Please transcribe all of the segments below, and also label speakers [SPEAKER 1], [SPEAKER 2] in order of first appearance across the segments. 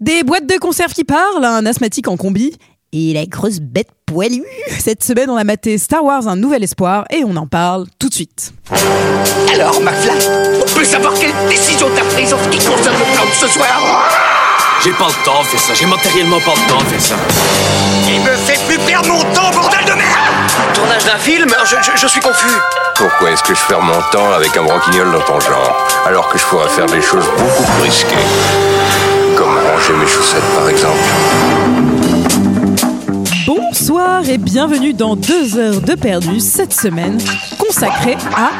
[SPEAKER 1] Des boîtes de conserve qui parlent, un asthmatique en combi. Et la grosse bête poilue. Cette semaine, on a maté Star Wars Un Nouvel Espoir et on en parle tout de suite.
[SPEAKER 2] Alors, McFly, on peut savoir quelle décision t'as prise en ce qui concerne le plan de ce soir
[SPEAKER 3] J'ai pas le temps de faire ça, j'ai matériellement pas le temps de faire ça.
[SPEAKER 2] Il me fait plus perdre mon temps, bordel de merde Tournage d'un film hein, je, suis confus.
[SPEAKER 4] Pourquoi est-ce que je perds mon temps avec un broquignol dans ton genre Alors que je pourrais faire des choses beaucoup plus risquées. Comme ranger mes chaussettes par exemple.
[SPEAKER 1] Bonsoir et bienvenue dans 2 heures de perdu cette semaine consacrée à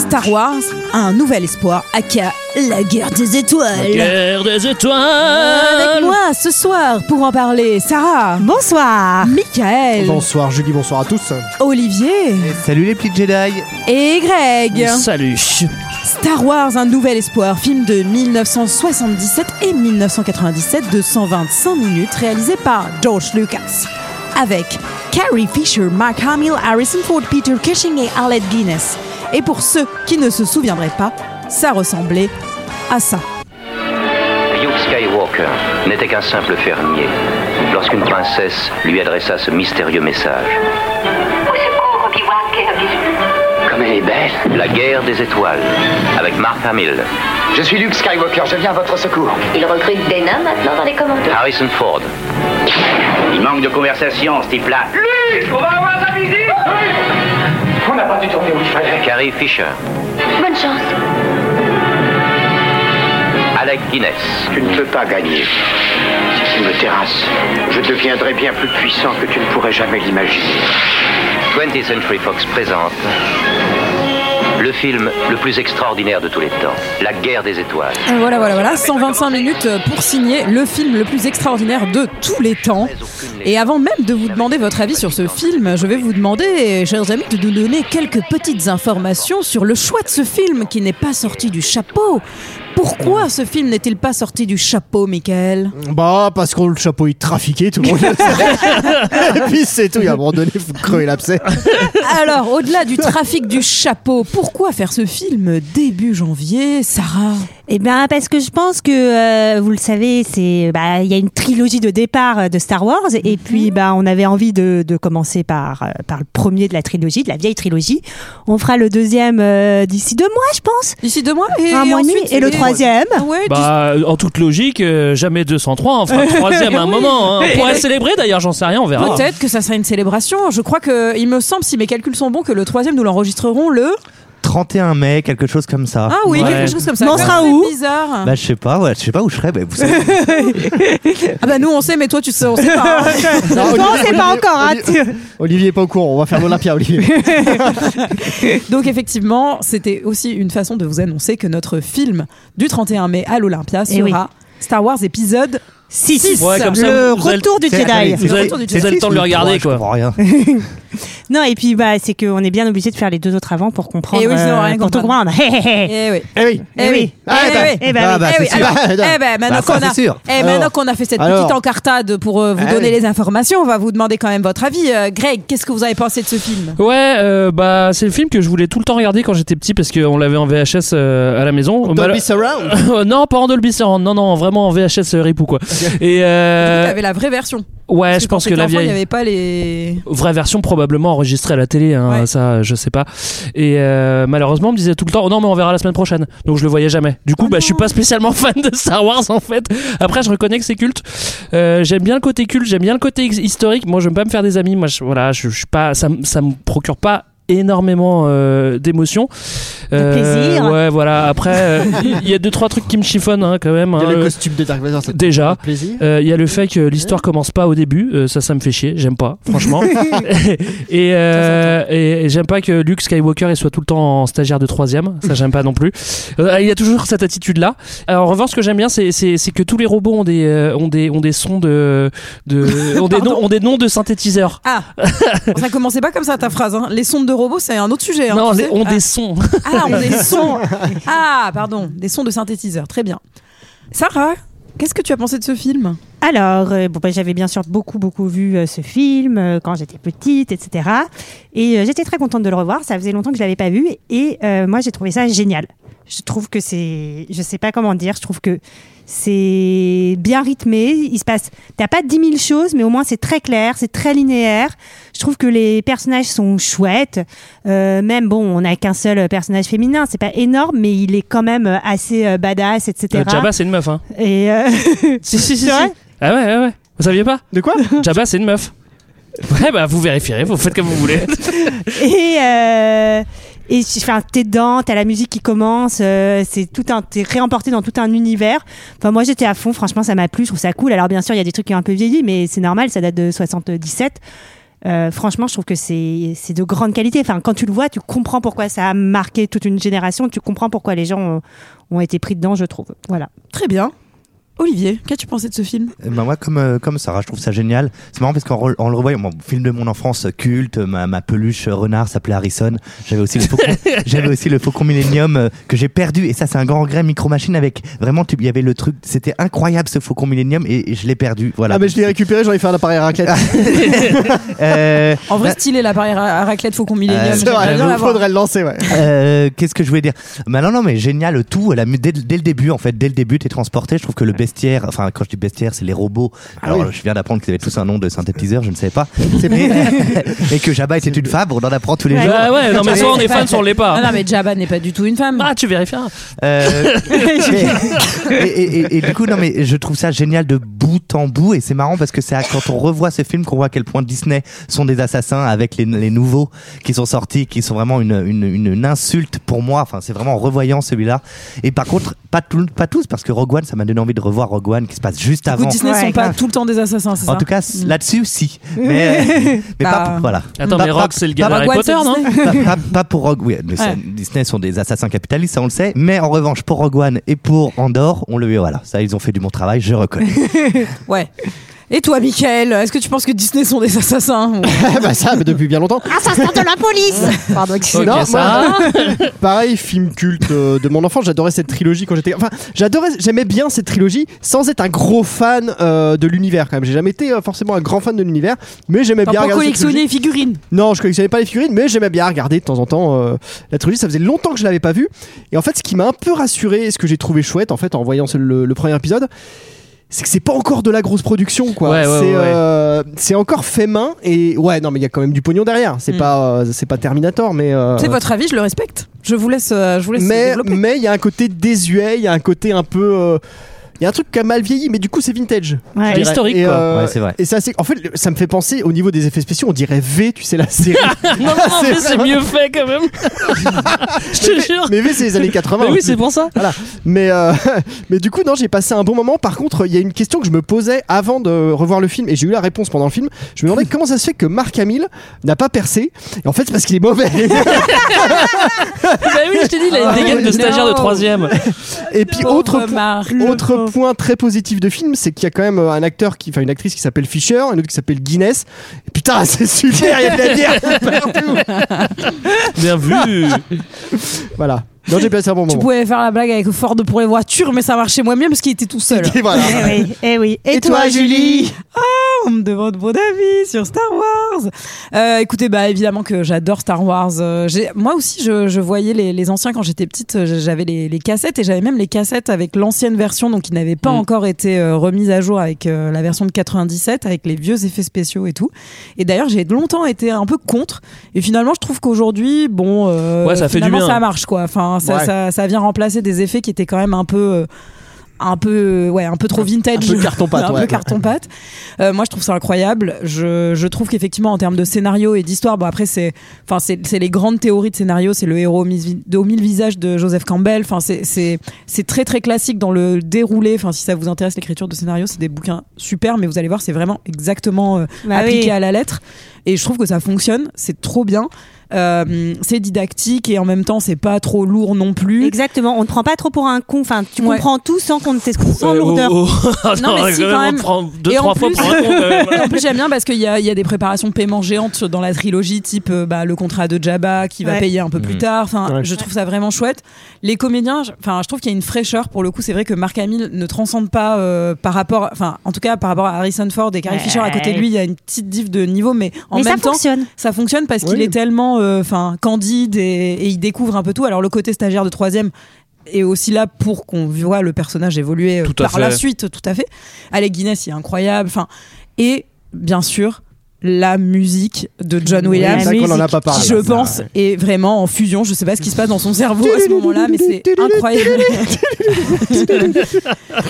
[SPEAKER 1] Star Wars Un Nouvel Espoir, aka la guerre des étoiles.
[SPEAKER 5] Guerre des
[SPEAKER 1] Avec
[SPEAKER 5] étoiles
[SPEAKER 1] moi ce soir pour en parler, Sarah. Bonsoir. Michael.
[SPEAKER 6] Bonsoir Julie, bonsoir à tous.
[SPEAKER 1] Olivier.
[SPEAKER 6] Salut les petits Jedi.
[SPEAKER 1] Et Greg.
[SPEAKER 5] Salut
[SPEAKER 1] Star Wars Un Nouvel Espoir, film de 1977 et 1997 de 125 minutes, réalisé par George Lucas. Avec Carrie Fisher, Mark Hamill, Harrison Ford, Peter Cushing et Arlette Guinness. Et pour ceux qui ne se souviendraient pas, ça ressemblait à ça.
[SPEAKER 7] Luke Skywalker n'était qu'un simple fermier lorsqu'une princesse lui adressa ce mystérieux message.
[SPEAKER 8] Au secours, Obi-Wan Kenobi.
[SPEAKER 7] Comme elle est belle La guerre des étoiles, avec Mark Hamill,
[SPEAKER 2] Je suis Luke Skywalker, je viens à votre secours.
[SPEAKER 8] Il recrute des nains maintenant dans les commandos.
[SPEAKER 7] Harrison Ford. Il manque de conversation, ce type-là.
[SPEAKER 2] On n'a pas dû tourner où il fallait.
[SPEAKER 7] Carrie Fisher,
[SPEAKER 8] Bonne chance.
[SPEAKER 7] Alec Guinness.
[SPEAKER 2] Tu ne peux pas gagner. Si tu me terrasses, je deviendrai bien plus puissant que tu ne pourrais jamais l'imaginer.
[SPEAKER 7] 20th Century Fox présente le film le plus extraordinaire de tous les temps, La guerre des étoiles.
[SPEAKER 1] Voilà, voilà, voilà, 125 minutes pour signer le film le plus extraordinaire de tous les temps. Et avant même de vous demander votre avis sur ce film, je vais vous demander, chers amis, de nous donner quelques petites informations sur le choix de ce film qui n'est pas sorti du chapeau. Pourquoi ce film n'est-il pas sorti du chapeau, Michael
[SPEAKER 6] Bah parce qu'on le chapeau il trafiquait tout le monde. le sait. Et puis c'est tout, il y a un moment donné, faut crever l'abcès.
[SPEAKER 1] Alors, au-delà du trafic du chapeau, pourquoi faire ce film début janvier, Sarah
[SPEAKER 9] Eh bien, parce que je pense que, euh, vous le savez, c'est bah, il y a une trilogie de départ euh, de Star Wars, et
[SPEAKER 1] Mhm.
[SPEAKER 9] puis bah, on avait envie de, de commencer par, euh, par le premier de la trilogie, de la vieille trilogie. On fera le deuxième euh, d'ici deux mois, je pense.
[SPEAKER 1] D'ici deux mois et,
[SPEAKER 9] un mois et demi,
[SPEAKER 1] ensuite-
[SPEAKER 9] et le troisième.
[SPEAKER 1] Ouais, d'ici-
[SPEAKER 5] Bah, en toute logique, euh, jamais 203, enfin troisième à un
[SPEAKER 1] Oui.
[SPEAKER 5] moment. Hein.
[SPEAKER 1] Et-
[SPEAKER 5] On pourrait célébrer d'ailleurs, j'en sais rien, on verra.
[SPEAKER 1] Peut-être que ça sera une célébration. Je crois que, il me semble, si mes calculs sont bons, que le troisième, nous l'enregistrerons le.
[SPEAKER 10] 31 mai, quelque chose comme ça.
[SPEAKER 1] Ah oui,
[SPEAKER 5] Ouais.
[SPEAKER 1] quelque chose comme ça.
[SPEAKER 9] Mais on
[SPEAKER 1] Comme
[SPEAKER 9] sera
[SPEAKER 1] c'est
[SPEAKER 9] où
[SPEAKER 1] bizarre.
[SPEAKER 10] Bah je sais pas, ouais, je sais pas où je serais, mais vous savez.
[SPEAKER 1] Ah bah nous, on sait, mais toi, tu sais, on sait pas. hein.
[SPEAKER 6] Non,
[SPEAKER 9] Non, c'est pas encore. hein.
[SPEAKER 6] Olivier, Olivier est pas au courant, on va faire l'Olympia Olivier.
[SPEAKER 1] Donc, effectivement, c'était aussi une façon de vous annoncer que notre film du 31 mai à l'Olympia
[SPEAKER 9] Eh
[SPEAKER 1] sera
[SPEAKER 9] oui.
[SPEAKER 1] Six. Star Wars épisode.
[SPEAKER 9] Si,
[SPEAKER 1] Six.
[SPEAKER 5] Ouais, comme ça,
[SPEAKER 9] le
[SPEAKER 5] vous allez-
[SPEAKER 9] retour du
[SPEAKER 10] C'est-
[SPEAKER 9] Jedi.
[SPEAKER 10] attendez,
[SPEAKER 5] Vous avez,
[SPEAKER 1] Le retour du
[SPEAKER 5] vous avez le temps de le regarder,
[SPEAKER 10] Je comprends
[SPEAKER 5] quoi.
[SPEAKER 10] rien.
[SPEAKER 9] Non, et puis bah, c'est qu'on est bien obligé de faire les deux autres avant pour comprendre.
[SPEAKER 1] Eh oui, sinon,
[SPEAKER 9] euh,
[SPEAKER 1] rien
[SPEAKER 9] pour tout
[SPEAKER 1] comprendre.
[SPEAKER 9] comprendre. Hé, hé, hé.
[SPEAKER 1] Eh oui.
[SPEAKER 6] Eh oui.
[SPEAKER 1] Eh oui.
[SPEAKER 6] Ah,
[SPEAKER 1] Eh
[SPEAKER 6] bah,
[SPEAKER 1] oui.
[SPEAKER 9] Eh ben
[SPEAKER 10] Ah,
[SPEAKER 9] oui.
[SPEAKER 10] bah,
[SPEAKER 1] eh
[SPEAKER 10] c'est
[SPEAKER 1] oui,
[SPEAKER 10] sûr.
[SPEAKER 1] alors- eh ben, maintenant
[SPEAKER 10] Bah, ça,
[SPEAKER 1] qu'on a,
[SPEAKER 10] c'est sûr.
[SPEAKER 1] eh, maintenant
[SPEAKER 6] Alors.
[SPEAKER 1] qu'on a fait cette
[SPEAKER 6] Alors.
[SPEAKER 1] petite encartade pour euh, vous
[SPEAKER 6] Ah
[SPEAKER 1] donner
[SPEAKER 6] oui.
[SPEAKER 1] les informations, on va vous demander quand même votre avis. Euh, Greg, qu'est-ce que vous avez pensé de ce film
[SPEAKER 5] Ouais, euh, bah c'est le film que je voulais tout le temps regarder quand j'étais petit parce qu'on l'avait en VHS euh, à la maison. Mal- Euh,
[SPEAKER 6] Dolby Surround.
[SPEAKER 5] non, pas en Dolby Surround, non, non, vraiment en VHS euh, rip ou quoi. Et euh,
[SPEAKER 1] Tu avais la vraie version.
[SPEAKER 5] ouais,
[SPEAKER 1] Parce
[SPEAKER 5] je pense
[SPEAKER 1] quand
[SPEAKER 5] que
[SPEAKER 1] t'étais
[SPEAKER 5] la
[SPEAKER 1] enfant, Il
[SPEAKER 5] vieille.
[SPEAKER 1] n'y avait pas les.
[SPEAKER 5] vraie version probablement enregistrée à la télé hein,
[SPEAKER 1] Ouais.
[SPEAKER 5] ça euh, je sais pas et euh, malheureusement on me disait tout le temps oh non mais on verra la semaine prochaine donc je le voyais jamais du coup bah je suis pas spécialement fan de Star Wars en fait après je reconnais que c'est culte Euh, j'aime bien le côté culte j'aime bien le côté his- historique moi je veux pas me faire des amis moi je, voilà je, je suis pas ça, me- ça me procure pas énormément euh, d'émotions
[SPEAKER 9] plaisir.
[SPEAKER 5] Euh, ouais voilà après euh, il y, a deux trois trucs qui me chiffonnent hein, quand même
[SPEAKER 6] Il y a
[SPEAKER 5] hein.
[SPEAKER 6] le costume de Dark Vador, ça te
[SPEAKER 5] déjà
[SPEAKER 6] fait plaisir.
[SPEAKER 5] euh, Il y a le fait que l'histoire commence pas au début, euh, ça, ça me fait chier, j'aime pas, franchement. et euh, et- et j'aime pas que Luke Skywalker il soit tout le temps en stagiaire de troisième, ça j'aime pas non plus. Euh, il y a toujours cette attitude-là. Alors, en revanche, ce que j'aime bien, c'est, c'est, c'est que tous les robots ont des, euh, ont des, ont des sons de, de ont, des noms, ont des noms de synthétiseurs.
[SPEAKER 1] Ah, ça commençait pas comme ça ta phrase. hein. Les sondes de robots, c'est un autre sujet. hein,
[SPEAKER 5] non,
[SPEAKER 1] tu
[SPEAKER 5] les-
[SPEAKER 1] sais.
[SPEAKER 5] ont
[SPEAKER 1] Ah.
[SPEAKER 5] des sons.
[SPEAKER 1] Ah, on est sons. Ah, pardon, des sons de synthétiseur. Très bien. Sarah, qu'est-ce que tu as pensé de ce film
[SPEAKER 9] Alors, euh, bon, bah, j'avais bien sûr beaucoup, beaucoup vu euh, ce film euh, quand j'étais petite, etc. Et euh, j'étais très contente de le revoir. Ça faisait longtemps que je l'avais pas vu. Et euh, moi, j'ai trouvé ça génial. Je trouve que c'est. Je sais pas comment dire. Je trouve que c'est bien rythmé. Il se passe, t'as pas 10 000 choses, mais au moins c'est très clair, c'est très linéaire. Je trouve que les personnages sont chouettes. Euh, même bon, on n'a qu'un seul euh, personnage féminin, c'est pas énorme, mais il est quand même assez euh, badass, etc.
[SPEAKER 5] Euh, Jabba, c'est une meuf, hein.
[SPEAKER 9] Et euh,
[SPEAKER 5] Si, si, si.
[SPEAKER 9] C'est
[SPEAKER 5] si.
[SPEAKER 9] vrai
[SPEAKER 5] Ah ouais, ouais, ouais. Vous saviez pas
[SPEAKER 6] De quoi
[SPEAKER 5] Jabba, c'est une meuf. Ouais, bah vous vérifierez, vous faites comme vous voulez.
[SPEAKER 9] et euh, et enfin t'es dedans t'as la musique qui commence euh, c'est tout un t'es réemporté dans tout un univers enfin moi j'étais à fond franchement ça m'a plu je trouve ça cool alors bien sûr il y a des trucs qui ont un peu vieilli mais c'est normal ça date de 77 Euh, franchement, je trouve que c'est c'est de grande qualité. Enfin, quand tu le vois, tu comprends pourquoi ça a marqué toute une génération. Tu comprends pourquoi les gens ont, ont été pris dedans, je trouve. Voilà.
[SPEAKER 1] Très bien. Olivier, qu'as-tu pensé de ce film
[SPEAKER 10] Eh ben moi, comme, euh, comme Sarah, je trouve ça génial. C'est marrant parce qu'en re- en le revoyant, mon film de mon enfance euh, culte, ma, ma peluche euh, renard s'appelait Harrison. J'avais aussi le faucon, j'avais aussi le faucon Millennium euh, que j'ai perdu. Et ça, c'est un grand regret. Micro Machine avec vraiment, tu- il y avait le truc. C'était incroyable ce faucon Millennium et, et je l'ai perdu. Voilà.
[SPEAKER 6] Ah, mais je l'ai récupéré, j'en ai fait un appareil à raclette.
[SPEAKER 10] Euh,
[SPEAKER 1] En vrai, stylé l'appareil à à raclette Faucon Millennium.
[SPEAKER 10] Euh,
[SPEAKER 6] Bah, C'est vrai,
[SPEAKER 1] J'aimerais bien
[SPEAKER 6] il
[SPEAKER 1] l'avoir.
[SPEAKER 6] faudrait le lancer, ouais.
[SPEAKER 10] Euh, qu'est-ce que je voulais dire bah non non mais génial tout la, mu- dès, dès le début en fait dès le début t'es transporté je trouve que le bestiaire enfin quand je dis bestiaire c'est les robots alors
[SPEAKER 6] Ah oui.
[SPEAKER 10] je viens d'apprendre qu'ils avaient tous un nom de synthétiseur je ne savais pas mais, et que Jabba était une femme on en apprend tous les jours
[SPEAKER 5] Bah ouais, non mais soit on est fan, soit on l'est
[SPEAKER 1] Non,
[SPEAKER 5] pas.
[SPEAKER 1] non, mais Jabba n'est pas du tout une femme.
[SPEAKER 5] Ah, tu vérifieras.
[SPEAKER 10] Euh, et, et- et- et du coup, non, mais je trouve ça génial de bout en bout. Et c'est marrant parce que c'est à- quand on revoit ce film qu'on voit à quel point Disney sont des assassins avec les, les nouveaux qui sont sortis, qui sont vraiment une, une, une, une insulte pour moi. Enfin, c'est vraiment en revoyant celui-là. Et par contre, pas, tout, pas tous, parce que Rogue One, ça m'a donné envie de revoir Rogue One qui se passe juste
[SPEAKER 1] Du coup,
[SPEAKER 10] avant.
[SPEAKER 1] Disney
[SPEAKER 9] Ouais,
[SPEAKER 1] sont pas
[SPEAKER 9] grave.
[SPEAKER 1] tout le temps des assassins, c'est ça Mm.
[SPEAKER 10] En tout cas, là-dessus, si. Mais, mais
[SPEAKER 1] Bah,
[SPEAKER 10] pas pour, voilà.
[SPEAKER 5] Attends,
[SPEAKER 10] Pas-
[SPEAKER 5] mais
[SPEAKER 10] pas-
[SPEAKER 5] Rock, c'est le gars
[SPEAKER 10] pas-
[SPEAKER 5] d'Harry
[SPEAKER 1] Rogue One,
[SPEAKER 5] Potter,
[SPEAKER 1] c'est
[SPEAKER 5] non
[SPEAKER 1] Disney.
[SPEAKER 10] pas, pas- pas pour Rogue oui, mais ça,
[SPEAKER 1] Ouais.
[SPEAKER 10] Disney sont des assassins capitalistes, ça on le sait. Mais en revanche, pour Rogue One et pour Andorre, on le voilà. Ça, ils ont fait du bon travail, je reconnais.
[SPEAKER 1] Ouais. Et toi, Michael, est-ce que tu penses que Disney sont des assassins
[SPEAKER 6] Ah bah ça, mais depuis bien longtemps.
[SPEAKER 9] Assassin de la police. Pardon.
[SPEAKER 5] Ok,
[SPEAKER 6] Non,
[SPEAKER 5] ça.
[SPEAKER 6] Pareil, film culte euh, de mon enfance. J'adorais cette trilogie quand j'étais. Enfin, j'adorais, j'aimais bien cette trilogie sans être un gros fan euh, de l'univers quand même. J'ai jamais été euh, forcément un grand fan de l'univers, mais j'aimais
[SPEAKER 1] T'as
[SPEAKER 6] bien
[SPEAKER 1] pas
[SPEAKER 6] regarder. cette
[SPEAKER 1] collectionné
[SPEAKER 6] trilogie.
[SPEAKER 1] les figurines
[SPEAKER 6] Non, je collectionnais pas les figurines, mais j'aimais bien regarder de temps en temps euh, la trilogie. Ça faisait longtemps que je l'avais pas vue. Et en fait, ce qui m'a un peu rassuré et ce que j'ai trouvé chouette en fait en voyant ce- le, le premier épisode, c'est que c'est pas encore de la grosse production quoi.
[SPEAKER 5] Ouais, ouais,
[SPEAKER 6] c'est
[SPEAKER 5] ouais, ouais.
[SPEAKER 6] euh, c'est encore fait main et ouais, non mais il y a quand même du pognon derrière. C'est
[SPEAKER 5] Hmm.
[SPEAKER 1] Mm.
[SPEAKER 6] pas euh, c'est pas Terminator mais euh,
[SPEAKER 1] C'est votre avis, je le respecte. Je vous laisse, euh, je vous laisse
[SPEAKER 6] mais
[SPEAKER 1] développer.
[SPEAKER 6] mais il y a un côté désuet, il y a un côté un peu euh, il y a un truc qui a mal vieilli, mais du coup c'est vintage.
[SPEAKER 9] Ouais.
[SPEAKER 6] Je dirais.
[SPEAKER 5] Historique,
[SPEAKER 6] Et,
[SPEAKER 5] quoi.
[SPEAKER 6] euh,
[SPEAKER 10] Ouais, c'est vrai.
[SPEAKER 6] Et c'est assez- En fait, le- ça me fait penser au niveau des effets spéciaux, on dirait V, tu sais, la série.
[SPEAKER 5] Non, mais en
[SPEAKER 6] C'est-
[SPEAKER 5] fait, c'est mieux fait quand même. Je te jure.
[SPEAKER 6] mais V, c'est les années 80.
[SPEAKER 5] Mais oui, c'est pour ça.
[SPEAKER 6] Mais, euh, mais du coup, non, j'ai passé un bon moment. Par contre, il y a une question que je me posais avant de revoir le film, et j'ai eu la réponse pendant le film. Je me demandais comment ça se fait que Marc Hamill n'a pas percé. Et en fait, c'est parce qu'il est mauvais.
[SPEAKER 5] Bah oui, je t'ai dit, il a une dégaine de stagiaire de
[SPEAKER 1] Non.
[SPEAKER 5] troisième.
[SPEAKER 6] et puis,
[SPEAKER 1] Pauvre
[SPEAKER 6] autre point.
[SPEAKER 1] Marc.
[SPEAKER 6] Autre point très positif de film, c'est qu'il y a quand même euh, un acteur qui, enfin une actrice qui s'appelle Fisher, une autre qui s'appelle Guinness. Et putain, c'est super, il y a de la bière partout.
[SPEAKER 5] Bien vu.
[SPEAKER 6] Voilà. Non, j'ai passé un bon
[SPEAKER 1] Tu
[SPEAKER 6] moment.
[SPEAKER 1] pouvais faire la blague avec Ford pour les voitures, mais ça marchait moins bien parce qu'il était tout seul.
[SPEAKER 6] Et voilà.
[SPEAKER 9] Eh oui, eh oui. Et,
[SPEAKER 1] On me demande mon avis sur Star Wars. Euh, écoutez, bah évidemment que j'adore Star Wars. Euh, j'ai- moi aussi, je, je voyais les, les anciens quand j'étais petite. euh, J'avais les, les cassettes et j'avais même les cassettes avec l'ancienne version, donc qui n'avait pas
[SPEAKER 5] Mm.
[SPEAKER 1] encore été euh, remise à jour avec euh, la version de 97, avec les vieux effets spéciaux et tout. Et d'ailleurs, j'ai longtemps été un peu contre. Et finalement, je trouve qu'aujourd'hui, bon, euh,
[SPEAKER 5] Ouais, ça fait du
[SPEAKER 1] finalement,
[SPEAKER 5] bien.
[SPEAKER 1] ça marche quoi. Enfin, ça,
[SPEAKER 6] Ouais.
[SPEAKER 1] ça, ça vient remplacer des effets qui étaient quand même un peu. euh, un peu ouais un peu trop vintage
[SPEAKER 6] Un peu carton-pâte,
[SPEAKER 1] un
[SPEAKER 6] ouais.
[SPEAKER 1] peu carton pâte Euh, moi je trouve ça incroyable je, je trouve qu'effectivement en termes de scénario et d'histoire bon après c'est enfin c'est c'est les grandes théories de scénario c'est le héros au mis- de- aux mille visages de Joseph Campbell enfin c'est c'est c'est très très classique dans le déroulé enfin si ça vous intéresse l'écriture de scénario c'est des bouquins super mais vous allez voir c'est vraiment exactement euh,
[SPEAKER 9] Bah
[SPEAKER 1] appliqué
[SPEAKER 9] oui.
[SPEAKER 1] à la lettre et je trouve que ça fonctionne c'est trop bien Euh, c'est didactique et en même temps c'est pas trop lourd non plus
[SPEAKER 9] Exactement. On ne prend pas trop pour un con. Enfin, tu
[SPEAKER 1] Ouais.
[SPEAKER 9] comprends tout sans qu'on te sans
[SPEAKER 5] Euh,
[SPEAKER 9] lourdeur.
[SPEAKER 5] oh, oh. Ah
[SPEAKER 1] Non, mais si, quand
[SPEAKER 5] quand même, on
[SPEAKER 1] même.
[SPEAKER 5] prend deux,
[SPEAKER 1] Et en
[SPEAKER 5] trois fois
[SPEAKER 1] plus-
[SPEAKER 5] pour un con, quand même.
[SPEAKER 1] Et en plus, j'aime bien parce qu'il y a, il y a des préparations de paiement géantes dans la trilogie, type euh, bah, le contrat de Jabba qui va
[SPEAKER 9] Ouais.
[SPEAKER 1] payer un peu plus
[SPEAKER 10] Mhm.
[SPEAKER 1] tard. Enfin,
[SPEAKER 6] Ouais.
[SPEAKER 1] je trouve ça vraiment chouette. Les comédiens, je- enfin, je trouve qu'il y a une fraîcheur pour le coup. C'est vrai que Mark Hamill ne transcende pas euh, par rapport, enfin, en tout cas par rapport à Harrison Ford et Carrie
[SPEAKER 9] Ouais.
[SPEAKER 1] Fisher à côté de lui. Il y a une petite diff de niveau, mais en
[SPEAKER 9] Mais
[SPEAKER 1] même
[SPEAKER 9] ça
[SPEAKER 1] temps,
[SPEAKER 9] fonctionne.
[SPEAKER 1] ça fonctionne parce
[SPEAKER 6] Oui.
[SPEAKER 1] qu'il est tellement, euh, enfin, candide et, et il découvre un peu tout. Alors le côté stagiaire de troisième. est aussi là pour qu'on voit le personnage évoluer euh,
[SPEAKER 3] Tout à
[SPEAKER 1] par la
[SPEAKER 3] fait.
[SPEAKER 1] suite, tout à fait. Alec Guinness, il est incroyable. Enfin, et bien sûr, la musique de John
[SPEAKER 9] Oui,
[SPEAKER 1] Williams.
[SPEAKER 9] la
[SPEAKER 6] ça qu'on en a
[SPEAKER 9] musique
[SPEAKER 6] pas parlé.
[SPEAKER 1] qui, je pense, est vraiment en fusion. Je sais pas ce qui se passe dans son cerveau à ce moment-là, mais c'est incroyable.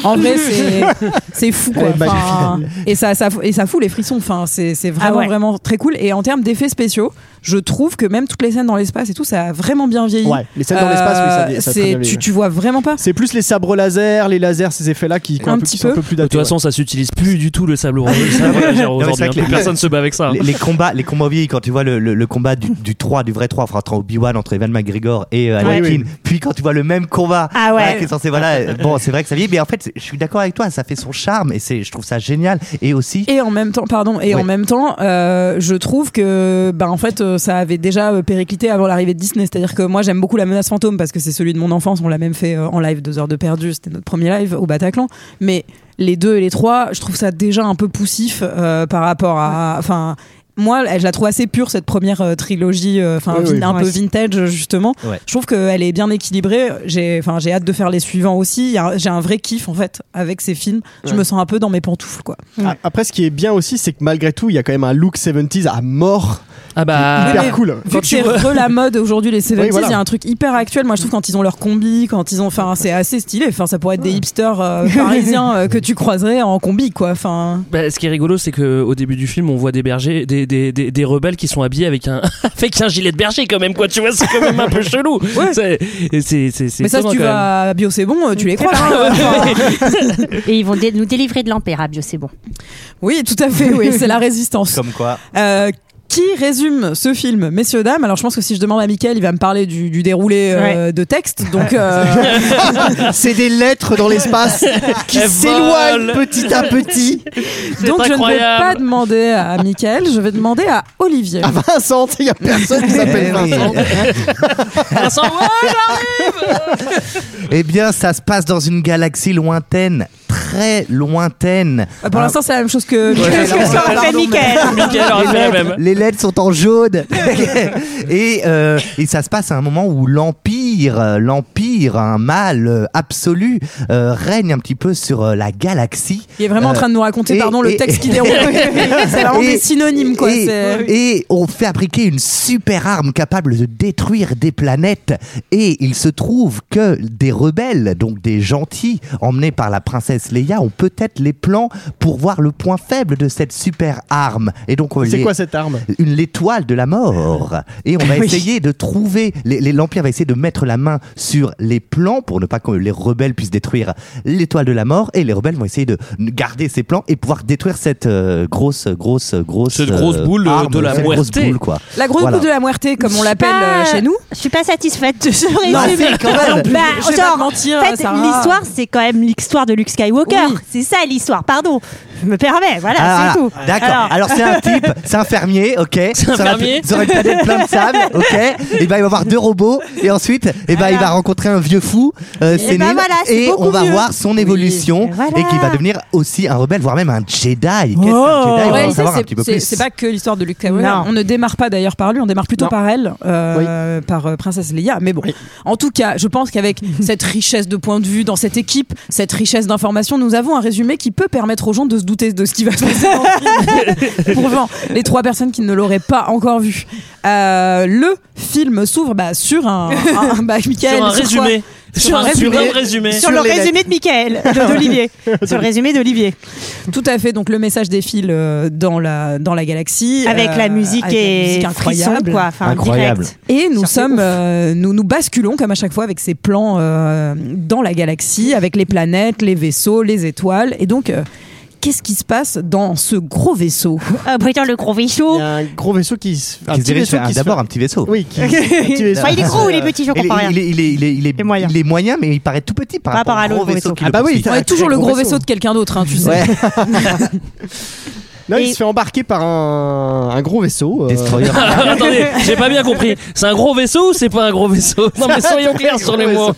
[SPEAKER 1] en vrai, c'est- c'est fou. Quoi.
[SPEAKER 6] Elle est magnifique.
[SPEAKER 1] Enfin, et, ça, ça, et ça fout les frissons. Enfin, c'est c'est vraiment,
[SPEAKER 9] Ah ouais.
[SPEAKER 1] vraiment très cool. Et en termes d'effets spéciaux, je trouve que même toutes les scènes dans l'espace et tout, ça a vraiment bien vieilli.
[SPEAKER 6] Ouais, les scènes dans l'espace, oui, ça vient-
[SPEAKER 1] Euh,
[SPEAKER 6] ça a très bien
[SPEAKER 1] c'est-
[SPEAKER 6] vieilli.
[SPEAKER 1] tu, tu vois vraiment pas.
[SPEAKER 6] C'est plus les sabres laser, les lasers, ces effets-là qui, qui sont
[SPEAKER 1] Un
[SPEAKER 6] un peu,
[SPEAKER 1] petit
[SPEAKER 6] qui sont un
[SPEAKER 1] peu.
[SPEAKER 6] peu plus
[SPEAKER 5] De
[SPEAKER 6] datés.
[SPEAKER 5] toute façon, ça s'utilise plus du tout le sable rouge. le
[SPEAKER 10] Non,
[SPEAKER 5] sabre laser
[SPEAKER 10] mais c'est
[SPEAKER 5] aujourd'hui,
[SPEAKER 10] vrai
[SPEAKER 5] hein.
[SPEAKER 10] que les-
[SPEAKER 5] Plus Personne se bat avec ça. hein.
[SPEAKER 10] Les, les combats, les combats vieillis, quand tu vois le, le- le combat du, du 3, du vrai 3, enfin, entre Obi-Wan, entre Evan McGregor et euh,
[SPEAKER 6] Ouais.
[SPEAKER 10] Anakin,
[SPEAKER 6] Ah Oui,
[SPEAKER 10] puis quand tu vois le même combat,
[SPEAKER 9] Ah ouais.
[SPEAKER 10] voilà, qui est censé, voilà, euh, bon, c'est vrai que ça vieillit, mais en fait, c'est- je suis d'accord avec toi, ça fait son charme et c'est, je trouve ça génial. Et aussi,
[SPEAKER 1] Et en même temps, pardon, et
[SPEAKER 10] Oui.
[SPEAKER 1] en même temps, euh, je trouve que, bah, en fait, euh, ça avait déjà euh, périclité avant l'arrivée de Disney. C'est-à-dire que moi, j'aime beaucoup la menace fantôme parce que c'est celui de mon enfance. On l'a même fait euh, en live, deux heures de perdu. C'était notre premier live au Bataclan. Mais les deux et les trois, je trouve ça déjà un peu poussif euh, par rapport à, enfin. Moi, elle- je la trouve assez pure cette première euh, trilogie, euh, enfin
[SPEAKER 6] Oui, oui.
[SPEAKER 1] vin- un
[SPEAKER 9] Moi
[SPEAKER 1] peu
[SPEAKER 9] aussi.
[SPEAKER 1] vintage justement.
[SPEAKER 10] Ouais.
[SPEAKER 1] Je trouve qu'elle est bien équilibrée. J'ai, enfin, j'ai hâte de faire les suivants aussi. Il y a- J'ai un vrai kiff en fait avec ces films. Je me sens un peu dans mes pantoufles quoi.
[SPEAKER 6] A- Après, ce qui est bien aussi, c'est que malgré tout, il y a quand même un look 70s à mort.
[SPEAKER 5] Ah bah.
[SPEAKER 6] hyper
[SPEAKER 1] mais-
[SPEAKER 6] cool.
[SPEAKER 1] Vu
[SPEAKER 5] Quand
[SPEAKER 1] que
[SPEAKER 5] tu
[SPEAKER 1] c'est
[SPEAKER 5] vois-
[SPEAKER 1] re la mode aujourd'hui les 70s, il
[SPEAKER 6] Oui, voilà.
[SPEAKER 1] y a un truc hyper actuel. Moi je trouve quand ils ont leur combi, quand ils ont enfin c'est assez stylé. Enfin ça pourrait être des hipsters euh, parisiens euh, que tu croiserais en combi quoi. Enfin
[SPEAKER 5] Bah, ce qui est rigolo, c'est que au début du film, on voit des bergers, des, des, des, des rebelles qui sont habillés avec un avec un gilet de berger quand même quoi. Tu vois, c'est quand même un peu chelou.
[SPEAKER 1] Ouais.
[SPEAKER 5] C'est c'est c'est c'est
[SPEAKER 1] mais ça si
[SPEAKER 5] étonnant,
[SPEAKER 1] tu
[SPEAKER 5] quand même.
[SPEAKER 1] vas à Bio c'est bon, euh, tu les crois. hein.
[SPEAKER 9] Et ils vont dé- nous délivrer de l'Empire, ah, Bio, c'est bon.
[SPEAKER 1] oui, tout à fait, oui, c'est la résistance.
[SPEAKER 10] comme quoi,
[SPEAKER 1] Euh, qui résume ce film, messieurs, dames Alors je pense que si je demande à Mickaël, il va me parler du, du déroulé euh, de texte. Donc euh,
[SPEAKER 6] C'est des lettres dans l'espace qui
[SPEAKER 5] Elles
[SPEAKER 6] s'éloignent
[SPEAKER 5] volent.
[SPEAKER 6] petit à petit.
[SPEAKER 1] donc je ne vais
[SPEAKER 5] incroyable.
[SPEAKER 1] pas demander à Mickaël, je vais demander à Olivier.
[SPEAKER 6] À Vincent, il n'y a personne qui s'appelle Vincent.
[SPEAKER 10] eh bien, ça se passe dans une galaxie lointaine, très lointaine.
[SPEAKER 1] Euh, Pour l'instant, c'est la même chose que.
[SPEAKER 9] Qu'est-ce que ça
[SPEAKER 1] Pardon,
[SPEAKER 9] fait,
[SPEAKER 1] mais-
[SPEAKER 9] Michael
[SPEAKER 5] Michael aurait fait la même.
[SPEAKER 10] Les LED sont en jaune. et, euh, et ça se passe à un moment où l'Empire, euh, l'Empire, un mal euh, absolu, euh, règne un petit peu sur euh, la galaxie.
[SPEAKER 1] Il est vraiment en train de nous raconter,
[SPEAKER 10] Euh, et-
[SPEAKER 1] pardon, le
[SPEAKER 10] et-
[SPEAKER 1] texte qui déroule. c'est vraiment des synonymes, quoi.
[SPEAKER 10] Et,
[SPEAKER 1] c'est-
[SPEAKER 10] et on fabriquait une super arme capable de détruire des planètes. Et il se trouve que des rebelles, donc des gentils, emmenés par la princesse Leia, ont peut-être les plans pour voir le point faible de cette super arme. Et donc on
[SPEAKER 6] C'est
[SPEAKER 10] les-
[SPEAKER 6] quoi cette arme
[SPEAKER 10] une l'étoile de la mort et on va
[SPEAKER 6] Oui.
[SPEAKER 10] essayer de trouver les- les- l'empire va essayer de mettre la main sur les plans pour ne pas que les rebelles puissent détruire l'étoile de la mort et les rebelles vont essayer de garder ces plans et pouvoir détruire cette euh, grosse grosse grosse euh,
[SPEAKER 3] Cette grosse boule de-
[SPEAKER 10] arme,
[SPEAKER 3] de la
[SPEAKER 10] cette grosse
[SPEAKER 3] muerte.
[SPEAKER 10] boule, quoi
[SPEAKER 1] La grosse
[SPEAKER 10] Voilà.
[SPEAKER 1] boule de la muerte, comme on l'appelle euh, chez nous.
[SPEAKER 9] Je suis pas satisfaite de ce
[SPEAKER 10] Ah,
[SPEAKER 9] résumé.
[SPEAKER 10] si, quand même.
[SPEAKER 9] Bah,
[SPEAKER 1] Je vais pas
[SPEAKER 9] genre,
[SPEAKER 1] te mentir,
[SPEAKER 9] en fait,
[SPEAKER 1] Sarah.
[SPEAKER 9] l'histoire, c'est quand même l'histoire de Luke Skywalker.
[SPEAKER 1] Oui.
[SPEAKER 9] C'est ça l'histoire, pardon. Je me permets, voilà,
[SPEAKER 10] Ah,
[SPEAKER 9] c'est tout.
[SPEAKER 10] voilà. D'accord. Alors, c'est un type, c'est un fermier, ok. C'est
[SPEAKER 5] un fermier.
[SPEAKER 10] Sur une planète plein de sable, ok. Et ben il va avoir deux robots et ensuite, et ben il va rencontrer un vieux fou, euh, sénile,
[SPEAKER 9] ben voilà, c'est
[SPEAKER 10] et
[SPEAKER 9] beaucoup
[SPEAKER 10] on va
[SPEAKER 9] mieux.
[SPEAKER 10] voir son évolution
[SPEAKER 9] Et voilà.
[SPEAKER 10] et qui va devenir aussi un rebelle, voire même un Jedi. Qu'est-ce qu'un Jedi
[SPEAKER 9] Oh.
[SPEAKER 10] On
[SPEAKER 1] En
[SPEAKER 10] va en
[SPEAKER 1] réalité,
[SPEAKER 10] savoir un
[SPEAKER 1] c'est-
[SPEAKER 10] petit peu
[SPEAKER 1] c'est-
[SPEAKER 10] plus.
[SPEAKER 1] c'est pas que l'histoire de Luke Skywalker.
[SPEAKER 9] Non.
[SPEAKER 1] On ne démarre pas d'ailleurs par lui, on démarre plutôt
[SPEAKER 6] Non.
[SPEAKER 1] par elle, euh, par euh, Princesse Leia. Mais bon, en tout cas, je pense qu'avec cette richesse de points de vue dans cette équipe, cette richesse d'informations, nous avons un résumé qui peut permettre aux gens de se douter de ce qui va se passer. dans le film. Pour genre, les trois personnes qui ne l'auraient pas encore vu. Euh, le film s'ouvre bah, sur un, un- bah, Michael,
[SPEAKER 5] Sur un
[SPEAKER 1] sur quoi
[SPEAKER 5] résumé. Sur un
[SPEAKER 1] résumé.
[SPEAKER 5] superbe résumé.
[SPEAKER 9] Sur, le
[SPEAKER 6] les
[SPEAKER 9] résumé de Michael, de- d'Olivier. Sur le résumé d'Olivier.
[SPEAKER 1] Tout à fait. Donc le message défile euh, dans la dans la galaxie
[SPEAKER 9] Avec
[SPEAKER 1] euh,
[SPEAKER 9] la musique
[SPEAKER 1] avec la
[SPEAKER 9] et
[SPEAKER 1] musique
[SPEAKER 9] frisson, quoi. Enfin,
[SPEAKER 10] Incroyable.
[SPEAKER 9] direct.
[SPEAKER 1] Et nous
[SPEAKER 9] Ça, c'est
[SPEAKER 1] sommes,
[SPEAKER 9] ouf.
[SPEAKER 1] euh, nous nous basculons comme à chaque fois avec ces plans euh, dans la galaxie, avec les planètes, les vaisseaux, les étoiles. Et donc, euh, qu'est-ce qui se passe dans ce gros vaisseau
[SPEAKER 9] Euh, Britan le gros
[SPEAKER 6] Il
[SPEAKER 9] vaisseau.
[SPEAKER 6] y a un gros vaisseau qui se. Un
[SPEAKER 10] Qui se
[SPEAKER 6] petit
[SPEAKER 10] dirige
[SPEAKER 6] vaisseau
[SPEAKER 10] vers-
[SPEAKER 6] qui se.
[SPEAKER 10] d'abord un petit vaisseau.
[SPEAKER 6] Oui, qui. un petit vaisseau.
[SPEAKER 9] Enfin, il est gros ou il est petit, je
[SPEAKER 10] Il
[SPEAKER 9] comprends rien.
[SPEAKER 10] est, il est, il est, il est, il est-
[SPEAKER 9] Et moyen.
[SPEAKER 10] il est moyen, mais il paraît tout petit par,
[SPEAKER 9] Par rapport à
[SPEAKER 10] au gros
[SPEAKER 9] l'autre
[SPEAKER 10] vaisseau.
[SPEAKER 9] vaisseau.
[SPEAKER 10] qui
[SPEAKER 6] Ah
[SPEAKER 10] le
[SPEAKER 6] bah oui,
[SPEAKER 10] poursuit.
[SPEAKER 6] c'est
[SPEAKER 1] On
[SPEAKER 6] un
[SPEAKER 1] est toujours
[SPEAKER 6] très
[SPEAKER 1] le
[SPEAKER 6] gros
[SPEAKER 1] gros
[SPEAKER 6] vaisseau.
[SPEAKER 1] vaisseau de quelqu'un d'autre, hein, tu sais.
[SPEAKER 10] Ouais.
[SPEAKER 6] Là,
[SPEAKER 9] Et-
[SPEAKER 6] il se fait embarquer par un, un gros vaisseau. euh,
[SPEAKER 10] Destroyer.
[SPEAKER 1] Ah
[SPEAKER 5] Attendez, j'ai pas bien compris. C'est un gros vaisseau ou c'est pas un gros vaisseau Non mais soyons clairs sur les mots.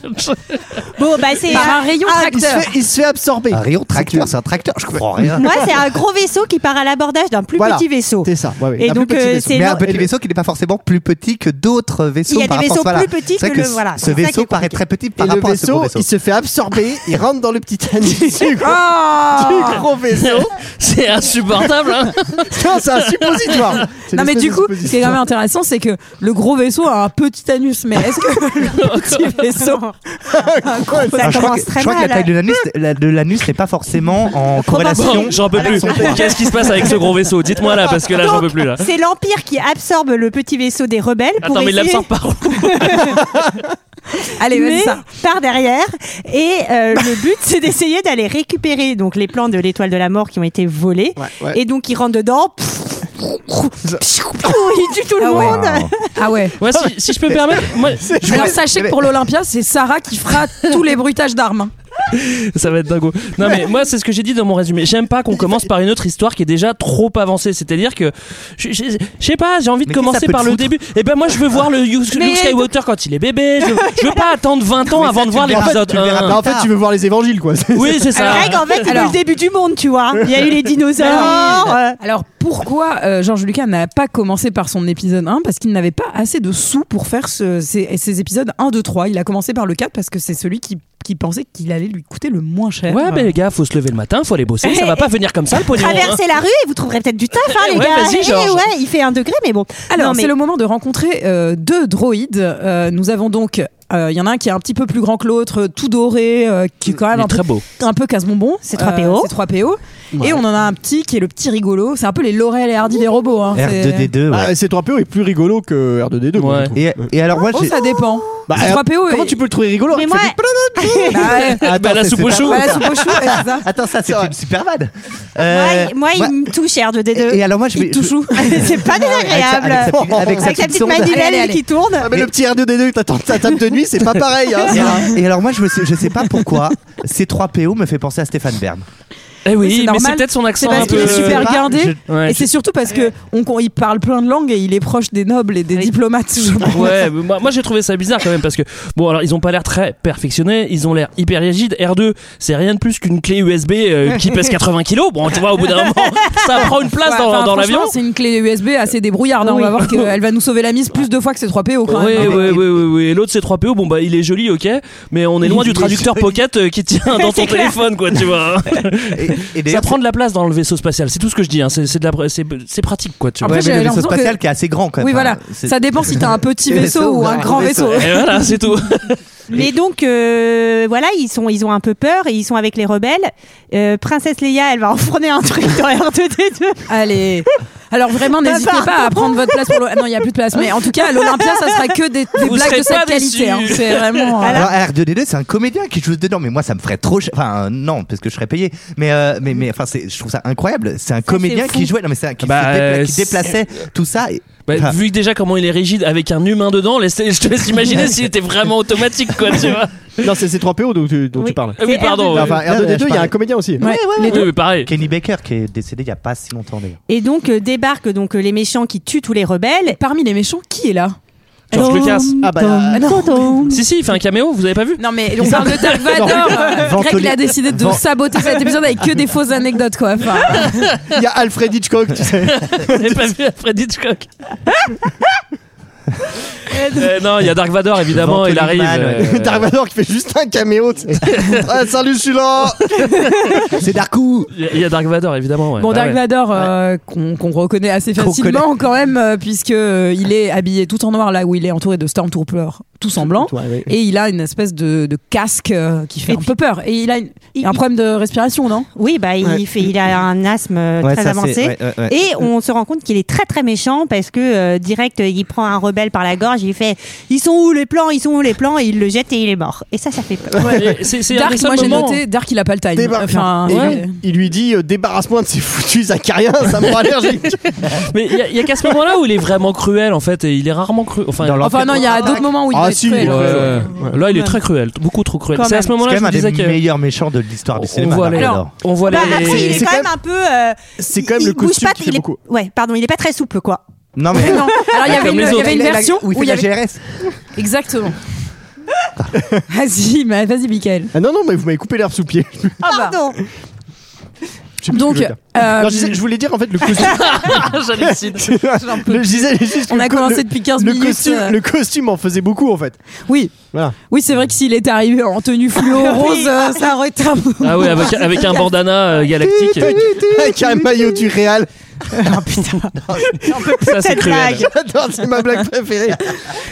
[SPEAKER 9] Bon, bah c'est
[SPEAKER 1] Par un rayon
[SPEAKER 6] Ah, il se,
[SPEAKER 1] tracteur.
[SPEAKER 6] fait, il se fait absorber.
[SPEAKER 10] Un rayon tracteur, c'est un tracteur, je comprends rien.
[SPEAKER 9] Moi, c'est un gros vaisseau qui part à l'abordage d'un plus
[SPEAKER 6] Voilà.
[SPEAKER 9] petit vaisseau.
[SPEAKER 6] C'est ça. ouais, ouais.
[SPEAKER 9] Oh. Et
[SPEAKER 6] Un plus
[SPEAKER 9] donc,
[SPEAKER 6] petit
[SPEAKER 9] euh,
[SPEAKER 6] vaisseau.
[SPEAKER 9] c'est
[SPEAKER 10] Mais
[SPEAKER 9] énorme.
[SPEAKER 10] un petit vaisseau qui n'est pas forcément plus petit que d'autres vaisseaux.
[SPEAKER 9] Il y a
[SPEAKER 10] par
[SPEAKER 9] des
[SPEAKER 10] rapport-
[SPEAKER 9] vaisseaux
[SPEAKER 10] voilà.
[SPEAKER 9] plus petits
[SPEAKER 10] C'est
[SPEAKER 9] que
[SPEAKER 10] vrai
[SPEAKER 9] le- voilà,
[SPEAKER 10] Ce
[SPEAKER 9] c'est ça qui est
[SPEAKER 10] vaisseau paraît
[SPEAKER 9] compliqué.
[SPEAKER 10] très petit
[SPEAKER 6] Et
[SPEAKER 10] par
[SPEAKER 6] le
[SPEAKER 10] rapport à ce gros
[SPEAKER 6] vaisseau,
[SPEAKER 10] vaisseau.
[SPEAKER 6] il se fait absorber, il rentre dans le petit anus du gros,
[SPEAKER 1] Ah
[SPEAKER 6] du
[SPEAKER 9] Oh.
[SPEAKER 6] gros vaisseau.
[SPEAKER 5] C'est insupportable. Hein
[SPEAKER 6] Non, c'est un suppositoire. C'est
[SPEAKER 1] Non mais
[SPEAKER 6] l'espèce
[SPEAKER 1] du
[SPEAKER 6] de
[SPEAKER 1] coup, ce qui est
[SPEAKER 6] suppositoire.
[SPEAKER 1] quand même intéressant, c'est que le gros vaisseau a un petit anus, mais est-ce que le petit vaisseau
[SPEAKER 10] Alors, Ah, je crois que,
[SPEAKER 9] commence très
[SPEAKER 10] je crois que la
[SPEAKER 9] mal.
[SPEAKER 10] taille de l'anus, la- de l'anus n'est pas forcément en corrélation.
[SPEAKER 5] Bon, j'en peux plus. Qu'est-ce qui se passe avec ce gros vaisseau Dites-moi là parce que
[SPEAKER 10] Ah,
[SPEAKER 5] là j'en peux plus là.
[SPEAKER 9] C'est l'Empire qui absorbe le petit vaisseau des rebelles pour
[SPEAKER 5] Attends mais il
[SPEAKER 9] essayer-
[SPEAKER 5] l'absorbe par où
[SPEAKER 1] Allez,
[SPEAKER 9] mais
[SPEAKER 1] même ça.
[SPEAKER 9] par derrière. Et euh, le but, c'est d'essayer d'aller récupérer donc les plans de l'étoile de la mort qui ont été volés.
[SPEAKER 6] Ouais, ouais.
[SPEAKER 9] Et donc, ils rentrent dedans. Il tue tout le
[SPEAKER 1] Ah ouais.
[SPEAKER 9] monde.
[SPEAKER 1] Ah ouais.
[SPEAKER 5] Moi si, si je peux me permettre, moi,
[SPEAKER 1] Alors sachez que pour l'Olympia, c'est Sarah qui fera tous les bruitages d'armes.
[SPEAKER 5] ça va être dingo. Non mais moi c'est ce que j'ai dit dans mon résumé. J'aime pas qu'on commence par une autre histoire qui est déjà trop avancée. C'est-à-dire que je je- je sais pas, j'ai envie de
[SPEAKER 10] Mais qu'est-ce que ça
[SPEAKER 5] commencer
[SPEAKER 10] peut
[SPEAKER 5] par
[SPEAKER 10] te
[SPEAKER 5] le
[SPEAKER 10] foutre
[SPEAKER 5] début. Et ben moi je veux voir le Yu-
[SPEAKER 1] Mais-
[SPEAKER 5] Luke Skywalker quand il est bébé. Je, je veux pas attendre 20 ans
[SPEAKER 10] Mais ça,
[SPEAKER 5] avant de
[SPEAKER 10] tu
[SPEAKER 5] voir
[SPEAKER 10] le verras-
[SPEAKER 5] l'épisode
[SPEAKER 10] tu le verras
[SPEAKER 6] Bah,
[SPEAKER 5] 1.
[SPEAKER 6] en fait, tu veux voir les évangiles, quoi. C'est-
[SPEAKER 5] Oui c'est ça.
[SPEAKER 9] Greg, en fait, c'est
[SPEAKER 1] Alors-
[SPEAKER 9] le début du monde, tu vois. Il y a eu les dinosaures. euh,
[SPEAKER 1] Alors pourquoi euh, Georges Lucas n'a pas commencé par son épisode 1 Parce qu'il n'avait pas assez de sous pour faire ce- ces, ces épisodes 1, 2, 3. Il a commencé par le 4 parce que c'est celui qui, qui pensait qu'il allait lui coûter le moins cher.
[SPEAKER 5] Ouais, mais les gars, faut se lever le matin, faut aller bosser, ça va pas venir comme ça le pognon. hein.
[SPEAKER 9] Traversez la rue et vous trouverez peut-être du taf, hein, les
[SPEAKER 5] Ouais,
[SPEAKER 9] gars.
[SPEAKER 5] vas-y,
[SPEAKER 9] Eh,
[SPEAKER 5] Georges.
[SPEAKER 9] ouais, il fait un degré, mais bon.
[SPEAKER 1] Alors,
[SPEAKER 9] Non, mais-
[SPEAKER 1] c'est le moment de rencontrer euh, deux droïdes. Euh, nous avons donc, euh, il y en a un qui est un petit peu plus grand que l'autre, tout doré, euh, qui est quand même
[SPEAKER 5] Il est
[SPEAKER 1] un peu,
[SPEAKER 5] très beau.
[SPEAKER 1] un peu casse-bonbon. Euh,
[SPEAKER 9] C'est 3PO.
[SPEAKER 1] c'est 3PO. Et on en a un petit qui est le petit rigolo. C'est un peu les Laurel et Hardy des robots. Hein, C'est-
[SPEAKER 10] R2D2. ouais.
[SPEAKER 6] Ah, C3PO est plus rigolo que R2D2. moi,
[SPEAKER 5] Ouais.
[SPEAKER 6] je trouve.
[SPEAKER 10] Et, et alors, moi,
[SPEAKER 1] Oh,
[SPEAKER 10] j'ai-
[SPEAKER 1] ça dépend.
[SPEAKER 6] Bah,
[SPEAKER 1] C'est
[SPEAKER 6] euh,
[SPEAKER 1] 3PO,
[SPEAKER 6] Comment
[SPEAKER 1] et-
[SPEAKER 6] tu peux le trouver rigolo
[SPEAKER 9] Mais
[SPEAKER 6] Il
[SPEAKER 9] moi,
[SPEAKER 6] fait
[SPEAKER 1] Bah, ouais.
[SPEAKER 10] Attends,
[SPEAKER 5] bah, la
[SPEAKER 10] c'est-
[SPEAKER 5] soupe
[SPEAKER 10] c'est
[SPEAKER 5] au
[SPEAKER 10] pas-
[SPEAKER 5] chou.
[SPEAKER 1] Bah, la soupe aux choux, ouais, c'est ça.
[SPEAKER 10] Attends, ça, c'est une Superman.
[SPEAKER 9] moi,
[SPEAKER 10] Euh,
[SPEAKER 9] il- moi, il me touche, R2D2.
[SPEAKER 10] et, et alors, moi, je
[SPEAKER 1] Il
[SPEAKER 10] vais.
[SPEAKER 1] te touche
[SPEAKER 10] je-
[SPEAKER 1] où
[SPEAKER 9] C'est pas désagréable.
[SPEAKER 10] Avec sa, avec sa
[SPEAKER 9] Avec sa petite
[SPEAKER 10] sonde.
[SPEAKER 9] manivelle
[SPEAKER 1] Allez, allez,
[SPEAKER 9] qui tourne.
[SPEAKER 6] Ah, mais le petit R2D2, t'attends sa table de nuit, c'est pas pareil. hein.
[SPEAKER 10] Et alors- Et alors moi je, me sais, je sais pas pourquoi C3PO me fait penser à Stéphane Bern.
[SPEAKER 5] Eh
[SPEAKER 1] Oui, c'est
[SPEAKER 5] oui, mais
[SPEAKER 1] normal.
[SPEAKER 5] c'est peut-être son
[SPEAKER 1] C'est
[SPEAKER 5] accent
[SPEAKER 1] parce
[SPEAKER 5] un
[SPEAKER 1] qu'il
[SPEAKER 5] peu.
[SPEAKER 1] est super
[SPEAKER 10] je-
[SPEAKER 1] gardé.
[SPEAKER 5] Ouais,
[SPEAKER 1] et c'est surtout parce que on, qu'on- il parle plein de langues et il est proche des nobles et des diplomates. je pense.
[SPEAKER 5] Ouais, mais moi, moi, j'ai trouvé ça bizarre quand même parce que bon alors ils ont pas l'air très perfectionnés, ils ont l'air hyper rigides. R2 c'est rien de plus qu'une clé USB euh, qui pèse 80 kilos. Bon tu vois au bout d'un moment ça prend une place
[SPEAKER 1] Ouais,
[SPEAKER 5] dans,
[SPEAKER 1] enfin,
[SPEAKER 5] dans
[SPEAKER 1] franchement,
[SPEAKER 5] l'avion.
[SPEAKER 1] C'est une clé USB assez débrouillarde. hein. On va voir qu'elle va nous sauver la mise plus de fois que ces 3PO quand
[SPEAKER 5] Oui,
[SPEAKER 1] même.
[SPEAKER 5] oui, oui, oui, oui. Et L'autre, c'est 3PO. Bon, bah, il est joli, ok. Mais on est loin du traducteur pocket euh, qui tient dans ton téléphone, quoi, tu vois.
[SPEAKER 10] Et, et
[SPEAKER 5] Ça
[SPEAKER 10] d'ailleurs,
[SPEAKER 5] prend de la place dans le vaisseau spatial. C'est tout ce que je dis. hein. C'est c'est de la, c'est c'est pratique, quoi, tu
[SPEAKER 1] En
[SPEAKER 5] vois.
[SPEAKER 1] Après,
[SPEAKER 10] ouais,
[SPEAKER 1] j'ai
[SPEAKER 10] mais le vaisseau
[SPEAKER 1] l'impression
[SPEAKER 10] spatial
[SPEAKER 1] que-
[SPEAKER 10] qui est assez grand quand même.
[SPEAKER 1] Oui, voilà.
[SPEAKER 10] Enfin, c'est-
[SPEAKER 1] Ça dépend si t'as un petit vaisseau ou un grand vaisseau.
[SPEAKER 5] Et voilà, c'est tout.
[SPEAKER 9] Mais donc, euh, voilà, ils, sont, ils ont un peu peur et ils sont avec les rebelles. Euh, Princesse Leia, elle va enfourner un truc dans R2D2.
[SPEAKER 1] Allez. Alors vraiment,
[SPEAKER 9] Bah,
[SPEAKER 1] n'hésitez pas
[SPEAKER 9] pardon.
[SPEAKER 1] à prendre votre place pour l'Olympia. Non, il n'y a plus de place. Mais en tout cas, à l'Olympia, ça sera que des, des
[SPEAKER 5] Vous
[SPEAKER 1] blagues
[SPEAKER 5] serez
[SPEAKER 1] de cette
[SPEAKER 5] pas
[SPEAKER 1] qualité.
[SPEAKER 5] déçus.
[SPEAKER 1] hein. C'est vraiment. euh,
[SPEAKER 10] Alors R2D2 c'est un comédien qui joue dedans mais moi ça me ferait trop ch- enfin euh, non parce que je serais payé mais euh, mais mais enfin c'est je trouve ça incroyable c'est un comédien
[SPEAKER 9] fou.
[SPEAKER 10] qui jouait non mais c'est un- qui,
[SPEAKER 5] Bah,
[SPEAKER 10] se dépla-
[SPEAKER 5] euh,
[SPEAKER 10] qui déplaçait tout ça et-
[SPEAKER 5] Bah,
[SPEAKER 10] enfin,
[SPEAKER 5] vu que déjà comment il est rigide avec un humain dedans, laisse- je te laisse imaginer s'il était vraiment automatique, quoi, tu vois.
[SPEAKER 6] Non, c'est C3PO dont tu, dont
[SPEAKER 9] Oui.
[SPEAKER 6] tu parles.
[SPEAKER 5] Ah oui,
[SPEAKER 9] C'est
[SPEAKER 5] pardon.
[SPEAKER 9] R2D2.
[SPEAKER 5] ouais.
[SPEAKER 6] Enfin, R2D2, il y a un comédien aussi.
[SPEAKER 1] ouais, les deux.
[SPEAKER 5] Oui, mais pareil.
[SPEAKER 10] Kenny Baker qui est décédé il y a pas si longtemps d'ailleurs
[SPEAKER 9] Et donc, euh, débarquent donc, euh, les méchants qui tuent tous les rebelles.
[SPEAKER 1] Parmi les méchants, qui est là
[SPEAKER 5] George Lucas.
[SPEAKER 6] Ah bah, euh,
[SPEAKER 1] Ah, non.
[SPEAKER 5] Si, si, il fait un caméo, vous avez pas vu
[SPEAKER 1] Non mais on parle de Dark Vador. Greg
[SPEAKER 10] Ventoli-
[SPEAKER 1] il a décidé de
[SPEAKER 10] Van-
[SPEAKER 1] saboter cet épisode avec que des fausses anecdotes quoi. Enfin,
[SPEAKER 6] il y a Alfred Hitchcock, tu sais.
[SPEAKER 5] Vous avez pas vu Fred Hitchcock Euh, Non, il y a Dark Vador, évidemment,
[SPEAKER 10] Ventoli
[SPEAKER 5] il arrive.
[SPEAKER 10] Man,
[SPEAKER 5] euh,
[SPEAKER 6] Dark Vador qui fait juste un caméo. tu sais. Ah, salut, je suis là.
[SPEAKER 10] c'est Darkou
[SPEAKER 5] Il y a- il y a Dark Vador, évidemment. ouais.
[SPEAKER 1] bon
[SPEAKER 5] Ah
[SPEAKER 1] Dark
[SPEAKER 5] ouais.
[SPEAKER 1] Vador euh, qu'on qu'on reconnaît assez
[SPEAKER 10] Qu'on
[SPEAKER 1] facilement quand même euh, puisque euh, il est habillé tout en noir là où il est entouré de Stormtroopers tous en blanc
[SPEAKER 6] Ouais, ouais.
[SPEAKER 1] et il a une espèce de, de casque euh, qui fait
[SPEAKER 9] Et
[SPEAKER 1] un
[SPEAKER 9] puis-
[SPEAKER 1] peu peur et il a une-
[SPEAKER 9] Il-
[SPEAKER 1] un
[SPEAKER 9] il-
[SPEAKER 1] problème de respiration non
[SPEAKER 9] Oui, bah, il, fait, il a un asthme euh, très avancé. Et on se rend compte qu'il est très très méchant parce que euh, direct il prend un rebelle par la gorge, il fait Ils sont où les plans Ils sont où les plans Et il le jette et il est mort. Et ça, ça fait peur.
[SPEAKER 5] Et C'est c'est un
[SPEAKER 1] Dark,
[SPEAKER 5] des seuls
[SPEAKER 1] moi j'ai
[SPEAKER 5] moments-
[SPEAKER 1] noté, Dark il a pas le time.
[SPEAKER 6] Débarque.
[SPEAKER 1] Enfin,
[SPEAKER 6] Et
[SPEAKER 1] ouais.
[SPEAKER 6] lui- il lui dit euh, débarrasse-moi de ces foutus acariens, ça me rend allergique.
[SPEAKER 5] Mais il y a, il y a qu'à ce moment-là où il est vraiment cruel en fait, et il est rarement cruel. Enfin,
[SPEAKER 10] Dans
[SPEAKER 1] Enfin, non, il y a d'autres moments où il
[SPEAKER 6] Ah,
[SPEAKER 1] doit être
[SPEAKER 6] si,
[SPEAKER 1] cruel.
[SPEAKER 5] Ouais, ouais. là il est
[SPEAKER 1] Quand
[SPEAKER 5] très cruel, beaucoup trop cruel.
[SPEAKER 9] Quand
[SPEAKER 5] C'est à
[SPEAKER 9] même.
[SPEAKER 5] ce
[SPEAKER 10] C'est
[SPEAKER 5] moment-là
[SPEAKER 10] quand même
[SPEAKER 5] je me
[SPEAKER 10] un
[SPEAKER 5] disais
[SPEAKER 10] des
[SPEAKER 5] que
[SPEAKER 10] meilleurs méchants de l'histoire du
[SPEAKER 5] on
[SPEAKER 10] cinéma.
[SPEAKER 5] voit les,
[SPEAKER 10] Dark
[SPEAKER 1] Alors,
[SPEAKER 10] Vador.
[SPEAKER 5] on voit
[SPEAKER 9] Bah,
[SPEAKER 5] les-
[SPEAKER 9] après, il est
[SPEAKER 6] c'est
[SPEAKER 9] quand
[SPEAKER 6] quand
[SPEAKER 9] même un peu. euh,
[SPEAKER 6] C'est quand même
[SPEAKER 9] il
[SPEAKER 6] le
[SPEAKER 9] bouge
[SPEAKER 6] costume
[SPEAKER 9] pas,
[SPEAKER 6] qui fait
[SPEAKER 9] il est-
[SPEAKER 6] beaucoup.
[SPEAKER 9] Ouais, pardon, il est pas très souple, quoi.
[SPEAKER 10] Non mais.
[SPEAKER 1] Non. Alors il y avait
[SPEAKER 5] Comme
[SPEAKER 1] une, il
[SPEAKER 5] les
[SPEAKER 1] y
[SPEAKER 5] autres.
[SPEAKER 1] avait une version
[SPEAKER 10] où il fait
[SPEAKER 1] où il y
[SPEAKER 10] la
[SPEAKER 1] avait...
[SPEAKER 10] GRS.
[SPEAKER 1] Exactement. vas-y, mais vas-y, Michael.
[SPEAKER 6] Ah non, non, mais vous m'avez coupé l'herbe sous le pied. Je sais plus
[SPEAKER 9] Pardon
[SPEAKER 6] ce que
[SPEAKER 1] Donc,
[SPEAKER 6] je voulais dire.
[SPEAKER 1] euh,
[SPEAKER 6] Non, je, disais- je voulais dire en fait le costume. Le- je disais juste
[SPEAKER 1] on
[SPEAKER 6] que
[SPEAKER 1] a
[SPEAKER 6] le co-
[SPEAKER 1] commencé
[SPEAKER 6] le-
[SPEAKER 1] depuis 15
[SPEAKER 6] le
[SPEAKER 1] minutes.
[SPEAKER 6] costume,
[SPEAKER 1] euh,
[SPEAKER 6] le costume en faisait beaucoup en fait.
[SPEAKER 1] Oui,
[SPEAKER 6] Voilà.
[SPEAKER 1] oui c'est vrai que s'il est arrivé en tenue fluo rose, euh, ça aurait été un peu-
[SPEAKER 5] Ah oui, avec, avec un bandana euh, galactique,
[SPEAKER 6] Avec un maillot du Real.
[SPEAKER 5] ça c'est
[SPEAKER 9] Cette
[SPEAKER 5] cruel.
[SPEAKER 9] blague.
[SPEAKER 6] J'adore, c'est ma blague préférée.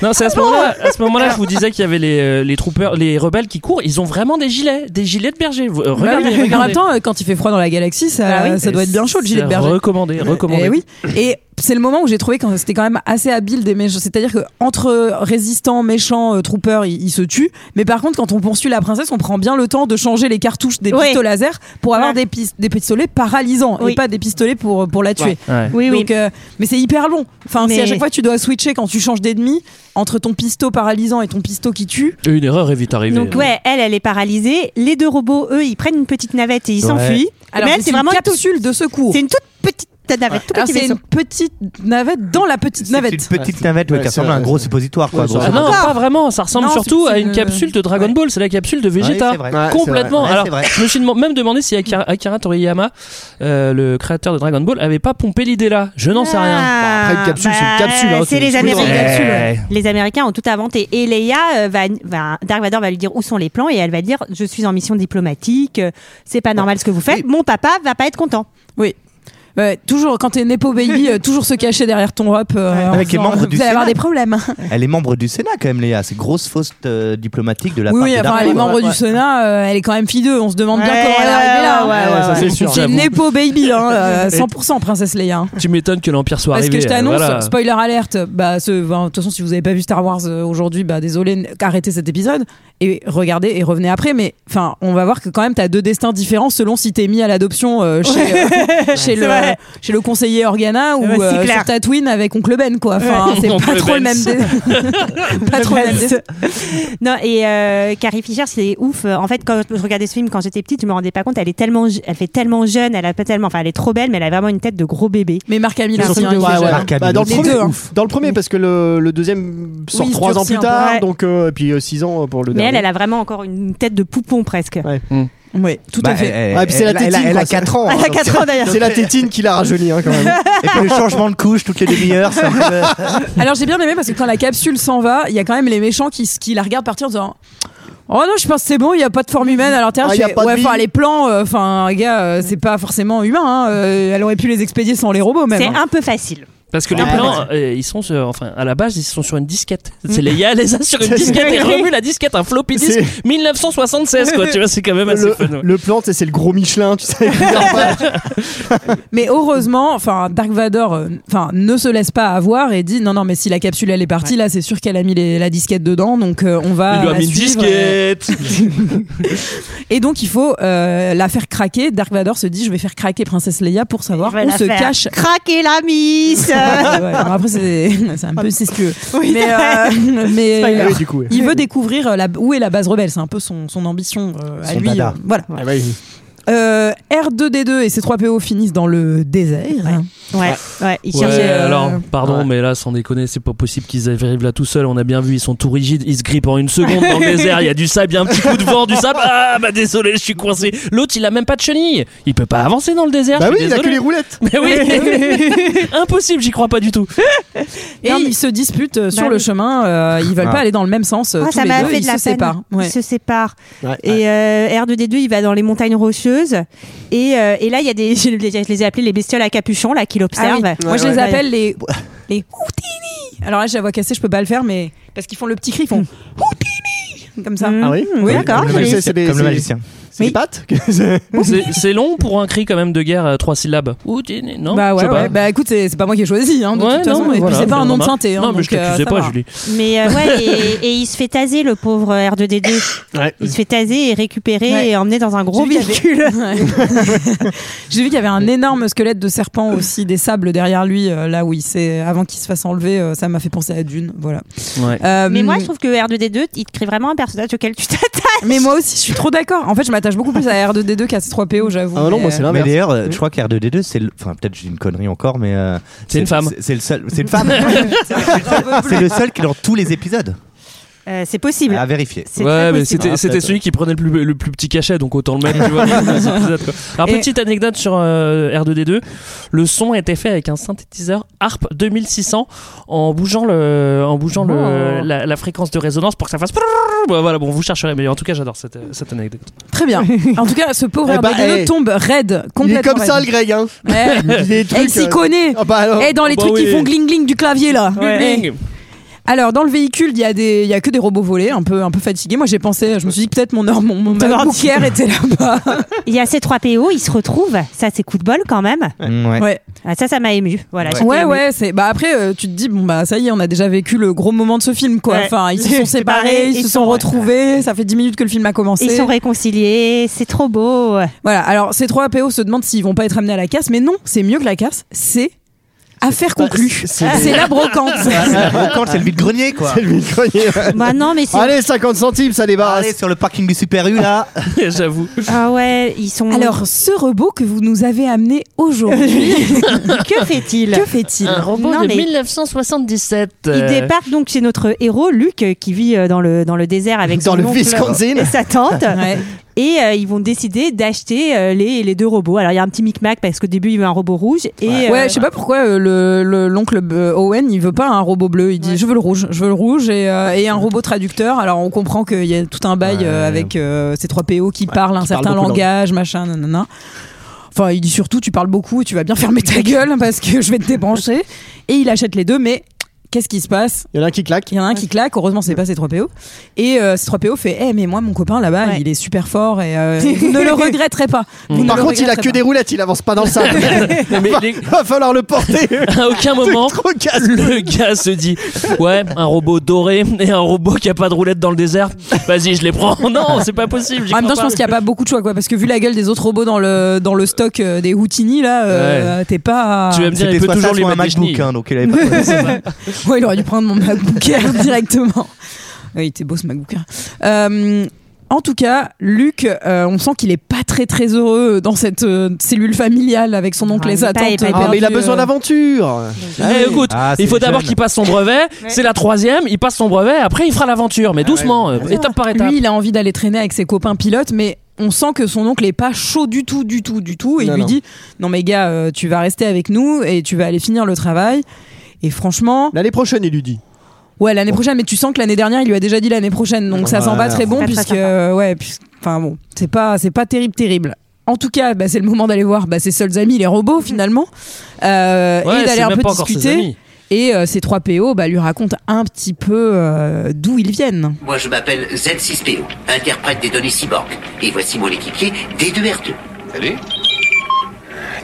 [SPEAKER 5] Non,
[SPEAKER 1] Ah
[SPEAKER 5] c'est à ce moment-là, à ce moment-là, je vous disais qu'il y avait les, euh, les troopers, les rebelles qui courent. Ils ont vraiment des gilets, des gilets de berger. Vous- euh,
[SPEAKER 1] Bah oui,
[SPEAKER 5] regardez,
[SPEAKER 1] mais En
[SPEAKER 5] regardez. Ah
[SPEAKER 1] même temps, euh, quand il fait froid dans la galaxie, ça,
[SPEAKER 9] Bah oui.
[SPEAKER 1] ça doit être bien chaud le gilet de
[SPEAKER 5] C'est
[SPEAKER 1] berger.
[SPEAKER 5] Recommandé, recommandé.
[SPEAKER 1] Et Euh, oui. Et c'est le moment où j'ai trouvé quand c'était quand même assez habile des méchants. C'est-à-dire que entre résistants, méchants, euh, troopers, ils, ils se tuent. Mais par contre, quand on poursuit la princesse, on prend bien le temps de changer les cartouches des
[SPEAKER 9] Oui.
[SPEAKER 1] pistolets laser pour avoir
[SPEAKER 9] Ouais.
[SPEAKER 1] des, pis- des pistolets paralysants
[SPEAKER 9] Oui.
[SPEAKER 1] et pas des pistolets pour euh, pour la tuer.
[SPEAKER 5] Ouais.
[SPEAKER 9] Oui, oui.
[SPEAKER 1] Donc, euh, mais c'est hyper long. Enfin, si
[SPEAKER 9] Mais-
[SPEAKER 1] à chaque fois tu dois switcher quand tu changes d'ennemi entre ton pisto paralysant et ton pisto qui tue,
[SPEAKER 5] Et Une erreur est vite arrivée.
[SPEAKER 9] Donc ouais, elle, elle est paralysée. Les deux robots, eux, ils prennent une petite navette et ils
[SPEAKER 10] Ouais.
[SPEAKER 9] s'enfuient.
[SPEAKER 1] alors
[SPEAKER 9] Mais
[SPEAKER 1] c'est
[SPEAKER 9] elle, c'est vraiment
[SPEAKER 1] une
[SPEAKER 9] une toute-
[SPEAKER 1] capsule de secours.
[SPEAKER 9] c'est une toute petite navette, tout
[SPEAKER 1] Alors,
[SPEAKER 9] petit
[SPEAKER 1] c'est
[SPEAKER 9] vaisseau.
[SPEAKER 1] une petite navette dans la petite
[SPEAKER 10] C'est
[SPEAKER 1] navette.
[SPEAKER 10] une petite navette ouais,
[SPEAKER 6] Ouais,
[SPEAKER 10] qui
[SPEAKER 6] c'est
[SPEAKER 10] ressemble à un
[SPEAKER 6] vrai.
[SPEAKER 10] gros suppositoire. Quoi,
[SPEAKER 6] Ouais,
[SPEAKER 10] grosso
[SPEAKER 5] Ah
[SPEAKER 10] modo.
[SPEAKER 5] non, pas vraiment. Ça ressemble
[SPEAKER 1] Non,
[SPEAKER 5] surtout
[SPEAKER 1] c'est-
[SPEAKER 5] à
[SPEAKER 1] c'est
[SPEAKER 5] une
[SPEAKER 1] le-
[SPEAKER 5] capsule de Dragon
[SPEAKER 1] Ouais.
[SPEAKER 5] Ball. C'est la capsule de Vegeta.
[SPEAKER 10] Ouais, c'est vrai.
[SPEAKER 6] Ouais, c'est
[SPEAKER 5] Complètement.
[SPEAKER 10] vrai. Ouais,
[SPEAKER 5] Alors,
[SPEAKER 10] c'est vrai.
[SPEAKER 5] je me suis dem- même demandé si Akira, Akira Toriyama, euh, le créateur de Dragon Ball, avait pas pompé l'idée là. Je n'en sais rien.
[SPEAKER 9] Ah,
[SPEAKER 6] Bon, après, une capsule, c'est une capsule, hein,
[SPEAKER 9] c'est
[SPEAKER 6] c'est
[SPEAKER 9] les
[SPEAKER 6] une
[SPEAKER 9] Américains.
[SPEAKER 6] capsule,
[SPEAKER 10] ouais.
[SPEAKER 9] Les Américains ont tout inventé. Et Leia, euh, va, va- Dark Vador va lui dire où sont les plans et elle va dire je suis en mission diplomatique, euh, c'est pas normal ce que vous faites. Mon papa va pas être content.
[SPEAKER 1] Oui. Ouais, toujours quand t'es Nepo Baby, euh, toujours se cacher derrière ton hop. euh, en
[SPEAKER 10] Avec les
[SPEAKER 1] disant,
[SPEAKER 10] membres du
[SPEAKER 1] Vous allez avoir
[SPEAKER 10] Sénat.
[SPEAKER 1] des problèmes.
[SPEAKER 10] Elle est membre du Sénat quand même, Léa. C'est grosse fausse euh, diplomatique de la
[SPEAKER 1] oui,
[SPEAKER 10] part
[SPEAKER 1] oui,
[SPEAKER 10] de
[SPEAKER 1] enfin,
[SPEAKER 10] Dark
[SPEAKER 1] elle est
[SPEAKER 10] Vador.
[SPEAKER 1] membre du
[SPEAKER 10] Ouais.
[SPEAKER 1] Sénat, euh, elle est quand même fille d'eux. On se demande bien
[SPEAKER 9] Ouais,
[SPEAKER 1] comment elle est
[SPEAKER 9] ouais,
[SPEAKER 1] arrivée là.
[SPEAKER 9] ouais, ouais,
[SPEAKER 1] hein.
[SPEAKER 9] ouais, ça,
[SPEAKER 5] c'est sûr,
[SPEAKER 1] C'est
[SPEAKER 5] j'avoue.
[SPEAKER 1] Nepo Baby, hein, euh, 100% Princesse Leia. hein.
[SPEAKER 5] Tu m'étonnes que l'Empire soit
[SPEAKER 1] Parce
[SPEAKER 5] arrivé.
[SPEAKER 1] que je
[SPEAKER 5] euh,
[SPEAKER 1] t'annonce,
[SPEAKER 5] voilà.
[SPEAKER 1] spoiler alerte, bah, ce- bah, de toute façon, si vous avez pas vu Star Wars euh, aujourd'hui, bah, désolé, n- arrêtez cet épisode et regardez et revenez après. Mais enfin, on va voir que quand même, t'as deux destins différents selon si t'es mis à l'adoption euh, chez, euh, chez, le,
[SPEAKER 9] vrai.
[SPEAKER 1] chez le conseiller Organa ou
[SPEAKER 9] Ouais, c'est
[SPEAKER 1] euh,
[SPEAKER 9] clair.
[SPEAKER 1] sur Tatooine avec Oncle Ben, quoi. Enfin, c'est
[SPEAKER 5] Oncle
[SPEAKER 1] pas trop le
[SPEAKER 5] Ben.
[SPEAKER 1] même. dé- pas trop le même
[SPEAKER 9] Ben.
[SPEAKER 1] dessin.
[SPEAKER 9] Non, et euh, Carrie Fisher, c'est ouf. En fait, quand je regardais ce film quand j'étais petite, je me rendais pas compte. Elle est tellement, je- elle fait tellement jeune, elle a pas tellement, enfin, elle est trop belle, mais elle a vraiment une tête de gros bébé.
[SPEAKER 1] Mais Marc Hamill
[SPEAKER 9] Mais
[SPEAKER 1] aussi,
[SPEAKER 9] surtout,
[SPEAKER 1] hein, il
[SPEAKER 6] Ouais,
[SPEAKER 1] fait
[SPEAKER 6] ouais.
[SPEAKER 1] jeune.
[SPEAKER 10] Marc Hamill
[SPEAKER 6] Bah, dans, le
[SPEAKER 1] aussi.
[SPEAKER 6] premier,
[SPEAKER 1] Les deux, hein.
[SPEAKER 6] dans le premier, parce que le, le deuxième sort
[SPEAKER 1] Oui, il se
[SPEAKER 6] trois ans
[SPEAKER 1] durcit
[SPEAKER 6] plus
[SPEAKER 1] un peu,
[SPEAKER 6] tard,
[SPEAKER 9] ouais.
[SPEAKER 6] donc, euh, et puis euh, six ans pour le
[SPEAKER 9] Mais elle,
[SPEAKER 6] dernier.
[SPEAKER 9] elle a vraiment encore une tête de poupon presque.
[SPEAKER 1] Ouais, tout
[SPEAKER 10] Bah,
[SPEAKER 1] à fait.
[SPEAKER 10] elle-
[SPEAKER 6] Ouais, Ah, puis c'est la
[SPEAKER 10] elle- elle a-
[SPEAKER 6] tétine,
[SPEAKER 10] Elle
[SPEAKER 6] quoi,
[SPEAKER 10] a
[SPEAKER 6] c'est-
[SPEAKER 10] 4 ans. hein.
[SPEAKER 9] Elle a 4 ans d'ailleurs.
[SPEAKER 6] C'est la tétine qui l'a rajeuni hein, quand même.
[SPEAKER 10] Et puis le changement de couche toutes les demi-heures. c'est un peu-
[SPEAKER 1] Alors j'ai bien aimé parce que quand la capsule s'en va, il y a quand même les méchants qui, qui la regardent partir en disant Oh non, je pense que c'est bon, il n'y a pas de forme humaine à l'intérieur.
[SPEAKER 6] Ah,
[SPEAKER 1] Je
[SPEAKER 6] y a
[SPEAKER 1] fais,
[SPEAKER 6] pas de
[SPEAKER 1] ouais,
[SPEAKER 6] vie.
[SPEAKER 1] enfin, les plans, euh, enfin, un gars, euh, c'est pas forcément humain. hein, euh, elle aurait pu les expédier sans les robots, même.
[SPEAKER 9] C'est
[SPEAKER 1] hein.
[SPEAKER 9] un peu facile.
[SPEAKER 5] Parce que les
[SPEAKER 6] Ah, Ouais. Mm.
[SPEAKER 5] plans, euh, ils sont sur, enfin, à la base, ils sont sur une disquette. C'est Leia, elle les a sur une
[SPEAKER 6] C'est-
[SPEAKER 5] disquette et remue la disquette, un floppy disk 1976, quoi. Tu vois, c'est quand même assez
[SPEAKER 6] le,
[SPEAKER 5] fun. ouais.
[SPEAKER 6] le plan, tu sais, c'est le gros Michelin, tu sais.
[SPEAKER 1] Mais heureusement, enfin, Dark Vador, euh, enfin, ne se laisse pas avoir et dit non, non, mais si la capsule elle est partie là, c'est sûr qu'elle a mis les- la disquette dedans, donc euh, on va.
[SPEAKER 5] Il lui a
[SPEAKER 1] la
[SPEAKER 5] mis une
[SPEAKER 1] suivre, euh.
[SPEAKER 5] disquette.
[SPEAKER 1] Et donc il faut euh, la faire craquer. Dark Vador se dit je vais faire craquer Princesse Leia pour savoir
[SPEAKER 9] Je vais
[SPEAKER 1] où
[SPEAKER 9] la
[SPEAKER 1] se
[SPEAKER 9] faire
[SPEAKER 1] cache
[SPEAKER 9] Craquer la miss
[SPEAKER 1] Ouais, ouais. Alors après, c'est c'est un peu cestieux.
[SPEAKER 9] Oui,
[SPEAKER 1] mais
[SPEAKER 9] ouais.
[SPEAKER 1] euh, mais
[SPEAKER 6] Ah oui, du coup. ouais.
[SPEAKER 1] il veut découvrir euh, la, où est la base rebelle. C'est un peu son, son ambition euh, à
[SPEAKER 10] Son
[SPEAKER 1] lui.
[SPEAKER 10] dada. bah
[SPEAKER 1] euh, voilà.
[SPEAKER 6] Ah ouais,
[SPEAKER 1] Euh, R2D2 et ses 3PO finissent dans le désert.
[SPEAKER 9] Ouais, ouais, il
[SPEAKER 5] Ouais,
[SPEAKER 9] cherchait. euh,
[SPEAKER 5] alors, pardon,
[SPEAKER 6] ouais.
[SPEAKER 5] mais là, sans déconner, c'est pas possible qu'ils arrivent là tout seuls. On a bien vu, ils sont tout rigides, ils se grippent en une seconde dans le désert. Il y a du sable, il y a un petit coup de vent, du sable. Ah, bah désolé, je suis coincé. L'autre, il a même pas de chenille. Il peut pas avancer dans le désert.
[SPEAKER 6] Bah
[SPEAKER 5] je
[SPEAKER 6] oui,
[SPEAKER 5] suis
[SPEAKER 6] il a que
[SPEAKER 5] désolé.
[SPEAKER 6] les roulettes.
[SPEAKER 5] Mais oui, impossible, j'y crois pas du tout.
[SPEAKER 1] Et ils se disputent euh, sur
[SPEAKER 9] Bah
[SPEAKER 1] le
[SPEAKER 9] oui.
[SPEAKER 1] chemin. euh, ils veulent
[SPEAKER 10] Ah.
[SPEAKER 1] pas aller dans le même sens. euh,
[SPEAKER 9] Ah,
[SPEAKER 1] tous
[SPEAKER 9] ça
[SPEAKER 1] les
[SPEAKER 9] m'a
[SPEAKER 1] deux,
[SPEAKER 9] fait
[SPEAKER 1] ils
[SPEAKER 9] de la
[SPEAKER 1] se
[SPEAKER 9] peine.
[SPEAKER 1] séparent. Ouais.
[SPEAKER 9] Ils se séparent.
[SPEAKER 6] Ouais.
[SPEAKER 9] Et euh, R2D2, il va dans les montagnes rocheuses. Et, euh, et là, il y a des. Je les, je les ai appelés les bestioles à capuchon, là,
[SPEAKER 1] Ah
[SPEAKER 9] qui
[SPEAKER 1] oui.
[SPEAKER 9] l'observent.
[SPEAKER 1] Moi, je
[SPEAKER 9] Ouais,
[SPEAKER 1] les
[SPEAKER 9] ouais.
[SPEAKER 1] appelle les les Houtini. Alors là, j'ai la voix cassée, je peux pas le faire, mais parce qu'ils font le petit cri, ils font Houtini comme ça.
[SPEAKER 9] Mm.
[SPEAKER 6] Ah oui
[SPEAKER 9] Oui,
[SPEAKER 10] Comme
[SPEAKER 9] d'accord.
[SPEAKER 10] le
[SPEAKER 6] Mais
[SPEAKER 10] magicien,
[SPEAKER 6] c'est- c'est des-
[SPEAKER 10] Comme le
[SPEAKER 6] c'est-
[SPEAKER 10] magicien.
[SPEAKER 6] C'est
[SPEAKER 1] Oui.
[SPEAKER 6] des pattes C'est-
[SPEAKER 5] C'est- C'est long pour un cri quand même de guerre à trois syllabes. Ouh, t'es- Non,
[SPEAKER 1] bah
[SPEAKER 5] je
[SPEAKER 1] ouais,
[SPEAKER 5] sais pas.
[SPEAKER 1] ouais. bah écoute, c'est c'est pas moi qui ai choisi, hein, de
[SPEAKER 5] Ouais,
[SPEAKER 1] toute
[SPEAKER 5] non,
[SPEAKER 1] façon, et puis
[SPEAKER 5] voilà,
[SPEAKER 1] c'est pas un nom de
[SPEAKER 5] normal.
[SPEAKER 1] synthé. hein,
[SPEAKER 5] Non, mais je
[SPEAKER 1] donc, euh,
[SPEAKER 5] t'accusais
[SPEAKER 1] ça
[SPEAKER 5] pas,
[SPEAKER 1] va.
[SPEAKER 5] Julie.
[SPEAKER 9] Mais euh, ouais, et, et il se fait taser le pauvre R2D2.
[SPEAKER 6] Ouais.
[SPEAKER 9] Il se fait taser et récupérer
[SPEAKER 1] Ouais.
[SPEAKER 9] et emmener dans un gros
[SPEAKER 1] J'ai vu qu'il y
[SPEAKER 9] véhicule.
[SPEAKER 1] avait- Ouais. J'ai vu qu'il y avait un énorme squelette de serpent aussi, des sables derrière lui, euh, là où il s'est, avant qu'il se fasse enlever, euh, ça m'a fait penser à Dune, voilà.
[SPEAKER 5] Ouais.
[SPEAKER 1] Euh,
[SPEAKER 9] Mais moi, je trouve que R2D2, il te crée vraiment un personnage auquel tu t'attaches.
[SPEAKER 1] mais moi aussi, je suis trop d'accord. En fait, je m'attache beaucoup plus à R2D2 qu'à C3PO, j'avoue.
[SPEAKER 6] Ah non,
[SPEAKER 1] mais,
[SPEAKER 6] moi c'est
[SPEAKER 1] euh,
[SPEAKER 10] Mais
[SPEAKER 6] l'inverse.
[SPEAKER 10] d'ailleurs, euh, je crois que R2D2, c'est le. Enfin, peut-être j'ai une connerie encore, mais. euh,
[SPEAKER 5] une femme.
[SPEAKER 10] c'est- C'est le seul. C'est une femme. c'est le seul qui est dans tous les épisodes.
[SPEAKER 9] Euh, c'est possible.
[SPEAKER 6] Ah,
[SPEAKER 10] À vérifier.
[SPEAKER 9] C'est
[SPEAKER 5] Ouais,
[SPEAKER 9] très
[SPEAKER 5] mais
[SPEAKER 9] possible.
[SPEAKER 5] c'était
[SPEAKER 10] Ah,
[SPEAKER 5] c'était
[SPEAKER 10] peut-être.
[SPEAKER 5] celui qui prenait le plus, le plus petit cachet, donc autant le mettre. Tu vois, dans les épisodes, quoi. Alors,
[SPEAKER 1] Et-
[SPEAKER 5] petite anecdote sur euh, R2D2. Le son était fait avec un synthétiseur ARP 2600 en bougeant, le, en bougeant le, la, la fréquence de résonance pour que ça fasse. Bah, voilà, bon, vous chercherez, mais en tout cas, j'adore cette, cette anecdote.
[SPEAKER 1] Très bien. En tout cas, ce pauvre
[SPEAKER 6] Eh bah,
[SPEAKER 1] R2D2
[SPEAKER 6] eh.
[SPEAKER 1] tombe raide,
[SPEAKER 6] Il est
[SPEAKER 1] complètement.
[SPEAKER 6] comme ça le
[SPEAKER 1] raide.
[SPEAKER 6] Greg, hein
[SPEAKER 1] Ouais.
[SPEAKER 6] Il est
[SPEAKER 1] Eh, il
[SPEAKER 6] truc,
[SPEAKER 1] s'y
[SPEAKER 6] euh,
[SPEAKER 1] connaît.
[SPEAKER 6] Ah bah alors.
[SPEAKER 1] Et Eh, dans les
[SPEAKER 5] bah
[SPEAKER 1] trucs qui
[SPEAKER 5] oui.
[SPEAKER 1] font gling gling du clavier là. Eh. Alors dans le véhicule, il y a des, il y a que des robots volés, un peu, un peu fatigués. Moi j'ai pensé, je me suis dit que peut-être mon or- mon, mon ma bouquière était là-bas.
[SPEAKER 9] Il y a ces trois PO, ils se retrouvent. Ça, c'est coup de bol quand même.
[SPEAKER 10] Ouais.
[SPEAKER 1] Ouais,
[SPEAKER 9] Ah, ça, ça m'a ému. Voilà. j'étais
[SPEAKER 1] ouais,
[SPEAKER 9] émue.
[SPEAKER 1] ouais. C'est, bah après, euh, tu te dis bon bah ça y est, on a déjà vécu le gros moment de ce film quoi.
[SPEAKER 9] Ouais.
[SPEAKER 1] Enfin, ils se sont séparés, ils se sont
[SPEAKER 9] ouais.
[SPEAKER 1] retrouvés. Ça fait 10 minutes que le film a commencé.
[SPEAKER 9] Ils sont réconciliés, c'est trop beau.
[SPEAKER 1] Voilà. Alors ces trois PO se demandent s'ils vont pas être amenés à la casse, mais non, c'est mieux que la casse. C'est affaire conclue.
[SPEAKER 6] c'est-
[SPEAKER 1] C'est la brocante.
[SPEAKER 10] La brocante, c'est le vide-grenier, quoi.
[SPEAKER 6] C'est le micro-nier.
[SPEAKER 9] bah non, mais c'est.
[SPEAKER 6] Allez, 50 centimes, ça
[SPEAKER 10] Allez,
[SPEAKER 6] débarrasse.
[SPEAKER 10] sur le parking du Super U, là.
[SPEAKER 5] J'avoue.
[SPEAKER 9] Ah ouais, ils sont.
[SPEAKER 1] Alors ce robot que vous nous avez amené aujourd'hui,
[SPEAKER 9] que fait-il
[SPEAKER 1] que fait-il Ah,
[SPEAKER 5] Un robot
[SPEAKER 9] Non,
[SPEAKER 5] de
[SPEAKER 9] mais-
[SPEAKER 5] 1977.
[SPEAKER 9] Il
[SPEAKER 5] euh,
[SPEAKER 9] débarque donc chez notre héros, Luc, euh, qui vit euh, dans le, dans le désert avec
[SPEAKER 6] Dans
[SPEAKER 9] son
[SPEAKER 6] le
[SPEAKER 9] oncle
[SPEAKER 6] Wisconsin.
[SPEAKER 9] et sa tante.
[SPEAKER 1] Ouais.
[SPEAKER 9] Et euh, ils vont décider d'acheter euh, les, les deux robots. Alors il y a un petit micmac parce qu'au début il veut un robot rouge. Et, euh,
[SPEAKER 1] Ouais, je sais pas pourquoi euh, le- le- l'oncle euh, Owen, il veut pas un robot bleu. Il dit je veux le rouge, je veux le rouge et, euh, et un robot traducteur. Alors on comprend qu'il y a tout un bail euh, avec euh, ces trois PO qui parlent un
[SPEAKER 6] qui parlent
[SPEAKER 1] certain
[SPEAKER 6] beaucoup
[SPEAKER 1] langage, machin, nanana. Enfin, il dit surtout tu parles beaucoup, tu vas bien fermer ta gueule parce que je vais te débrancher. Et il achète les deux, mais qu'est-ce qui se passe
[SPEAKER 6] Il y en a un qui claque.
[SPEAKER 1] il y en a un qui claque, heureusement c'est pas C3PO. Et euh, C3PO fait Eh, mais moi mon copain là-bas,
[SPEAKER 9] Ouais.
[SPEAKER 1] il est super fort et euh, vous ne le regretterez pas. Vous ne
[SPEAKER 6] Par
[SPEAKER 1] le
[SPEAKER 6] contre, il a
[SPEAKER 1] regretterez pas.
[SPEAKER 6] que des roulettes, il avance pas dans le sable.
[SPEAKER 5] non, mais
[SPEAKER 6] va,
[SPEAKER 5] les-
[SPEAKER 6] va falloir le porter.
[SPEAKER 5] à aucun moment,
[SPEAKER 6] Trop casse.
[SPEAKER 5] le gars se dit Ouais, un robot doré et un robot qui a pas de roulette dans le désert. Vas-y, je les prends. Non, c'est pas possible. j'y
[SPEAKER 1] En même temps,
[SPEAKER 5] crois
[SPEAKER 1] je
[SPEAKER 5] pas.
[SPEAKER 1] pense qu'il n'y a pas beaucoup de choix, quoi, parce que vu la gueule des autres robots dans le, dans le stock euh, des Houtini, là, euh, t'es pas.
[SPEAKER 5] Tu vas me dire,
[SPEAKER 10] C'était
[SPEAKER 5] il peut
[SPEAKER 10] soit ça,
[SPEAKER 5] toujours lui
[SPEAKER 10] soit un
[SPEAKER 5] mettre des
[SPEAKER 10] MacBook,
[SPEAKER 5] chenilles.
[SPEAKER 10] hein, donc il avait
[SPEAKER 9] Ah,
[SPEAKER 10] pas de
[SPEAKER 1] Ouais, il aurait dû prendre mon MacBook Air directement. Ouais, il était beau ce MacBook Air. Euh, en tout cas, Luc, euh, on sent qu'il est pas très très heureux dans cette euh, cellule familiale avec son oncle
[SPEAKER 9] Ah,
[SPEAKER 1] et
[SPEAKER 9] il est
[SPEAKER 1] sa
[SPEAKER 9] pas- il est
[SPEAKER 1] tante. euh,
[SPEAKER 9] pas perdu,
[SPEAKER 6] Ah,
[SPEAKER 9] hein. euh.
[SPEAKER 6] mais il a besoin
[SPEAKER 1] d'avoir
[SPEAKER 6] d'aventure.
[SPEAKER 5] Eh, écoute,
[SPEAKER 10] Ah, c'est
[SPEAKER 5] il faut
[SPEAKER 10] les
[SPEAKER 5] d'abord
[SPEAKER 10] jeunes.
[SPEAKER 5] qu'il passe son brevet. C'est la troisième. Il passe son brevet. Après, il fera l'aventure,
[SPEAKER 10] Ah
[SPEAKER 5] mais doucement, euh, étape par étape.
[SPEAKER 1] Lui, il a envie d'aller traîner avec ses copains pilotes, mais on sent que son oncle est pas chaud du tout, du tout, du tout. Et il
[SPEAKER 6] Non,
[SPEAKER 1] lui
[SPEAKER 6] non.
[SPEAKER 1] dit Non, mais gars, euh, tu vas rester avec nous et tu vas aller finir le travail. Et franchement,
[SPEAKER 6] L'année prochaine, il lui dit.
[SPEAKER 1] ouais, l'année prochaine, mais tu sens que l'année dernière, il lui a déjà dit l'année prochaine, donc ça
[SPEAKER 6] Ouais.
[SPEAKER 1] sent pas très bon,
[SPEAKER 9] Pas très
[SPEAKER 1] puisque,
[SPEAKER 9] sympa.
[SPEAKER 1] euh, ouais, puis- enfin bon, c'est pas, c'est pas terrible, terrible. En tout cas, bah, c'est le moment d'aller voir bah, ses seuls amis, les
[SPEAKER 9] Mm.
[SPEAKER 1] robots, finalement, euh,
[SPEAKER 5] Ouais,
[SPEAKER 1] et d'aller
[SPEAKER 5] c'est
[SPEAKER 1] un
[SPEAKER 5] même
[SPEAKER 1] peu
[SPEAKER 5] pas encore ses
[SPEAKER 1] discuter.
[SPEAKER 5] amis.
[SPEAKER 1] Et euh, ces trois PO bah, lui racontent un petit peu euh, d'où ils viennent.
[SPEAKER 7] Moi, je m'appelle Z6PO, interprète des données cyborg. Et voici mon équipier D2R2.
[SPEAKER 4] Salut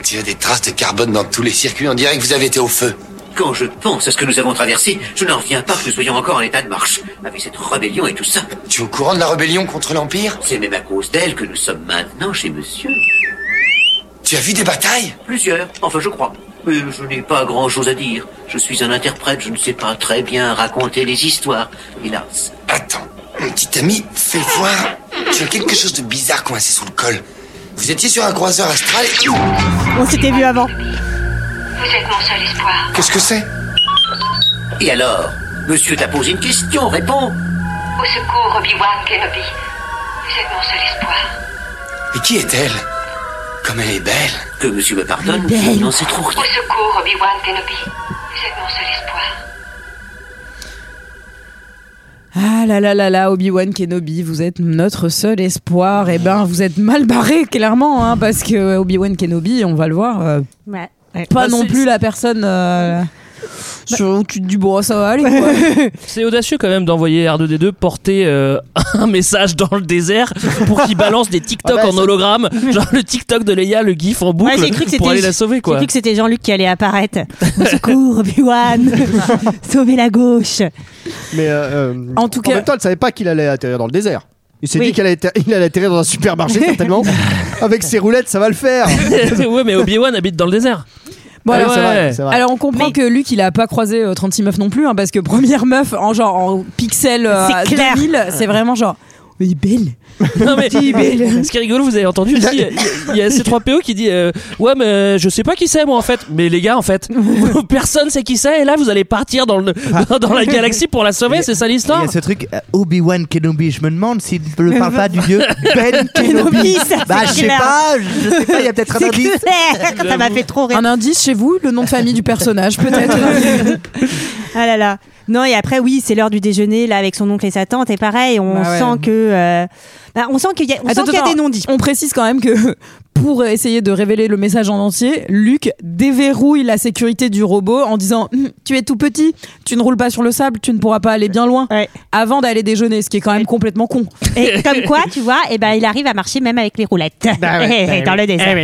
[SPEAKER 4] Tu as des traces de carbone dans tous les circuits, on dirait que vous avez été au feu.
[SPEAKER 7] Quand je pense à ce que nous avons traversé, je n'en reviens pas que nous soyons encore en état de marche. Avec cette rébellion et tout ça,
[SPEAKER 4] Tu es au courant de la rébellion contre l'Empire
[SPEAKER 7] c'est même à cause d'elle que nous sommes maintenant chez monsieur.
[SPEAKER 4] Tu as vu des batailles
[SPEAKER 7] Plusieurs, enfin je crois. Mais je n'ai pas grand-chose à dire. Je suis un interprète, je ne sais pas très bien raconter les histoires, hélas.
[SPEAKER 4] Attends, mon petit ami, fais voir. Tu as quelque chose de bizarre coincé sous le col. Vous étiez sur un croiseur astral et...
[SPEAKER 9] on s'était vu avant.
[SPEAKER 8] Vous êtes mon seul espoir.
[SPEAKER 4] Qu'est-ce que c'est
[SPEAKER 7] Et alors Monsieur t'a posé une question, réponds
[SPEAKER 8] Au secours, Obi-Wan Kenobi. Vous êtes mon seul espoir.
[SPEAKER 4] Et qui est-elle Comme elle est belle.
[SPEAKER 7] Que monsieur me pardonne, non c'est trop rien.
[SPEAKER 8] Au secours, Obi-Wan Kenobi. Vous êtes mon seul espoir.
[SPEAKER 1] Ah là là là là, Obi-Wan Kenobi, vous êtes notre seul espoir. Eh ben, vous êtes mal barré, clairement, hein, parce que Obi-Wan Kenobi, on va le voir, euh,
[SPEAKER 9] Ouais. Bah, Ouais.
[SPEAKER 1] pas
[SPEAKER 5] Bah,
[SPEAKER 1] non
[SPEAKER 5] c'est-
[SPEAKER 1] plus la personne. euh, Sur- tu te dis, bon, ça va aller. quoi.
[SPEAKER 5] C'est audacieux quand même d'envoyer R2D2 porter euh, un message dans le désert pour qu'il balance des TikTok
[SPEAKER 6] Ah bah,
[SPEAKER 5] en
[SPEAKER 6] ça-
[SPEAKER 5] hologramme, genre le TikTok de Leia, le GIF en boucle
[SPEAKER 9] Ouais, j'ai cru que
[SPEAKER 5] pour
[SPEAKER 9] c'était-
[SPEAKER 5] aller la sauver
[SPEAKER 9] J'ai
[SPEAKER 5] quoi.
[SPEAKER 9] cru que c'était Jean-Luc qui allait apparaître. Au secours, Obi-Wan Sauvez la gauche
[SPEAKER 6] Mais euh, euh,
[SPEAKER 1] En tout cas-
[SPEAKER 6] même temps, elle savait pas qu'il allait atterrir dans le désert. Il s'est
[SPEAKER 1] Oui.
[SPEAKER 6] dit qu'il allait, atter- il allait atterrir dans un supermarché, certainement. Avec ses roulettes, ça va le faire.
[SPEAKER 5] ouais, mais Obi-Wan habite dans le désert.
[SPEAKER 1] Bon,
[SPEAKER 5] Ah
[SPEAKER 1] alors, euh,
[SPEAKER 5] ouais.
[SPEAKER 6] C'est vrai, c'est vrai.
[SPEAKER 1] Alors on comprend que Luc il a pas croisé euh, 36 meufs non plus hein, parce que première meuf en genre en pixel euh,
[SPEAKER 9] C'est clair.
[SPEAKER 1] 2000 c'est vraiment genre mais belle
[SPEAKER 5] Non, mais,
[SPEAKER 1] Petit bébé.
[SPEAKER 5] ce qui est rigolo, vous avez entendu aussi, il y a- il y a C3PO qui dit euh, Ouais, mais euh, je sais pas qui c'est, moi, en fait. Mais les gars, en fait, vous- personne sait qui c'est, et là, vous allez partir dans, le, dans, dans la galaxie pour la sauver, Ah. c'est ça
[SPEAKER 10] Il y
[SPEAKER 5] l'histoire
[SPEAKER 10] a ce truc euh, Obi-Wan Kenobi. Je me demande s'il ne parle pas du dieu Ben Kenobi.
[SPEAKER 9] ça, c'est
[SPEAKER 10] bah, je sais
[SPEAKER 9] clair.
[SPEAKER 10] pas, je sais pas, il y a peut-être un
[SPEAKER 9] C'est
[SPEAKER 10] indice.
[SPEAKER 9] clair Ça m'a fait trop rire.
[SPEAKER 1] un indice chez vous le nom de famille du personnage peut-être
[SPEAKER 9] Ah là là. Non, et après, oui, c'est l'heure du déjeuner, là, avec son oncle et sa tante, et pareil,
[SPEAKER 1] Bah
[SPEAKER 9] on
[SPEAKER 1] ouais.
[SPEAKER 9] sent que. euh, bah, on sent qu'il y a, on
[SPEAKER 1] Attends,
[SPEAKER 9] sent qu'il y a
[SPEAKER 1] attends,
[SPEAKER 9] des non-dits.
[SPEAKER 1] On précise quand même que pour essayer de révéler le message en entier, Luc déverrouille la sécurité du robot en disant Hum, Tu es tout petit, tu ne roules pas sur le sable, tu ne pourras pas aller bien loin
[SPEAKER 9] Ouais.
[SPEAKER 1] avant d'aller déjeuner, ce qui est quand même complètement con.
[SPEAKER 9] Et eh, comme quoi, tu vois, et ben, il arrive à marcher même avec les roulettes.
[SPEAKER 6] Bah
[SPEAKER 9] dans
[SPEAKER 6] Eh
[SPEAKER 9] le désert.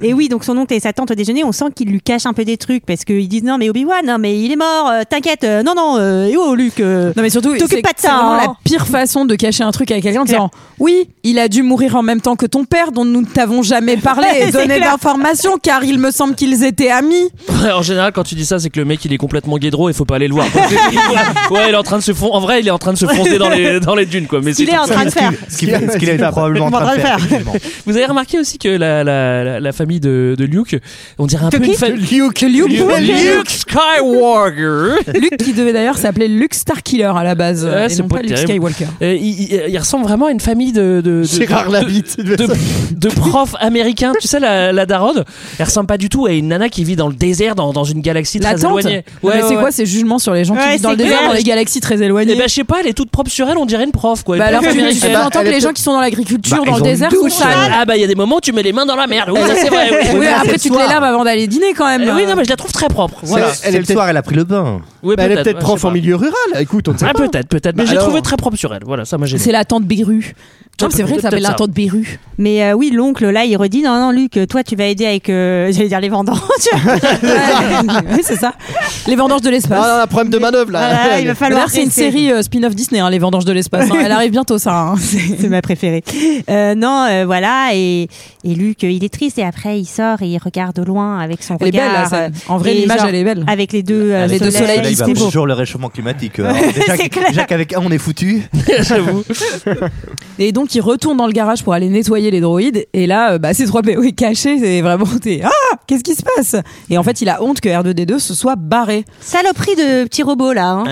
[SPEAKER 9] Et oui, donc son oncle et sa tante au déjeuner, on sent qu'ils lui cachent un peu des trucs parce qu'ils disent non, mais Obi-Wan, non, mais il est mort, euh, t'inquiète, euh, non, non, euh, et oh, Luc. euh,
[SPEAKER 1] Non mais surtout,
[SPEAKER 9] T'occupes
[SPEAKER 1] c'est
[SPEAKER 9] pas de
[SPEAKER 1] c'est
[SPEAKER 9] ça,
[SPEAKER 1] vraiment
[SPEAKER 9] hein.
[SPEAKER 1] la pire façon de cacher un truc à quelqu'un en
[SPEAKER 9] clair.
[SPEAKER 1] disant oui, il a dû mourir en même temps que ton père dont nous ne t'avons jamais parlé et
[SPEAKER 9] C'est
[SPEAKER 1] donné
[SPEAKER 9] clair.
[SPEAKER 1] d'informations car il me semble qu'ils étaient amis.
[SPEAKER 5] Ouais, en général, quand tu dis ça, c'est que le mec il est complètement guédro et faut pas aller le voir. ouais, il est en train de se fon... En vrai, il est en train de se foncer dans les, dans les dunes quoi. Mais
[SPEAKER 9] qu'il
[SPEAKER 5] c'est
[SPEAKER 9] est en
[SPEAKER 5] tout.
[SPEAKER 9] train de faire.
[SPEAKER 10] Ce qu'il ce qu'il est probablement en train de faire. effectivement.
[SPEAKER 5] Vous avez remarqué aussi que la, la, la, la famille de, de Luke, on dirait un peu une famille.
[SPEAKER 1] Luke, Luke,
[SPEAKER 5] Luke Skywalker.
[SPEAKER 1] Luke qui devait d'ailleurs s'appeler Luke Starkiller à la base
[SPEAKER 5] Ouais,
[SPEAKER 1] et
[SPEAKER 5] c'est
[SPEAKER 1] non
[SPEAKER 5] pas
[SPEAKER 1] pas Luke
[SPEAKER 5] terrible.
[SPEAKER 1] Skywalker.
[SPEAKER 5] Euh, il, il- il ressemble vraiment à une famille de de, de-
[SPEAKER 6] Gérard
[SPEAKER 5] de-
[SPEAKER 6] Labitte.
[SPEAKER 5] de, de profs américains. Tu sais la, la daronne, elle ressemble pas du tout à une nana qui vit dans le désert, dans, dans une galaxie
[SPEAKER 1] La
[SPEAKER 5] très
[SPEAKER 1] tante
[SPEAKER 5] éloignée.
[SPEAKER 1] Non, mais c'est
[SPEAKER 5] ouais.
[SPEAKER 1] quoi ces jugements sur les gens qui
[SPEAKER 9] Ouais,
[SPEAKER 1] vivent dans le
[SPEAKER 9] c'est
[SPEAKER 1] désert,
[SPEAKER 5] clair.
[SPEAKER 1] dans les galaxies très éloignées
[SPEAKER 5] Eh ben je sais pas, elle est toute propre sur elle, on dirait une prof quoi. Une
[SPEAKER 1] Bah alors
[SPEAKER 5] prof
[SPEAKER 1] tu, tu
[SPEAKER 5] américaine.
[SPEAKER 1] sous-entends
[SPEAKER 6] elle
[SPEAKER 1] que
[SPEAKER 6] est
[SPEAKER 1] les gens
[SPEAKER 6] peut-
[SPEAKER 1] qui sont dans l'agriculture, dans
[SPEAKER 10] Bah, ils
[SPEAKER 1] le
[SPEAKER 10] ont une
[SPEAKER 1] désert, Ah,
[SPEAKER 10] douche,
[SPEAKER 1] sont sales.
[SPEAKER 5] Ah bah il y a des moments où tu mets les mains dans la merde. Oui, ça c'est vrai. oui.
[SPEAKER 1] Oui,
[SPEAKER 5] Oui,
[SPEAKER 1] après tu te les laves avant d'aller dîner quand même.
[SPEAKER 5] Euh, oui, non mais je la trouve très propre.
[SPEAKER 10] C'est-
[SPEAKER 5] Voilà.
[SPEAKER 10] c'est
[SPEAKER 6] elle est
[SPEAKER 10] le
[SPEAKER 6] peut-être-
[SPEAKER 10] soir, elle a pris le bain.
[SPEAKER 5] Oui,
[SPEAKER 6] Bah, elle est peut-être
[SPEAKER 5] ouais, je
[SPEAKER 6] prof
[SPEAKER 5] sais
[SPEAKER 6] en
[SPEAKER 5] pas.
[SPEAKER 6] milieu rural. Écoute, on ne sait
[SPEAKER 5] Ah
[SPEAKER 6] pas.
[SPEAKER 5] peut-être, peut-être. Mais
[SPEAKER 6] Bah,
[SPEAKER 5] j'ai
[SPEAKER 6] alors-
[SPEAKER 5] trouvé très propre sur elle. Voilà, ça m'a gêné.
[SPEAKER 1] C'est la tante Béru. Non, mais C'est vrai que ça s'appelle
[SPEAKER 5] Peut-être
[SPEAKER 1] la
[SPEAKER 5] ça.
[SPEAKER 1] tante Béru.
[SPEAKER 9] Mais euh, oui, l'oncle, là, il redit non, non, Luc, toi, tu vas aider avec, euh, j'allais dire les vendanges.
[SPEAKER 1] Ouais, c'est ça. Les vendanges de
[SPEAKER 6] Ah,
[SPEAKER 1] l'espace.
[SPEAKER 6] non, un problème de manœuvre
[SPEAKER 9] Voilà,
[SPEAKER 6] là.
[SPEAKER 9] il va falloir.
[SPEAKER 1] D'ailleurs, c'est une
[SPEAKER 9] rester.
[SPEAKER 1] série euh, spin-off Disney, hein, Les Vendanges de l'espace. hein. Elle arrive bientôt, ça. hein. C'est-
[SPEAKER 9] C'est ma préférée. Euh, non, euh, voilà, et, et Luc, euh, il est triste, et après, il sort et il regarde au loin avec son
[SPEAKER 1] Elle est belle,
[SPEAKER 9] regard.
[SPEAKER 1] la scène. En vrai,
[SPEAKER 9] et
[SPEAKER 1] l'image,
[SPEAKER 9] genre,
[SPEAKER 1] elle est belle.
[SPEAKER 9] Avec les deux, euh,
[SPEAKER 1] Avec les deux soleils bah,
[SPEAKER 9] qui
[SPEAKER 10] il va
[SPEAKER 9] se dévouent.
[SPEAKER 10] toujours le réchauffement climatique. Alors, déjà,
[SPEAKER 9] C'est
[SPEAKER 10] que-
[SPEAKER 9] clair.
[SPEAKER 10] déjà qu'avec un, on est foutu.
[SPEAKER 1] Et donc, il retourne dans le garage pour aller nettoyer les droïdes. Et là, euh, bah, C3PO est caché. C'est vraiment. t'es, Ah Qu'est-ce qui se passe Et en fait, il a honte que R2D2 se soit barré.
[SPEAKER 9] Saloperie de petit robot, là. hein.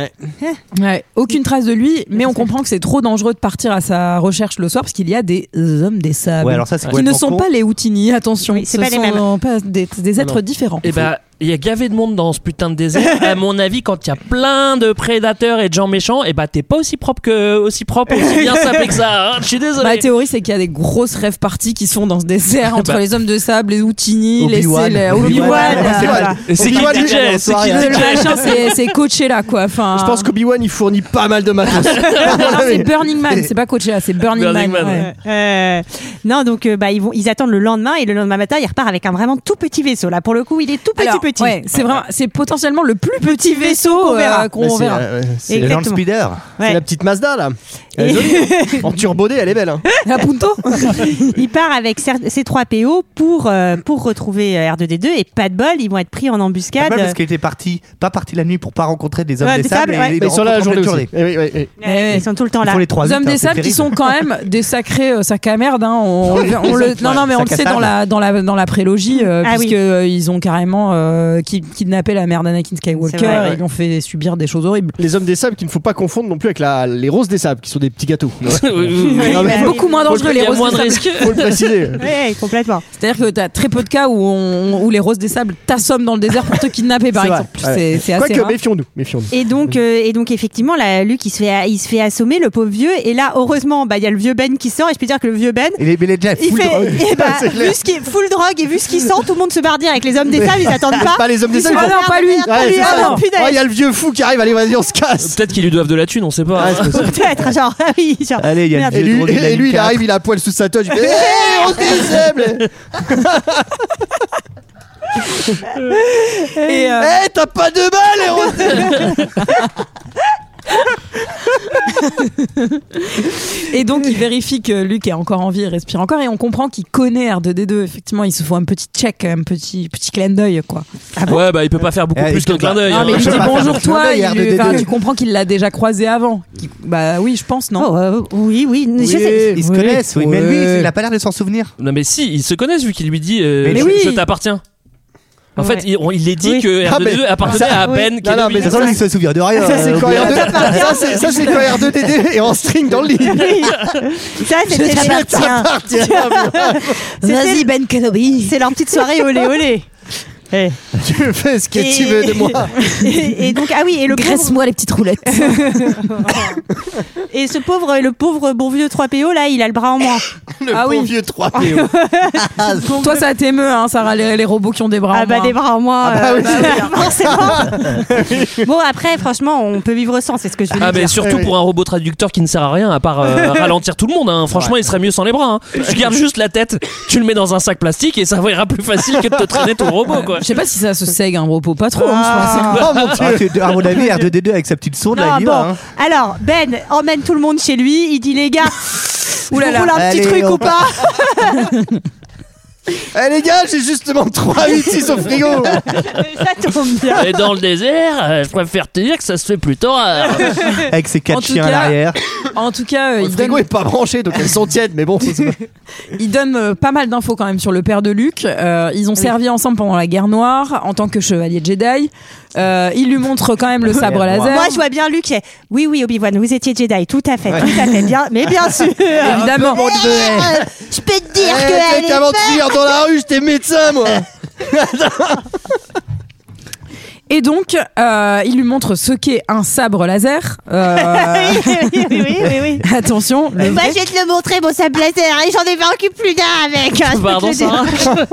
[SPEAKER 1] Ouais, aucune trace de lui, mais on comprend que c'est trop dangereux de partir à sa recherche le soir parce qu'il y a des hommes des sables
[SPEAKER 10] Ouais, alors ça, c'est
[SPEAKER 1] qui ne
[SPEAKER 10] complètement
[SPEAKER 1] sont
[SPEAKER 10] con.
[SPEAKER 1] pas les Houtini, attention,
[SPEAKER 9] Oui, c'est
[SPEAKER 1] ce
[SPEAKER 9] pas les
[SPEAKER 1] sont
[SPEAKER 9] mêmes.
[SPEAKER 1] pas des, des êtres différents.
[SPEAKER 10] Eh
[SPEAKER 5] Et
[SPEAKER 10] ben,
[SPEAKER 5] bah, il y a gavé de monde dans ce putain de désert. à mon avis, quand il y a plein de prédateurs et de gens méchants, et bah t'es pas aussi propre que aussi propre et aussi bien sapé que ça. hein. Je suis
[SPEAKER 1] Ma
[SPEAKER 5] désolé.
[SPEAKER 1] théorie, c'est qu'il y a des grosses rêves parties qui sont dans ce désert entre
[SPEAKER 5] Bah.
[SPEAKER 1] les hommes de sable, les Houtini, les
[SPEAKER 10] Eh ben. Obi-Wan.
[SPEAKER 1] Célèbres,
[SPEAKER 10] Obi-Wan.
[SPEAKER 1] Obi-Wan.
[SPEAKER 10] Ouais,
[SPEAKER 6] C'est
[SPEAKER 1] euh,
[SPEAKER 6] vrai.
[SPEAKER 5] Et c'est qui
[SPEAKER 6] Obi-Wan,
[SPEAKER 5] DJ,
[SPEAKER 6] lui, il est en
[SPEAKER 5] c'est qui
[SPEAKER 6] soirée,
[SPEAKER 1] Le
[SPEAKER 6] hein.
[SPEAKER 1] machin, c'est- c'est coaché là, quoi. Enfin,
[SPEAKER 6] Je pense qu'Obi-Wan il fournit pas mal de matos.
[SPEAKER 1] Non, c'est Burning Man, c'est pas coaché là, c'est Burning,
[SPEAKER 5] Burning
[SPEAKER 1] Man.
[SPEAKER 5] Man,
[SPEAKER 1] ouais.
[SPEAKER 5] ouais.
[SPEAKER 9] Euh, non, donc euh, bah, ils, vont, ils attendent le lendemain et le lendemain matin, il repart avec un vraiment tout petit vaisseau. Là, pour le coup, il est tout petit,
[SPEAKER 1] Alors,
[SPEAKER 9] petit.
[SPEAKER 1] ouais, c'est vraiment, c'est potentiellement le plus petit vaisseau
[SPEAKER 9] qu'on verra.
[SPEAKER 1] euh,
[SPEAKER 6] Mais
[SPEAKER 1] qu'on
[SPEAKER 6] c'est,
[SPEAKER 1] verra.
[SPEAKER 6] euh, ouais, c'est-
[SPEAKER 9] Et-
[SPEAKER 10] Et dans le
[SPEAKER 9] Exactement.
[SPEAKER 10] speeder.
[SPEAKER 6] c'est
[SPEAKER 9] Ouais.
[SPEAKER 6] la petite Mazda là. Elle est jolie. en turbodé, elle est belle. hein.
[SPEAKER 1] La Punto Eh
[SPEAKER 9] Il part avec ces trois PO pour, euh, pour retrouver euh, R2D2 et pas de bol, ils vont être pris en
[SPEAKER 10] Pas
[SPEAKER 9] embuscade.
[SPEAKER 10] mal parce qu'il était parti, pas parti la nuit pour pas rencontrer des hommes
[SPEAKER 9] Ouais,
[SPEAKER 10] des
[SPEAKER 9] des
[SPEAKER 10] sables.
[SPEAKER 9] sables, ouais.
[SPEAKER 10] et
[SPEAKER 6] Ils sont là la
[SPEAKER 10] rencontrent
[SPEAKER 6] journée
[SPEAKER 10] les journées.
[SPEAKER 6] aussi. Eh oui, oui, oui.
[SPEAKER 9] Euh,
[SPEAKER 1] Eh ouais.
[SPEAKER 9] ils sont tout le temps
[SPEAKER 10] Ils
[SPEAKER 9] là.
[SPEAKER 10] font les trois
[SPEAKER 1] Les hommes
[SPEAKER 10] huit, hein,
[SPEAKER 1] des
[SPEAKER 10] c'est
[SPEAKER 1] sables qui sont
[SPEAKER 10] terrible.
[SPEAKER 1] quand même des sacrés euh, sacs à merde. Hein. On, on le, non, non, mais on le
[SPEAKER 10] Sac à
[SPEAKER 1] sait dans
[SPEAKER 10] sable.
[SPEAKER 1] la, dans la, dans la prélogie, euh,
[SPEAKER 9] Ah oui.
[SPEAKER 1] puisque euh, ils ont carrément euh, ki- kidnappé la mère d'Anakin Skywalker
[SPEAKER 9] C'est vrai,
[SPEAKER 1] et ils ont fait subir des choses horribles.
[SPEAKER 6] Les hommes des sables qu'il ne faut pas confondre non plus avec la, les roses des sables qui sont des petits gâteaux.
[SPEAKER 5] Oui, oui, oui.
[SPEAKER 6] Non, mais faut,
[SPEAKER 1] Beaucoup moins dangereux,
[SPEAKER 5] Il y
[SPEAKER 1] les
[SPEAKER 5] a
[SPEAKER 1] roses
[SPEAKER 5] moins
[SPEAKER 1] des
[SPEAKER 5] de
[SPEAKER 1] sables.
[SPEAKER 5] risques.
[SPEAKER 6] faut le préciser.
[SPEAKER 9] Ouais, complètement.
[SPEAKER 1] C'est-à-dire que t'as très peu de cas où, on- où les roses des sables t'assomment dans le désert pour te kidnapper, par
[SPEAKER 6] C'est vrai,
[SPEAKER 1] exemple.
[SPEAKER 6] ouais.
[SPEAKER 1] C'est- C'est assez
[SPEAKER 6] Quoique,
[SPEAKER 1] rare.
[SPEAKER 6] méfions-nous. méfions-nous.
[SPEAKER 9] Et donc, euh, et donc effectivement, là, Luc, il se, fait, il se fait assommer, le pauvre vieux. Et là, heureusement, bah, il y a le vieux Ben qui sort. Et je peux dire que le vieux Ben,
[SPEAKER 10] Il est, mais il est déjà
[SPEAKER 9] il
[SPEAKER 10] full
[SPEAKER 9] fait.
[SPEAKER 10] drogue.
[SPEAKER 9] eh bah, vu ce qui est full drogue et vu ce qu'il sent, tout le monde se barre direct. Les hommes des sables, ils attendent pas.
[SPEAKER 6] pas les hommes des
[SPEAKER 9] Ils
[SPEAKER 6] hommes.
[SPEAKER 9] sont
[SPEAKER 1] Ah non, pas lui.
[SPEAKER 9] merde,
[SPEAKER 1] Pas
[SPEAKER 6] Ouais,
[SPEAKER 1] lui,
[SPEAKER 6] c'est
[SPEAKER 1] ah
[SPEAKER 6] ça.
[SPEAKER 1] non.
[SPEAKER 6] Oh, il y a le vieux fou qui arrive, allez, vas-y, on se casse.
[SPEAKER 5] Peut-être qu'ils lui doivent de la thune, on sait pas.
[SPEAKER 9] Peut-être, genre, ah oui, genre.
[SPEAKER 10] Allez, il y a
[SPEAKER 9] Merde.
[SPEAKER 10] le
[SPEAKER 6] Et
[SPEAKER 10] vieux
[SPEAKER 6] lui,
[SPEAKER 10] drôle de
[SPEAKER 6] et lui, il
[SPEAKER 10] Lanka.
[SPEAKER 6] arrive, il a un poil sous sa toge. Il fait, Hé, on se disait,
[SPEAKER 1] Et, euh,
[SPEAKER 6] mais- Hé, t'as pas de balles, et on se
[SPEAKER 1] et donc, il vérifie que Luc est encore en vie et respire encore. Et on comprend qu'il connaît R2D2. Effectivement, il se faut un petit check, un petit, petit clin d'œil, quoi.
[SPEAKER 5] ouais, bah il peut pas faire beaucoup
[SPEAKER 10] Eh,
[SPEAKER 5] plus
[SPEAKER 10] il peut
[SPEAKER 5] qu'un clin
[SPEAKER 10] pas.
[SPEAKER 5] d'œil.
[SPEAKER 1] Non,
[SPEAKER 5] hein.
[SPEAKER 1] mais il lui
[SPEAKER 10] je sais
[SPEAKER 1] dit
[SPEAKER 10] pas,
[SPEAKER 1] bonjour,
[SPEAKER 10] faire un
[SPEAKER 1] toi.
[SPEAKER 10] clin
[SPEAKER 1] il
[SPEAKER 10] d'œil,
[SPEAKER 1] lui-
[SPEAKER 10] R2D2.
[SPEAKER 1] enfin, tu comprends qu'il l'a déjà croisé avant. Qu'il- Bah oui, je pense, non
[SPEAKER 9] Oh, euh, oui, oui. je sais-
[SPEAKER 10] Ils se
[SPEAKER 9] oui.
[SPEAKER 10] connaissent, oui, mais
[SPEAKER 6] Oui.
[SPEAKER 10] lui, il a pas l'air de s'en souvenir.
[SPEAKER 5] Non, mais si, ils se connaissent vu qu'il lui dit euh,
[SPEAKER 10] Mais
[SPEAKER 5] je-
[SPEAKER 1] oui.
[SPEAKER 5] je t'appartiens. En
[SPEAKER 1] Ouais.
[SPEAKER 5] fait, il, on- il est dit
[SPEAKER 9] Oui.
[SPEAKER 5] que
[SPEAKER 6] Ah,
[SPEAKER 5] R2D2
[SPEAKER 6] mais-
[SPEAKER 5] appartenait
[SPEAKER 6] ça-
[SPEAKER 5] à Ben.
[SPEAKER 6] Non, non,
[SPEAKER 5] Kenobi.
[SPEAKER 6] mais
[SPEAKER 10] Ça il se souvient de rien.
[SPEAKER 6] Ça, c'est
[SPEAKER 10] euh,
[SPEAKER 6] quand
[SPEAKER 10] oublié.
[SPEAKER 6] R2 ça, c'est- ça, c'est quand R2DD est en string dans le lit.
[SPEAKER 9] Ça, Ah, c'était les-
[SPEAKER 6] Tiens,
[SPEAKER 9] Vas-y,
[SPEAKER 1] Ben Kenobi. Eh.
[SPEAKER 9] C'est leur petite soirée olé olé.
[SPEAKER 6] tu fais ce que tu veux de moi.
[SPEAKER 9] Et, et donc, ah oui, et le pauvre,
[SPEAKER 1] les petites roulettes.
[SPEAKER 9] et ce pauvre, le pauvre bon vieux 3PO, là, il a le bras en moins.
[SPEAKER 6] Le
[SPEAKER 1] Ah
[SPEAKER 6] bon
[SPEAKER 1] oui.
[SPEAKER 6] vieux 3PO.
[SPEAKER 1] Toi, ça t'émeut, hein, Sarah, les, les robots qui ont des bras.
[SPEAKER 9] Ah
[SPEAKER 1] en
[SPEAKER 9] bah
[SPEAKER 1] moins.
[SPEAKER 9] des bras en moins,
[SPEAKER 6] Ah
[SPEAKER 9] euh,
[SPEAKER 6] bah oui.
[SPEAKER 9] bah, forcément. bon après franchement on peut vivre sans, c'est ce que je voulais
[SPEAKER 5] Ah mais
[SPEAKER 9] dire.
[SPEAKER 5] surtout
[SPEAKER 6] oui.
[SPEAKER 5] pour un robot traducteur qui ne sert à rien à part euh, ralentir tout le monde. hein. Franchement, il serait mieux sans les bras. hein. Tu gardes juste la tête, tu le mets dans un sac plastique et ça ira plus facile que de te traîner ton robot quoi.
[SPEAKER 1] Je sais pas si ça se sègue un repos, pas trop. hein, je pense.
[SPEAKER 6] Oh mon
[SPEAKER 10] Ah,
[SPEAKER 6] dieu.
[SPEAKER 10] c'est- à mon avis, R2D2 avec sa petite sonde, là,
[SPEAKER 9] Non,
[SPEAKER 10] il y
[SPEAKER 9] bon.
[SPEAKER 10] va. hein.
[SPEAKER 9] Alors Ben emmène tout le monde chez lui, il dit les gars, on Ah.
[SPEAKER 1] là
[SPEAKER 9] roule
[SPEAKER 1] là.
[SPEAKER 9] un petit
[SPEAKER 10] Allez,
[SPEAKER 9] truc
[SPEAKER 10] on-
[SPEAKER 9] ou pas
[SPEAKER 6] Eh les gars, j'ai justement 3 8 6 au frigo.
[SPEAKER 9] Ça tombe bien.
[SPEAKER 5] Et dans le désert, euh, je préfère te dire que ça se fait plus tard.
[SPEAKER 10] Avec ses
[SPEAKER 1] En
[SPEAKER 10] quatre
[SPEAKER 1] tout
[SPEAKER 10] chiens à
[SPEAKER 1] cas-
[SPEAKER 10] l'arrière.
[SPEAKER 1] En tout cas, euh,
[SPEAKER 6] Le
[SPEAKER 1] il
[SPEAKER 6] frigo
[SPEAKER 1] donne,
[SPEAKER 6] est pas branché, donc elles sont tièdes, mais bon. c'est pas-
[SPEAKER 1] il donne, euh, pas mal d'infos quand même sur le père de Luc. Euh, ils ont servi ensemble pendant la guerre noire en tant que chevalier Jedi. Euh, il lui montre quand même le sabre
[SPEAKER 10] Guerre noire.
[SPEAKER 1] laser.
[SPEAKER 9] Moi je vois bien Luc, j'ai- oui oui Obi-Wan, vous étiez Jedi, tout à fait, tout à fait bien, mais bien sûr.
[SPEAKER 1] Évidemment.
[SPEAKER 6] Ah,
[SPEAKER 9] Je peux te dire
[SPEAKER 6] Eh,
[SPEAKER 9] que
[SPEAKER 6] mec, avant de finir dans la rue, j'étais médecin, moi.
[SPEAKER 1] Et donc, euh, il lui montre ce qu'est un sabre laser. Euh,
[SPEAKER 9] oui, oui, oui, oui, oui.
[SPEAKER 1] attention, le
[SPEAKER 6] Bah,
[SPEAKER 9] Moi, je vais te le montrer, mon sable laser. hein, Et j'en ai vaincu plus d'un avec. hein, je peux te
[SPEAKER 5] Pardon
[SPEAKER 9] le dire.
[SPEAKER 5] Sarah.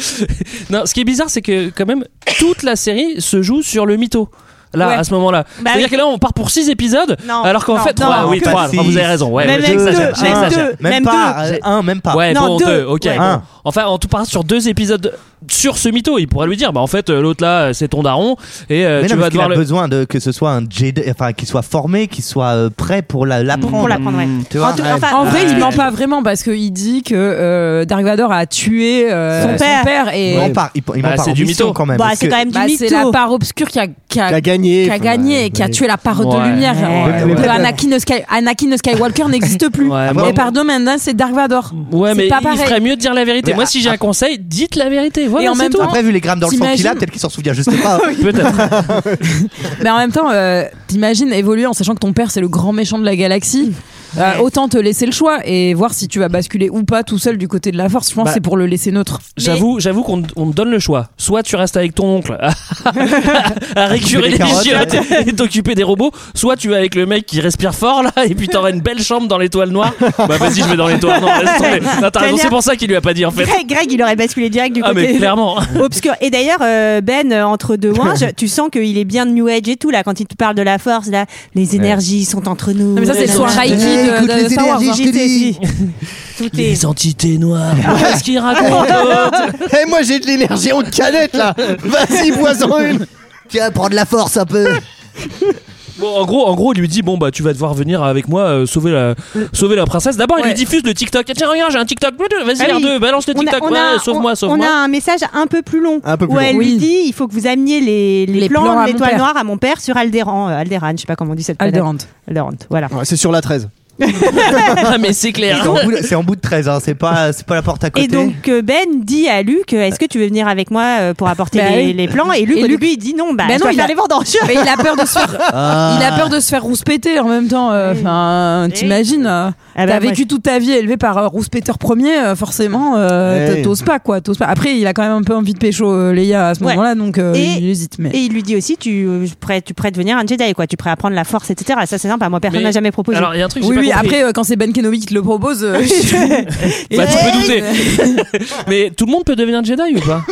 [SPEAKER 5] non, ce qui est bizarre, c'est que quand même toute la série se joue sur le mytho. Là,
[SPEAKER 9] Ouais.
[SPEAKER 5] à ce moment-là.
[SPEAKER 9] Bah
[SPEAKER 5] C'est-à-dire
[SPEAKER 9] oui.
[SPEAKER 5] que là, on part pour 6 épisodes,
[SPEAKER 9] Non,
[SPEAKER 5] alors qu'en
[SPEAKER 9] non,
[SPEAKER 5] fait,
[SPEAKER 9] non,
[SPEAKER 5] 3, oui,
[SPEAKER 10] que
[SPEAKER 5] 3,
[SPEAKER 10] six.
[SPEAKER 5] vous avez raison. Ouais,
[SPEAKER 9] Même avec
[SPEAKER 5] j'exagère,
[SPEAKER 9] deux, même
[SPEAKER 5] j'exagère.
[SPEAKER 9] deux.
[SPEAKER 10] Même
[SPEAKER 9] Même
[SPEAKER 10] pas.
[SPEAKER 9] deux.
[SPEAKER 10] euh, Un, même pas.
[SPEAKER 5] Ouais,
[SPEAKER 9] Non,
[SPEAKER 5] bon, deux,
[SPEAKER 9] deux.
[SPEAKER 5] ok.
[SPEAKER 9] Ouais.
[SPEAKER 5] Bon.
[SPEAKER 10] Un.
[SPEAKER 5] Enfin, en tout part sur deux épisodes sur ce mytho, il pourra lui dire, bah en fait, euh, l'autre là, euh, c'est ton daron, et euh,
[SPEAKER 10] Mais
[SPEAKER 5] tu
[SPEAKER 10] non,
[SPEAKER 5] vas
[SPEAKER 10] parce qu'il
[SPEAKER 5] devoir
[SPEAKER 10] a
[SPEAKER 5] le...
[SPEAKER 10] besoin de, que ce soit un Jedi, enfin, qu'il soit formé, qu'il soit euh, prêt pour la- l'apprendre.
[SPEAKER 9] Pour l'apprendre, ouais.
[SPEAKER 6] Mm,
[SPEAKER 10] Tu vois,
[SPEAKER 9] En tout-
[SPEAKER 10] ouais.
[SPEAKER 9] enfin,
[SPEAKER 1] En vrai,
[SPEAKER 10] Ouais.
[SPEAKER 1] il ment pas vraiment parce qu'il dit que euh, Dark Vador a tué euh,
[SPEAKER 9] Son père.
[SPEAKER 1] et
[SPEAKER 10] Il m'en part, il, il
[SPEAKER 5] Bah,
[SPEAKER 10] m'en part
[SPEAKER 5] c'est
[SPEAKER 10] en
[SPEAKER 5] du
[SPEAKER 10] mission
[SPEAKER 5] mytho.
[SPEAKER 10] quand même.
[SPEAKER 9] Bah,
[SPEAKER 10] parce
[SPEAKER 9] c'est
[SPEAKER 10] que-
[SPEAKER 9] quand même du
[SPEAKER 1] Bah, c'est la
[SPEAKER 9] mytho.
[SPEAKER 1] part obscure qui a, qui a-
[SPEAKER 6] T'as gagné.
[SPEAKER 1] qui a gagné, qui a tué la part
[SPEAKER 5] Ouais.
[SPEAKER 1] de lumière.
[SPEAKER 5] Ouais,
[SPEAKER 1] Euh,
[SPEAKER 5] ouais.
[SPEAKER 1] Anakin, Sky- Anakin Skywalker n'existe plus.
[SPEAKER 5] Ouais,
[SPEAKER 1] et
[SPEAKER 5] moi-
[SPEAKER 1] pardon, maintenant c'est Dark Vador.
[SPEAKER 5] Ouais,
[SPEAKER 1] C'est
[SPEAKER 5] mais
[SPEAKER 1] pas
[SPEAKER 5] il
[SPEAKER 1] pareil.
[SPEAKER 5] ferait mieux de dire la vérité.
[SPEAKER 10] Mais ah,
[SPEAKER 5] Moi,
[SPEAKER 10] à-
[SPEAKER 5] si j'ai un conseil, dites la vérité.
[SPEAKER 1] Et
[SPEAKER 5] Voilà,
[SPEAKER 1] en
[SPEAKER 5] c'est
[SPEAKER 1] même
[SPEAKER 5] tout.
[SPEAKER 1] temps-
[SPEAKER 10] Après, vu les grammes dans le sang qu'il a,
[SPEAKER 1] T'imagines
[SPEAKER 10] peut-être qu'il s'en souvient, je sais pas.
[SPEAKER 5] Peut-être.
[SPEAKER 1] Mais en même temps, euh, t'imagines évoluer en sachant que ton père c'est le grand méchant de la galaxie. Euh, autant te laisser le choix et voir si tu vas basculer ou pas tout seul du côté de la force. Je pense
[SPEAKER 5] Bah,
[SPEAKER 1] que c'est pour le laisser neutre.
[SPEAKER 5] J'avoue, j'avoue qu'on on te donne le choix. Soit tu restes avec ton oncle à, à récurer
[SPEAKER 10] des
[SPEAKER 5] les
[SPEAKER 10] carottes,
[SPEAKER 5] chiottes et t'occuper des robots, soit tu vas avec le mec qui respire fort là et puis t'auras une belle chambre dans l'étoile noire. Bah vas-y, je vais dans l'étoile noire. laisse tomber. Non, t'as raison, c'est pour ça qu'il lui a pas dit en fait.
[SPEAKER 9] Greg, Greg, il aurait basculé direct du
[SPEAKER 5] Ah mais
[SPEAKER 9] côté
[SPEAKER 5] clairement.
[SPEAKER 9] obscur. Et d'ailleurs, euh, Ben, euh, entre deux ouinges, tu sens qu'il est bien New Age et tout, là, quand il te parle de la force, là, les énergies sont entre nous. Euh,
[SPEAKER 1] mais ça, c'est le soir
[SPEAKER 9] Nanana.
[SPEAKER 1] Reiki de, de Star Wars. hein.
[SPEAKER 9] Tout est.
[SPEAKER 5] Les entités noires. Qu'est-ce qu'il raconte l'autre
[SPEAKER 6] Eh, moi, j'ai de l'énergie en canette, là. Vas-y, bois-en une.
[SPEAKER 10] Tiens, prends de la force un peu.
[SPEAKER 5] Bon, en gros, en gros, il lui dit bon bah tu vas devoir venir avec moi euh, sauver la sauver la princesse. D'abord, il
[SPEAKER 1] Ouais.
[SPEAKER 5] lui diffuse le TikTok. Ah, tiens, regarde, j'ai un TikTok. Vas-y,
[SPEAKER 9] Ah oui.
[SPEAKER 5] R2, balance le
[SPEAKER 9] On a-
[SPEAKER 5] TikTok.
[SPEAKER 9] on a-
[SPEAKER 5] Ouais, sauve-moi,
[SPEAKER 9] on-
[SPEAKER 5] sauve-moi.
[SPEAKER 9] On a un message un peu plus long.
[SPEAKER 6] Un peu plus
[SPEAKER 9] où elle
[SPEAKER 1] long.
[SPEAKER 9] lui
[SPEAKER 1] Oui.
[SPEAKER 9] dit il faut que vous ameniez les, les
[SPEAKER 1] Les
[SPEAKER 9] plans,
[SPEAKER 1] plans à
[SPEAKER 9] de
[SPEAKER 1] mon
[SPEAKER 9] l'étoile
[SPEAKER 1] père.
[SPEAKER 9] noire à mon père sur Alderan. euh, Alderan, je sais pas comment on
[SPEAKER 6] hein.
[SPEAKER 9] dit cette planète.
[SPEAKER 1] Alderaan.
[SPEAKER 9] Alderaan, voilà.
[SPEAKER 6] Ouais, c'est sur la 13.
[SPEAKER 5] Ah mais c'est clair.
[SPEAKER 10] C'est en bout de- C'est en bout de 13, hein, c'est pas, c'est pas la porte à côté.
[SPEAKER 9] Et donc euh, Ben dit à Luc, euh, est-ce que tu veux venir avec moi euh, pour apporter
[SPEAKER 1] Bah
[SPEAKER 9] les,
[SPEAKER 1] oui.
[SPEAKER 9] les plans Et Luc,
[SPEAKER 1] Et
[SPEAKER 9] au
[SPEAKER 1] Luc-
[SPEAKER 9] début, il dit non,
[SPEAKER 1] Bah
[SPEAKER 9] bah, je
[SPEAKER 1] non,
[SPEAKER 9] dois
[SPEAKER 1] il
[SPEAKER 9] faire
[SPEAKER 1] a-
[SPEAKER 9] les vendanges.
[SPEAKER 1] Mais il a peur de se faire, il a peur de se faire rouspéter en même temps. euh, Enfin, t'imagines, euh,
[SPEAKER 9] Eh. Ah bah,
[SPEAKER 1] t'as
[SPEAKER 9] moi,
[SPEAKER 1] vécu toute ta vie élevé par euh, rouspéteur premier, euh, forcément, euh,
[SPEAKER 6] Ouais.
[SPEAKER 1] t'oses pas quoi, t'oses pas. Après, il a quand même un peu envie de pécho euh, Leia à ce
[SPEAKER 9] Ouais.
[SPEAKER 1] moment-là, donc euh,
[SPEAKER 9] Et-
[SPEAKER 1] il hésite. Mais
[SPEAKER 9] Et il lui dit aussi, tu euh, prêt, tu prêt devenir un Jedi, quoi. Tu prêt à prendre la force, etc. Ça, c'est sympa. Moi, personne
[SPEAKER 5] Mais-
[SPEAKER 9] n'a jamais proposé.
[SPEAKER 5] Alors, il y a un truc que
[SPEAKER 1] oui, oui.
[SPEAKER 5] j'ai pas compris.
[SPEAKER 1] Après, euh, quand c'est Ben Kenobi qui te le propose, euh, je-
[SPEAKER 9] Eh,
[SPEAKER 5] Bah, tu peux douter. Mais tout le monde peut devenir Jedi ou pas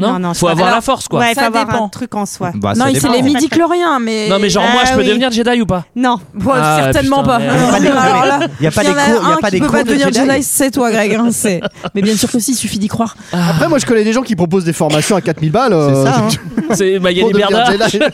[SPEAKER 5] Non,
[SPEAKER 9] Non, non, je
[SPEAKER 5] faut
[SPEAKER 9] crois-
[SPEAKER 5] avoir
[SPEAKER 1] Alors,
[SPEAKER 5] la force, quoi.
[SPEAKER 9] ouais, faut
[SPEAKER 1] Ça
[SPEAKER 9] avoir
[SPEAKER 1] dépend.
[SPEAKER 9] un truc en soi.
[SPEAKER 10] Bah,
[SPEAKER 1] non,
[SPEAKER 10] ça
[SPEAKER 1] il c'est
[SPEAKER 10] dépend.
[SPEAKER 1] les midi-chloriens, mais.
[SPEAKER 5] Non, mais genre,
[SPEAKER 9] Ah
[SPEAKER 5] moi, je peux
[SPEAKER 9] oui.
[SPEAKER 5] devenir Jedi ou pas
[SPEAKER 9] Non.
[SPEAKER 1] Bon,
[SPEAKER 5] Ah,
[SPEAKER 1] certainement
[SPEAKER 5] putain,
[SPEAKER 1] pas.
[SPEAKER 5] merde.
[SPEAKER 1] Non, non, alors là,
[SPEAKER 10] Il y a pas
[SPEAKER 1] s'il
[SPEAKER 10] des cours- il y a
[SPEAKER 1] un
[SPEAKER 10] pas
[SPEAKER 1] qui
[SPEAKER 10] des
[SPEAKER 1] peut
[SPEAKER 10] cours
[SPEAKER 1] pas
[SPEAKER 10] de
[SPEAKER 1] devenir
[SPEAKER 10] Jedi.
[SPEAKER 1] Jedi, c'est toi, Greg. hein, c'est- mais bien sûr que si, il suffit d'y croire.
[SPEAKER 6] Après, moi, je connais des gens qui proposent des formations à 4000 balles.
[SPEAKER 10] C'est ça, hein.
[SPEAKER 5] C'est bah, il y a
[SPEAKER 6] pour
[SPEAKER 5] des
[SPEAKER 6] devenir
[SPEAKER 5] merdas.
[SPEAKER 6] Jedi.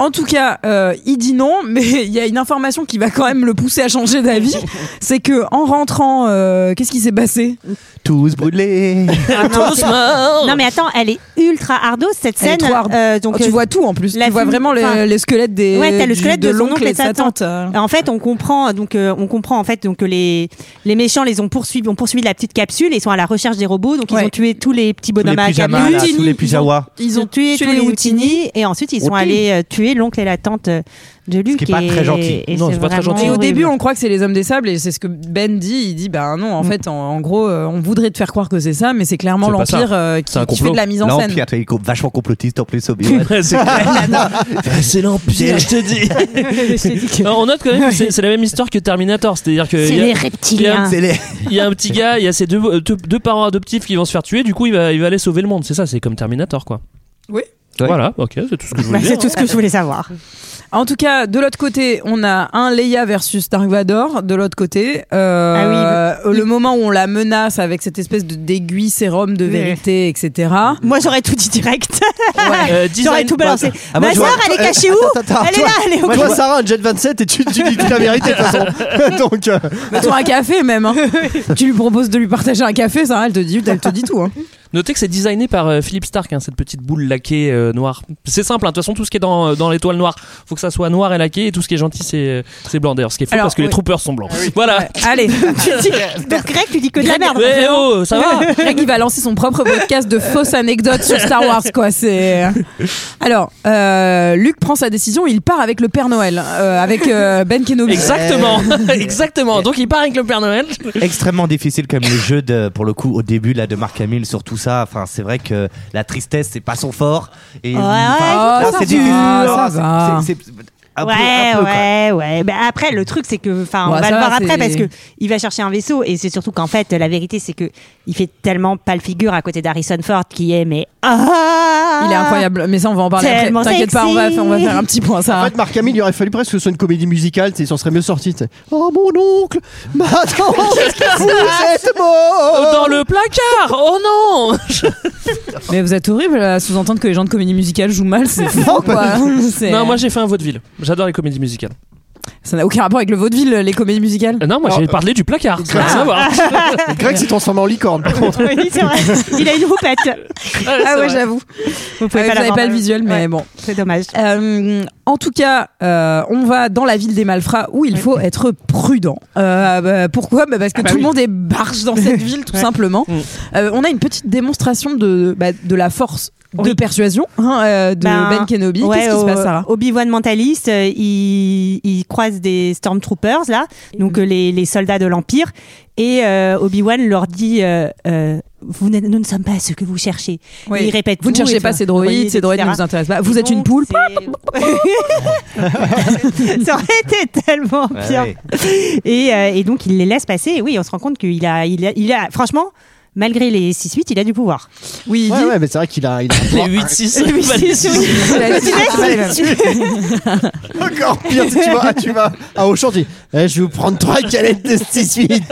[SPEAKER 1] En tout cas, euh, il dit non, mais il y a une information qui va quand même le pousser à changer d'avis. C'est que en rentrant, euh, qu'est-ce qui s'est passé
[SPEAKER 10] Tous brûlés.
[SPEAKER 5] Tous morts.
[SPEAKER 9] Non, mais attends, elle est ultra hardo cette
[SPEAKER 1] Elle est
[SPEAKER 9] scène.
[SPEAKER 1] trop hard.
[SPEAKER 9] Euh, donc,
[SPEAKER 1] Oh, Tu
[SPEAKER 9] euh,
[SPEAKER 1] vois tout en plus.
[SPEAKER 9] la
[SPEAKER 1] Tu vois
[SPEAKER 9] fille-
[SPEAKER 1] vraiment les,
[SPEAKER 9] enfin,
[SPEAKER 1] les squelettes des.
[SPEAKER 9] ouais, t'as le squelette
[SPEAKER 1] du-
[SPEAKER 9] de son oncle et de sa tante.
[SPEAKER 10] Ah
[SPEAKER 1] euh.
[SPEAKER 9] En fait, on comprend donc euh, on comprend en fait donc que les les méchants les ont poursuivis ont poursuivi la petite capsule et sont à la recherche des robots donc
[SPEAKER 1] Ouais.
[SPEAKER 9] ils ont tué tous les petits
[SPEAKER 10] Tous les
[SPEAKER 9] bonhommes à
[SPEAKER 10] pyjamas,
[SPEAKER 9] capuche.
[SPEAKER 10] bah, là, tous les pyjamas.
[SPEAKER 1] Ils ont tué
[SPEAKER 9] tous les Houtini et ensuite ils sont
[SPEAKER 6] Houtini.
[SPEAKER 9] allés euh, tuer l'oncle et la tante euh, de Luc.
[SPEAKER 10] qui est pas
[SPEAKER 9] et-
[SPEAKER 10] très gentil.
[SPEAKER 9] et
[SPEAKER 5] Non, c'est pas très
[SPEAKER 9] vraiment
[SPEAKER 5] gentil.
[SPEAKER 1] Et au
[SPEAKER 9] horrible.
[SPEAKER 1] début, on croit que c'est les hommes des sables, et c'est ce que Ben dit. Il dit, bah non, en fait, en, en gros, euh, on voudrait te faire croire que c'est ça, mais c'est clairement
[SPEAKER 5] C'est pas
[SPEAKER 1] l'Empire euh, qui,
[SPEAKER 5] C'est un
[SPEAKER 1] qui fait
[SPEAKER 5] complot.
[SPEAKER 1] de la mise en scène.
[SPEAKER 10] L'Empire, tu es vachement complotiste en plus, Obi-Wan.
[SPEAKER 5] Ouais, c'est clair. Bah, C'est l'empire, je te dis. Alors, on note quand même que c'est c'est la même histoire que Terminator, c'est-à-dire que
[SPEAKER 9] c'est
[SPEAKER 5] il y,
[SPEAKER 9] les
[SPEAKER 5] a-
[SPEAKER 9] reptiliens.
[SPEAKER 10] C'est les-
[SPEAKER 5] il y a un petit gars, il y a ses deux, euh, deux, deux parents adoptifs qui vont se faire tuer, du coup il va, il va aller sauver le monde, c'est ça, c'est comme Terminator quoi.
[SPEAKER 1] Oui.
[SPEAKER 5] Voilà, ok, c'est tout ce que je
[SPEAKER 9] Bah,
[SPEAKER 5] voulais dire.
[SPEAKER 9] c'est tout ce que je voulais savoir.
[SPEAKER 1] En tout cas, de l'autre côté, on a un Leia versus Dark Vador. De l'autre côté, euh, le moment où on la menace avec cette espèce de d'aiguille sérum de
[SPEAKER 9] Oui.
[SPEAKER 1] vérité, etc.
[SPEAKER 9] Moi, j'aurais tout dit direct.
[SPEAKER 5] Euh,
[SPEAKER 9] J'aurais
[SPEAKER 5] design-
[SPEAKER 9] tout balancé.
[SPEAKER 10] Ah, moi,
[SPEAKER 9] Ma
[SPEAKER 10] je vois-
[SPEAKER 9] soeur, elle est cachée où
[SPEAKER 10] Attends, attends,
[SPEAKER 9] Elle est là, elle est au
[SPEAKER 6] Moi,
[SPEAKER 9] coin.
[SPEAKER 6] toi, Sarah, un Jet 27, et tu, tu dis toute la vérité, de toute façon. Donc, euh,
[SPEAKER 1] Mettons un café même. hein. tu lui proposes de lui partager un café, ça, elle te dit, elle te dit tout. hein.
[SPEAKER 5] Notez que c'est designé par euh, Philippe Stark, hein, cette petite boule laquée euh, noire. C'est simple, hein, de toute façon tout ce qui est dans, euh, dans l'étoile noire, faut que ça soit noir et laqué, et tout ce qui est gentil c'est euh, c'est blanc d'ailleurs, ce qui est faux
[SPEAKER 1] Alors,
[SPEAKER 5] parce que
[SPEAKER 1] oui.
[SPEAKER 5] les troopers sont blancs. Voilà.
[SPEAKER 1] Ouais. Allez.
[SPEAKER 9] Donc, Greg, tu dis que de la merde.
[SPEAKER 5] Ouais, oh, ça va
[SPEAKER 1] hein, Greg, il va lancer son propre podcast de fausses anecdotes sur Star Wars, quoi. C'est. Alors, euh, Luc prend sa décision, il part avec le Père Noël, euh, avec euh, Ben Kenobi.
[SPEAKER 5] Exactement, exactement. Donc il part avec le Père Noël.
[SPEAKER 10] extrêmement difficile comme le jeu de, pour le coup au début là de Marc Hamill sur tout ça enfin c'est vrai que la tristesse c'est pas son fort et
[SPEAKER 9] Ouais,
[SPEAKER 10] enfin,
[SPEAKER 1] ouais,
[SPEAKER 10] là,
[SPEAKER 1] ça
[SPEAKER 10] c'est
[SPEAKER 1] va, ça
[SPEAKER 10] c'est-
[SPEAKER 1] va.
[SPEAKER 10] c'est- c'est- un peu-
[SPEAKER 9] ouais,
[SPEAKER 10] un peu, quoi.
[SPEAKER 9] ouais, ouais. Bah, après, le truc, c'est que, enfin,
[SPEAKER 1] Ouais,
[SPEAKER 9] Ah, on va
[SPEAKER 1] ça
[SPEAKER 9] le
[SPEAKER 1] va,
[SPEAKER 9] voir après
[SPEAKER 1] c'est-
[SPEAKER 9] parce que il va chercher un vaisseau et c'est surtout qu'en fait, la vérité, c'est que il fait tellement pas le figure à côté d'Harrison Ford qui est, mais ah,
[SPEAKER 1] Il est incroyable, mais ça on va en parler après.
[SPEAKER 9] Tellement
[SPEAKER 1] T'inquiète pas, on va, faire, on va faire un petit point
[SPEAKER 6] en
[SPEAKER 1] ça.
[SPEAKER 6] fait, Marc Hamill, il aurait fallu presque que ce soit une comédie musicale, tu sais, il s'en serait mieux sorti. tu sais. Oh mon oncle Ma tante Vous êtes
[SPEAKER 1] Oh.
[SPEAKER 6] mort
[SPEAKER 5] euh, Dans le placard Oh non
[SPEAKER 1] Mais vous êtes horrible à sous-entendre que les gens de comédie musicale jouent mal, c'est fou quoi. C'est-
[SPEAKER 5] Non, moi j'ai fait un vaudeville. J'adore les comédies musicales.
[SPEAKER 1] Ça n'a aucun rapport avec le vaudeville, les comédies musicales.
[SPEAKER 5] Euh, non, moi j'ai parlé du placard. Ah, faut le savoir.
[SPEAKER 1] Ah.
[SPEAKER 6] Greg s'est transformé en licorne, par contre.
[SPEAKER 9] Oui, c'est vrai. Il a une roupette.
[SPEAKER 1] Ah ouais, j'avoue.
[SPEAKER 9] Vous
[SPEAKER 1] Ah ouais,
[SPEAKER 9] pouvez
[SPEAKER 1] Vous
[SPEAKER 9] pas, la
[SPEAKER 1] n'avez
[SPEAKER 9] voir
[SPEAKER 1] pas
[SPEAKER 9] dans
[SPEAKER 1] le visuel, mais
[SPEAKER 9] Ouais,
[SPEAKER 1] bon.
[SPEAKER 9] C'est dommage.
[SPEAKER 1] Euh, en tout cas, euh, on va dans la ville des malfrats où il faut être prudent. Euh, bah, pourquoi Bah, Parce que
[SPEAKER 6] Ah bah
[SPEAKER 1] tout le
[SPEAKER 6] oui.
[SPEAKER 1] monde est barge dans cette ville, tout simplement.
[SPEAKER 9] Mm.
[SPEAKER 1] Euh, on a une petite démonstration de, bah, de la force de
[SPEAKER 9] Oui.
[SPEAKER 1] persuasion hein, euh, de
[SPEAKER 9] Ben,
[SPEAKER 1] Ben Kenobi.
[SPEAKER 9] Ouais,
[SPEAKER 1] Qu'est-ce qui se
[SPEAKER 9] au-
[SPEAKER 1] passe, Sarah
[SPEAKER 9] Obi-Wan mentaliste, euh, il, il croise des stormtroopers là, donc euh, les, les soldats de l'empire, et euh, Obi-Wan leur dit. euh, euh, vous n'êtes- nous ne sommes pas ce que vous cherchez.
[SPEAKER 1] Oui.
[SPEAKER 9] Et Il répète.
[SPEAKER 1] Vous ne cherchez pas ces droïdes, ces droïdes ne vous intéressent pas. Vous êtes une poule.
[SPEAKER 9] Ça aurait été tellement
[SPEAKER 10] Ouais,
[SPEAKER 9] bien.
[SPEAKER 10] ouais.
[SPEAKER 9] Et, euh, et donc il les laisse passer. Et oui, on se rend compte qu'il a, il a, il a, franchement, malgré les 6-8, il a du pouvoir.
[SPEAKER 1] Oui, il
[SPEAKER 6] Ouais,
[SPEAKER 1] dit.
[SPEAKER 6] ouais, mais c'est vrai qu'il a, il a un
[SPEAKER 5] Les
[SPEAKER 6] pouvoir
[SPEAKER 5] 8-6.
[SPEAKER 1] Il a dit-
[SPEAKER 6] Encore pire, tu vois, tu vas à Auchan, tu dis, Eh, je vais vous prendre trois canettes de 6-8.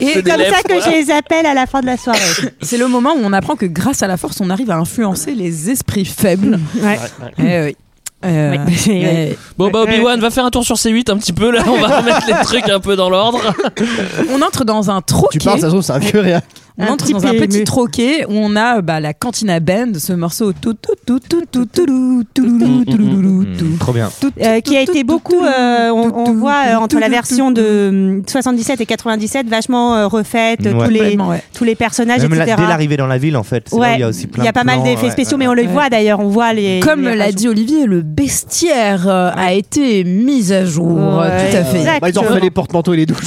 [SPEAKER 1] Et
[SPEAKER 9] C'est comme ça que je les appelle à la fin de la soirée.
[SPEAKER 1] c'est le moment où on apprend que grâce à la force, on arrive à influencer les esprits faibles.
[SPEAKER 9] Ouais.
[SPEAKER 1] Eh oui. Euh,
[SPEAKER 9] Ouais.
[SPEAKER 1] mais
[SPEAKER 5] Bon, bah Obi-Wan, va faire un tour sur C8 un petit peu là. On va remettre les trucs un peu dans l'ordre.
[SPEAKER 1] On entre dans un troquet.
[SPEAKER 6] Tu parles, ça se trouve, c'est un vieux réac.
[SPEAKER 1] On
[SPEAKER 9] Un
[SPEAKER 1] entre
[SPEAKER 9] petit
[SPEAKER 1] dans un
[SPEAKER 9] PMU.
[SPEAKER 1] petit troquet où on a euh, bah, la Cantina Band, ce morceau tout tout tout tout tout tout tout tout tout tout tout tout.
[SPEAKER 10] Mmh, trop bien
[SPEAKER 1] tout,
[SPEAKER 9] Euh,
[SPEAKER 1] tout,
[SPEAKER 9] qui a
[SPEAKER 1] tout,
[SPEAKER 9] été
[SPEAKER 1] tout,
[SPEAKER 9] beaucoup,
[SPEAKER 1] tout,
[SPEAKER 9] euh, on,
[SPEAKER 1] tout,
[SPEAKER 9] on
[SPEAKER 1] tout,
[SPEAKER 9] voit euh,
[SPEAKER 1] tout,
[SPEAKER 9] entre
[SPEAKER 1] tout,
[SPEAKER 9] la
[SPEAKER 1] tout,
[SPEAKER 9] version
[SPEAKER 1] tout,
[SPEAKER 9] de euh, 77 et 97, vachement euh, refaite,
[SPEAKER 10] Ouais.
[SPEAKER 9] tous, les,
[SPEAKER 1] Complètement, ouais.
[SPEAKER 9] tous les personnages,
[SPEAKER 10] Même la-
[SPEAKER 9] etc.
[SPEAKER 10] dès l'arrivée dans la ville en fait c'est là où
[SPEAKER 9] Ouais.
[SPEAKER 10] il y a aussi plein
[SPEAKER 9] Il y a
[SPEAKER 10] de
[SPEAKER 9] pas mal
[SPEAKER 10] plans,
[SPEAKER 9] d'effets
[SPEAKER 10] ouais,
[SPEAKER 9] spéciaux,
[SPEAKER 10] ouais,
[SPEAKER 9] mais on les
[SPEAKER 1] ouais.
[SPEAKER 9] voit d'ailleurs, on voit les.
[SPEAKER 1] Comme
[SPEAKER 9] les-
[SPEAKER 1] l'a dit Olivier, le bestiaire euh, a été mis à jour,
[SPEAKER 9] Ouais.
[SPEAKER 1] tout à fait.
[SPEAKER 9] Exact.
[SPEAKER 6] Bah, ils ont refait les porte-manteaux et les douches.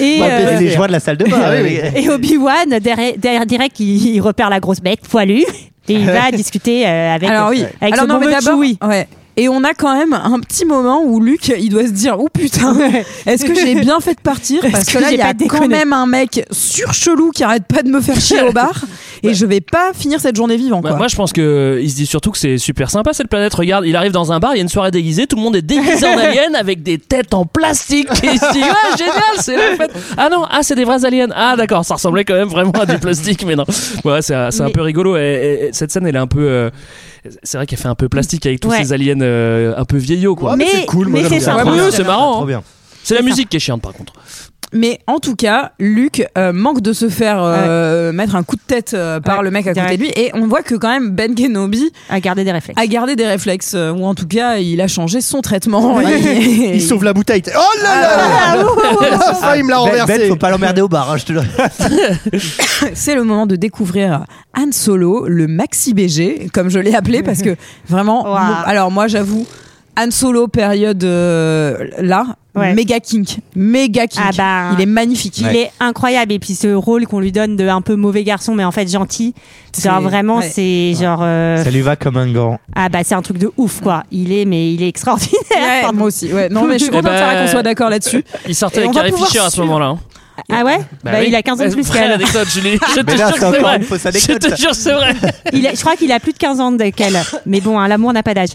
[SPEAKER 9] Et,
[SPEAKER 10] ouais.
[SPEAKER 9] euh,
[SPEAKER 10] Et les joies de la salle de bain
[SPEAKER 6] Ah, oui,
[SPEAKER 10] ouais, ouais.
[SPEAKER 9] et Obi-Wan, derrière, derrière- direct, il, il repère la grosse bête poilue et il va discuter euh, avec.
[SPEAKER 1] Alors oui,
[SPEAKER 9] avec
[SPEAKER 1] alors
[SPEAKER 9] ce bon
[SPEAKER 1] mais
[SPEAKER 9] vieux
[SPEAKER 1] d'abord,
[SPEAKER 9] Chewie.
[SPEAKER 1] ouais. Et on a quand même un petit moment où Luc, il doit se dire Oh putain, est-ce que j'ai bien fait de partir Parce
[SPEAKER 9] Est-ce
[SPEAKER 1] que,
[SPEAKER 9] que
[SPEAKER 1] là,
[SPEAKER 9] j'ai
[SPEAKER 1] il y a
[SPEAKER 9] pas déconné
[SPEAKER 1] quand même un mec surchelou qui arrête pas de me faire chier au bar. Et je vais pas finir cette journée vivant,
[SPEAKER 5] Bah,
[SPEAKER 1] quoi.
[SPEAKER 5] moi je pense que il se dit surtout que c'est super sympa cette planète. Regarde, il arrive dans un bar, il y a une soirée déguisée, tout le monde est déguisé en alien avec des têtes en plastique. Et il se dit ouais génial, c'est la fête. Ah non, ah c'est des vrais aliens. Ah d'accord, ça ressemblait quand même vraiment à du plastique, mais non. Ouais, c'est c'est un
[SPEAKER 9] Mais-
[SPEAKER 5] peu rigolo. Et, et- et cette scène, elle est un peu. euh, c'est vrai qu'elle fait un peu plastique avec tous
[SPEAKER 9] Ouais.
[SPEAKER 5] ces aliens euh, un peu vieillots quoi.
[SPEAKER 6] Ouais, mais
[SPEAKER 9] Mais-
[SPEAKER 6] c'est cool, moi
[SPEAKER 9] mais
[SPEAKER 6] j'aime
[SPEAKER 9] c'est
[SPEAKER 6] bien.
[SPEAKER 9] sympa.
[SPEAKER 5] Ouais, mais c'est marrant.
[SPEAKER 10] Trop
[SPEAKER 5] hein.
[SPEAKER 10] bien.
[SPEAKER 5] C'est la musique qui est chiante par contre.
[SPEAKER 1] Mais en tout cas, Luc euh, manque de se faire euh, mettre un coup de tête euh, par
[SPEAKER 9] Ouais,
[SPEAKER 1] le mec à côté
[SPEAKER 9] direct.
[SPEAKER 1] de lui. Et on voit que quand même Ben Kenobi
[SPEAKER 9] à garder des réflexes.
[SPEAKER 1] a gardé des réflexes. euh, Ou en tout cas, il a changé son traitement. Et-
[SPEAKER 6] Il sauve la bouteille. Oh là là Ah, ça, il me l'a
[SPEAKER 10] Ben, Ben,
[SPEAKER 6] renversé.
[SPEAKER 10] faut pas l'emmerder au bar, hein, je te le
[SPEAKER 1] C'est le moment de découvrir Han Solo, le maxi BG, comme je l'ai appelé, parce que vraiment,
[SPEAKER 9] Wow.
[SPEAKER 1] mon- alors moi j'avoue, Han Solo période euh, là,
[SPEAKER 9] Ouais.
[SPEAKER 1] méga kink, méga kink.
[SPEAKER 9] Ah bah.
[SPEAKER 1] Il est magnifique.
[SPEAKER 9] Il est incroyable et puis ce rôle qu'on lui donne de un peu mauvais garçon mais en fait gentil,
[SPEAKER 1] C'est-
[SPEAKER 9] genre vraiment
[SPEAKER 1] ouais.
[SPEAKER 9] c'est genre euh,
[SPEAKER 10] Ça lui va comme un gant.
[SPEAKER 9] ah bah c'est un truc de ouf quoi. Il est mais il est extraordinaire.
[SPEAKER 1] Ouais,
[SPEAKER 9] Pardon.
[SPEAKER 1] moi aussi. Ouais. Non mais je suis
[SPEAKER 5] Eh euh,
[SPEAKER 1] contente
[SPEAKER 5] ben,
[SPEAKER 1] Sarah, qu'on soit d'accord là-dessus.
[SPEAKER 5] Il
[SPEAKER 1] Et
[SPEAKER 5] sortait
[SPEAKER 1] on
[SPEAKER 5] avec
[SPEAKER 1] va
[SPEAKER 5] Carrie
[SPEAKER 1] pouvoir
[SPEAKER 5] Fisher à ce
[SPEAKER 1] suivre.
[SPEAKER 5] moment-là. hein. Eh,
[SPEAKER 9] Ah ouais bah,
[SPEAKER 5] oui.
[SPEAKER 9] Il a 15 ans de plus
[SPEAKER 5] Vraie
[SPEAKER 9] qu'elle.
[SPEAKER 5] anecdote, Julie. Je te
[SPEAKER 10] Mais là,
[SPEAKER 5] jure
[SPEAKER 10] c'est
[SPEAKER 5] que c'est
[SPEAKER 10] encore
[SPEAKER 5] vrai.
[SPEAKER 10] une fausse
[SPEAKER 5] Je
[SPEAKER 10] anecdote.
[SPEAKER 5] te jure que c'est vrai.
[SPEAKER 9] Il a- je crois qu'il a plus de 15 ans de- qu'elle. Mais bon, hein, l'amour n'a pas d'âge.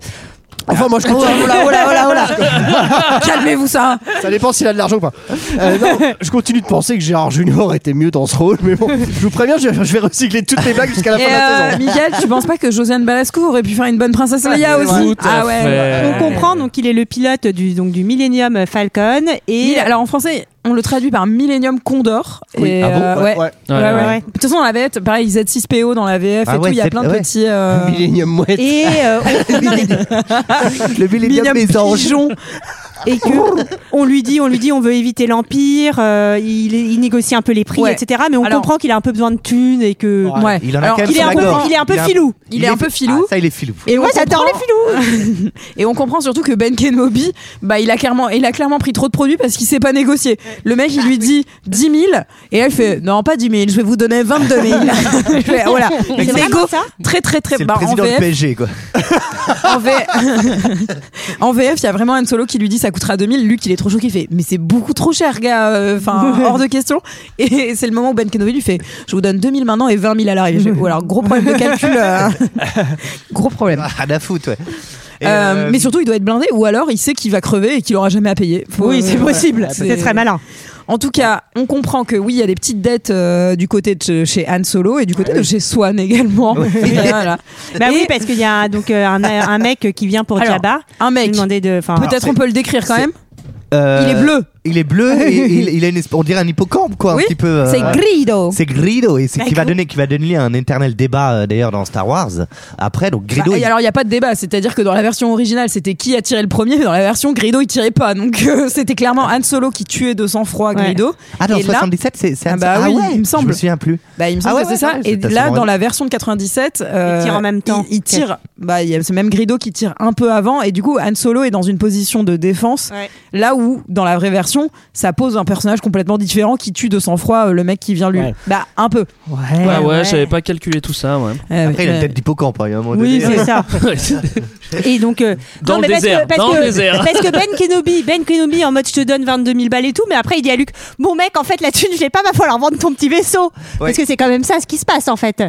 [SPEAKER 6] Enfin, moi je
[SPEAKER 1] Oh
[SPEAKER 6] comprends.
[SPEAKER 1] là, oh là, oh là, oh là, oh là. Calmez-vous ça.
[SPEAKER 6] Ça dépend s'il a de l'argent ou pas. Euh, non, je continue de penser que Gérard Junior était mieux dans ce rôle, mais bon, je vous préviens, je, je vais recycler toutes les blagues jusqu'à la
[SPEAKER 1] Et
[SPEAKER 6] fin de la
[SPEAKER 1] euh,
[SPEAKER 6] saison.
[SPEAKER 1] Michael, tu penses pas que Josiane Balasco aurait pu faire une bonne princesse Leia aussi
[SPEAKER 5] Ah,
[SPEAKER 1] Ah
[SPEAKER 5] Tout à fait.
[SPEAKER 9] On comprend donc il est le pilote du donc du Millennium Falcon et
[SPEAKER 1] Mille- alors en français, on le traduit par Millennium Condor. Et,
[SPEAKER 10] Ah bon
[SPEAKER 1] euh, ouais. Ouais, ouais, ouais. De toute façon, dans la VF, pareil, Z6PO dans la VF
[SPEAKER 10] Ah
[SPEAKER 1] et tout,
[SPEAKER 10] ouais,
[SPEAKER 1] il y a
[SPEAKER 10] c'est-
[SPEAKER 1] plein de
[SPEAKER 10] ouais.
[SPEAKER 1] petits. euh,
[SPEAKER 6] Millennium Mouette.
[SPEAKER 9] et euh,
[SPEAKER 10] Le Millennium des anges.
[SPEAKER 1] pigeons.
[SPEAKER 9] et que on lui dit, on lui dit, on veut éviter l'empire, euh, il, il négocie un peu les prix,
[SPEAKER 1] Ouais.
[SPEAKER 9] etc. Mais on
[SPEAKER 1] Alors-
[SPEAKER 9] comprend qu'il a un peu besoin de thunes et que
[SPEAKER 1] Ouais.
[SPEAKER 10] Il en a
[SPEAKER 1] Alors,
[SPEAKER 10] quand même
[SPEAKER 9] il, est
[SPEAKER 10] sur
[SPEAKER 9] un
[SPEAKER 10] la
[SPEAKER 9] peu,
[SPEAKER 10] gorge.
[SPEAKER 9] il est un peu
[SPEAKER 10] a
[SPEAKER 9] filou.
[SPEAKER 1] Il, est un peu filou.
[SPEAKER 10] Ah, ça, il est filou.
[SPEAKER 1] Et on
[SPEAKER 9] Moi, j'adore
[SPEAKER 1] comprend- et on comprend surtout que Ben Kenobi, bah, il a clairement, il a clairement pris trop de produits parce qu'il sait pas négocier. Le mec, il lui dit 10 000 et elle fait non pas 10 000, je vais vous donner 22 000. Je fais, voilà,
[SPEAKER 9] Mais c'est
[SPEAKER 1] il
[SPEAKER 9] vraiment
[SPEAKER 1] égo,
[SPEAKER 9] ça
[SPEAKER 1] très très très.
[SPEAKER 10] C'est le
[SPEAKER 1] bah, en
[SPEAKER 10] président du
[SPEAKER 1] VF,
[SPEAKER 10] PSG, quoi.
[SPEAKER 1] En, V- en VF, il y a vraiment Han Solo qui lui dit ça coûtera 2000. Luc, il est trop choqué. Il fait Mais c'est beaucoup trop cher, gars. Euh, Enfin, hors de question. Et c'est le moment où Ben Kenobi lui fait Je vous donne 2000 maintenant et 20 000 à l'arrivée. Je fais, Oh, alors, gros problème de calcul. euh, gros problème.
[SPEAKER 10] Ah, Rien à foutre, ouais. Et,
[SPEAKER 1] Euh,
[SPEAKER 10] euh,
[SPEAKER 1] mais surtout, il doit être blindé ou alors il sait qu'il va crever et qu'il aura jamais à payer. Faut-
[SPEAKER 9] Oui, c'est
[SPEAKER 1] euh,
[SPEAKER 9] possible.
[SPEAKER 1] voilà.
[SPEAKER 9] C'est très malin.
[SPEAKER 1] En tout cas, on comprend que oui, il y a des petites dettes euh, du côté de che- chez Han Solo et du côté de chez Swan également. Voilà.
[SPEAKER 9] Bah
[SPEAKER 1] Et
[SPEAKER 9] oui, parce qu'il y a donc euh, un, un mec qui vient pour
[SPEAKER 1] Alors,
[SPEAKER 9] Jabba.
[SPEAKER 1] un
[SPEAKER 9] lui
[SPEAKER 1] mec,
[SPEAKER 9] demander de. enfin,
[SPEAKER 1] peut-être on peut le décrire quand
[SPEAKER 10] c'est-
[SPEAKER 1] même.
[SPEAKER 10] euh,
[SPEAKER 1] Il est bleu.
[SPEAKER 10] Il est bleu et il, il a une esp- on dirait un hippocampe, quoi,
[SPEAKER 1] Oui,
[SPEAKER 10] un petit peu. euh,
[SPEAKER 1] C'est Grido.
[SPEAKER 10] C'est Grido et c'est qui va
[SPEAKER 9] D'accord.
[SPEAKER 10] donner qui va donner lieu à un éternel débat euh, d'ailleurs dans Star Wars après donc Grido
[SPEAKER 1] Bah, et
[SPEAKER 10] il-
[SPEAKER 1] alors il n'y a pas de débat, c'est-à-dire que dans la version originale c'était qui a tiré le premier, mais dans la version Grido il tirait pas, donc euh, c'était clairement Han Solo qui tuait de sang-froid
[SPEAKER 9] Ouais.
[SPEAKER 1] Grido.
[SPEAKER 10] ah dans
[SPEAKER 1] et là-
[SPEAKER 10] 77 c'est c'est
[SPEAKER 1] Ah
[SPEAKER 10] un-
[SPEAKER 1] bah oui,
[SPEAKER 10] ouais
[SPEAKER 1] il me
[SPEAKER 10] je
[SPEAKER 1] semble.
[SPEAKER 10] me souviens
[SPEAKER 6] Euh,
[SPEAKER 10] plus
[SPEAKER 1] Bah il me semble
[SPEAKER 10] Ah ouais,
[SPEAKER 1] que
[SPEAKER 10] ouais,
[SPEAKER 1] c'est ça.
[SPEAKER 10] ouais,
[SPEAKER 1] et
[SPEAKER 10] c'est assez
[SPEAKER 1] là
[SPEAKER 10] marrant.
[SPEAKER 1] dans la version de 97, euh,
[SPEAKER 9] Il tire en même temps.
[SPEAKER 1] Il, il tire. Bah il y a ce même Grido qui tire un peu avant, et du coup Han Solo est dans une position de défense,
[SPEAKER 9] Ouais.
[SPEAKER 1] là où dans la vraie version ça pose un personnage complètement différent qui tue de sang-froid euh, le mec qui vient lui.
[SPEAKER 6] Ouais.
[SPEAKER 1] Bah un peu.
[SPEAKER 5] Ouais, Ah ouais, j'avais pas calculé tout ça. Ouais.
[SPEAKER 1] Euh,
[SPEAKER 10] après il a
[SPEAKER 1] euh,
[SPEAKER 10] une tête d'hippocampe hein, il y a un moment
[SPEAKER 9] Oui,
[SPEAKER 10] donné.
[SPEAKER 9] c'est ça. Et donc. euh,
[SPEAKER 5] Dans le
[SPEAKER 9] mais parce
[SPEAKER 5] désert,
[SPEAKER 9] que- parce
[SPEAKER 5] dans
[SPEAKER 9] que-
[SPEAKER 5] le désert.
[SPEAKER 9] Parce que Ben Kenobi, Ben Kenobi en mode je te donne 22 000 balles et tout, mais après il dit à Luc Bon mec, en fait la thune, je l'ai pas, va falloir vendre ton petit vaisseau. Parce que c'est quand même ça ce qui se passe en fait.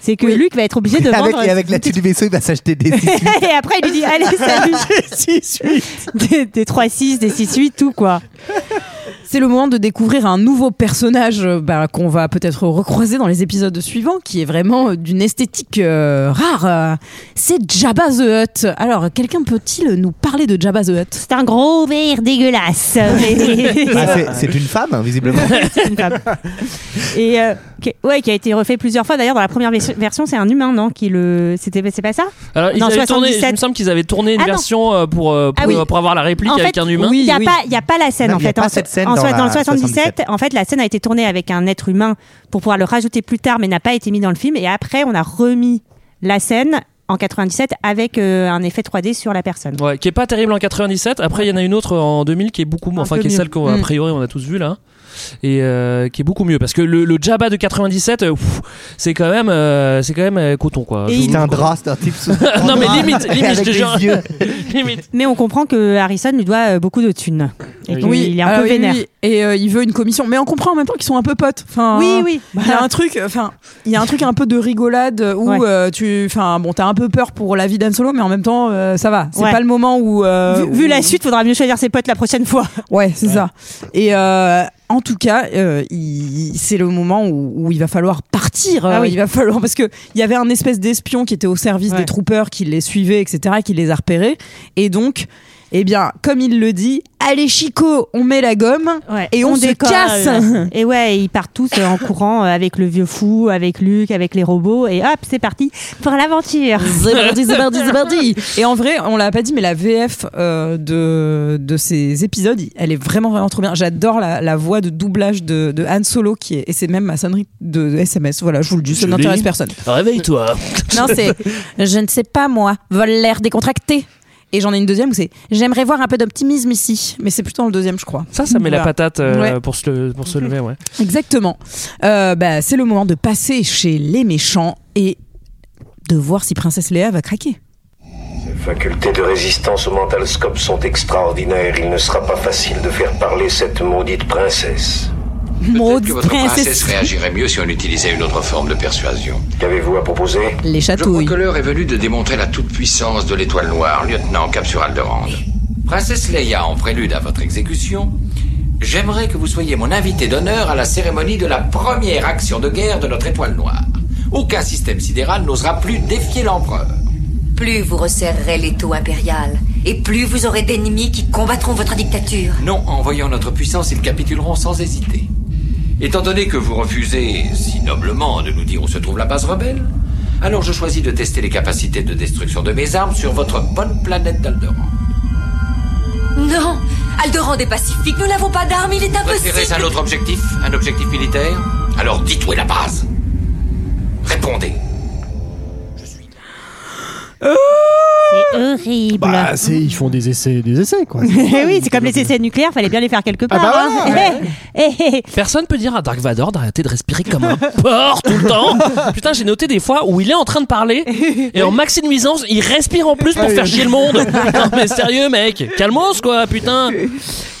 [SPEAKER 9] C'est que Luc va être obligé de
[SPEAKER 10] avec,
[SPEAKER 9] vendre.
[SPEAKER 10] et avec la tête du vaisseau il va s'acheter des
[SPEAKER 9] et après il lui dit Allez, salut Des, des 3-6, des 6-8, tout quoi.
[SPEAKER 1] C'est le moment de découvrir un nouveau personnage euh, bah, qu'on va peut-être recroiser dans les épisodes suivants, qui est vraiment euh, d'une esthétique euh, rare. euh. C'est Jabba the Hutt. Alors, quelqu'un peut-il nous parler de Jabba the Hutt
[SPEAKER 9] C'est un gros verre dégueulasse.
[SPEAKER 10] Ah, c'est- c'est une femme hein, visiblement
[SPEAKER 9] C'est une femme. Et euh, qui, ouais, qui a été refait plusieurs fois. D'ailleurs, dans la première vers- version, c'est un humain, non Qui le, c'était, c'est pas ça
[SPEAKER 5] Alors, ils
[SPEAKER 9] Dans
[SPEAKER 5] avaient tourné,
[SPEAKER 9] 77.
[SPEAKER 5] il me semble qu'ils avaient tourné une
[SPEAKER 9] Ah non.
[SPEAKER 5] version euh, pour, euh, pour,
[SPEAKER 9] Ah oui.
[SPEAKER 5] euh, pour avoir la réplique
[SPEAKER 9] En
[SPEAKER 5] avec
[SPEAKER 9] fait,
[SPEAKER 5] un humain.
[SPEAKER 9] Il n'y a,
[SPEAKER 1] oui.
[SPEAKER 9] pas- il y a pas la scène
[SPEAKER 10] Non,
[SPEAKER 9] en
[SPEAKER 10] il y a
[SPEAKER 9] fait.
[SPEAKER 10] pas
[SPEAKER 9] En-
[SPEAKER 10] cette scène
[SPEAKER 9] en
[SPEAKER 10] dans
[SPEAKER 9] soi-
[SPEAKER 10] la
[SPEAKER 9] le 77,
[SPEAKER 10] 77.
[SPEAKER 9] en fait, la scène a été tournée avec un être humain pour pouvoir le rajouter plus tard, mais n'a pas été mis dans le film. Et après, on a remis la scène en 97 avec euh, un effet 3D sur la personne.
[SPEAKER 5] Ouais, qui est pas terrible en 97. Après, il y en a une autre en 2000 qui est beaucoup moins.
[SPEAKER 9] Un
[SPEAKER 5] Enfin,
[SPEAKER 9] peu
[SPEAKER 5] qui est
[SPEAKER 9] mieux.
[SPEAKER 5] celle qu'on a
[SPEAKER 1] Mm.
[SPEAKER 5] priori on a tous vu là, et euh, qui est beaucoup mieux parce que le, le Jabba de 97, euh, pff, c'est quand même, euh, c'est quand même euh, coton quoi. Je vous
[SPEAKER 10] C'est
[SPEAKER 5] le
[SPEAKER 10] un
[SPEAKER 5] conseille.
[SPEAKER 10] drap, c'est un type sous
[SPEAKER 5] Non, mais limite, limite,
[SPEAKER 10] avec
[SPEAKER 5] je te
[SPEAKER 10] des
[SPEAKER 5] jure.
[SPEAKER 10] yeux.
[SPEAKER 5] Limite.
[SPEAKER 9] Mais on comprend que Harrison lui doit euh, beaucoup de thunes. Et qu'il est un
[SPEAKER 1] alors,
[SPEAKER 9] peu
[SPEAKER 1] oui,
[SPEAKER 9] vénère. Oui,
[SPEAKER 1] oui, et euh, il veut une commission. Mais on comprend en même temps qu'ils sont un peu potes. Enfin,
[SPEAKER 9] oui.
[SPEAKER 1] Il y a un truc, enfin, il y a un truc un peu de rigolade euh, où
[SPEAKER 9] Ouais.
[SPEAKER 1] euh, tu, enfin, bon, t'as un peu peur pour la vie d'Anne Solo, mais en même temps, euh, ça va. C'est
[SPEAKER 9] Ouais.
[SPEAKER 1] pas le moment où. euh,
[SPEAKER 9] vu, vu
[SPEAKER 1] où-
[SPEAKER 9] la suite, faudra mieux choisir ses potes la prochaine fois.
[SPEAKER 1] Ouais, c'est ça. Et euh, en tout cas, euh, il- c'est le moment où, où il va falloir partir.
[SPEAKER 9] Ah
[SPEAKER 1] euh,
[SPEAKER 9] oui.
[SPEAKER 1] Il va falloir parce que il y avait un espèce d'espion qui était au service
[SPEAKER 9] Ouais.
[SPEAKER 1] des troopers, qui les suivait, etc., qui les a repérés. Et donc, eh bien, comme il le dit, allez Chico, on met la gomme et on, se
[SPEAKER 9] décolle.
[SPEAKER 1] casse.
[SPEAKER 9] Et ouais, et ils partent tous euh, en courant euh, avec le vieux fou, avec Luc, avec les robots, et hop, c'est parti pour l'aventure.
[SPEAKER 1] Zébardi, zébardi, zébardi. Et en vrai, on l'a pas dit, mais la VF euh, de, de ces épisodes, elle est vraiment, vraiment trop bien. J'adore la, la voix de doublage de, de Han Solo, qui est, et c'est même ma sonnerie de, de SMS. Voilà, je vous le dis, ça
[SPEAKER 5] Joli.
[SPEAKER 1] n'intéresse personne.
[SPEAKER 5] Réveille-toi.
[SPEAKER 1] Non, c'est je ne sais pas moi, vol l'air décontracté. Et j'en ai une deuxième où c'est j'aimerais voir un peu d'optimisme ici. Mais c'est plutôt dans le deuxième, je crois.
[SPEAKER 5] Ça, ça met la
[SPEAKER 1] Voilà.
[SPEAKER 5] patate euh,
[SPEAKER 1] Ouais.
[SPEAKER 5] pour se le- pour se lever, ouais.
[SPEAKER 1] Exactement. Euh, bah, c'est le moment de passer chez les méchants et de voir si Princesse Léa va craquer.
[SPEAKER 2] Ses facultés de résistance au mentalscope sont extraordinaires. Il ne sera pas facile de faire parler cette maudite princesse.
[SPEAKER 1] Maudite
[SPEAKER 4] réagirait mieux si on utilisait une autre forme de persuasion.
[SPEAKER 2] Qu'avez-vous à proposer
[SPEAKER 1] Les
[SPEAKER 4] Je crois
[SPEAKER 1] chatouilles.
[SPEAKER 4] que l'heure est venue de démontrer la toute-puissance de l'étoile noire, lieutenant Capsural de Rande. Princesse Leia, en prélude à votre exécution, j'aimerais que vous soyez mon invité d'honneur à la cérémonie de la première action de guerre de notre étoile noire. Aucun système sidéral n'osera plus défier l'empereur.
[SPEAKER 8] Plus vous resserrerez les taux impériales, et plus vous aurez d'ennemis qui combattront votre dictature.
[SPEAKER 4] Non, en voyant notre puissance, ils capituleront sans hésiter. Étant donné que vous refusez si noblement de nous dire où se trouve la base rebelle, alors je choisis de tester les capacités de destruction de mes armes sur votre bonne planète d'Alderan.
[SPEAKER 8] Non Alderan est pacifique, nous n'avons pas d'armes, il est
[SPEAKER 4] Préférez un
[SPEAKER 8] impossible
[SPEAKER 4] autre objectif Un objectif militaire Alors dites où est la base Répondez.
[SPEAKER 9] C'est horrible.
[SPEAKER 6] Bah, c'est, ils font des essais, des essais quoi.
[SPEAKER 9] Eh oui, c'est comme les essais nucléaires, fallait bien les faire quelque part.
[SPEAKER 6] bah
[SPEAKER 9] hein. Eh, eh, eh.
[SPEAKER 5] Personne peut dire à Dark Vador d'arrêter de respirer comme un porc tout le temps. Putain, j'ai noté des fois où il est en train de parler et en maximisant, il respire en plus pour faire chier le monde. Non mais sérieux mec, calmos quoi,
[SPEAKER 1] Euh,
[SPEAKER 5] putain.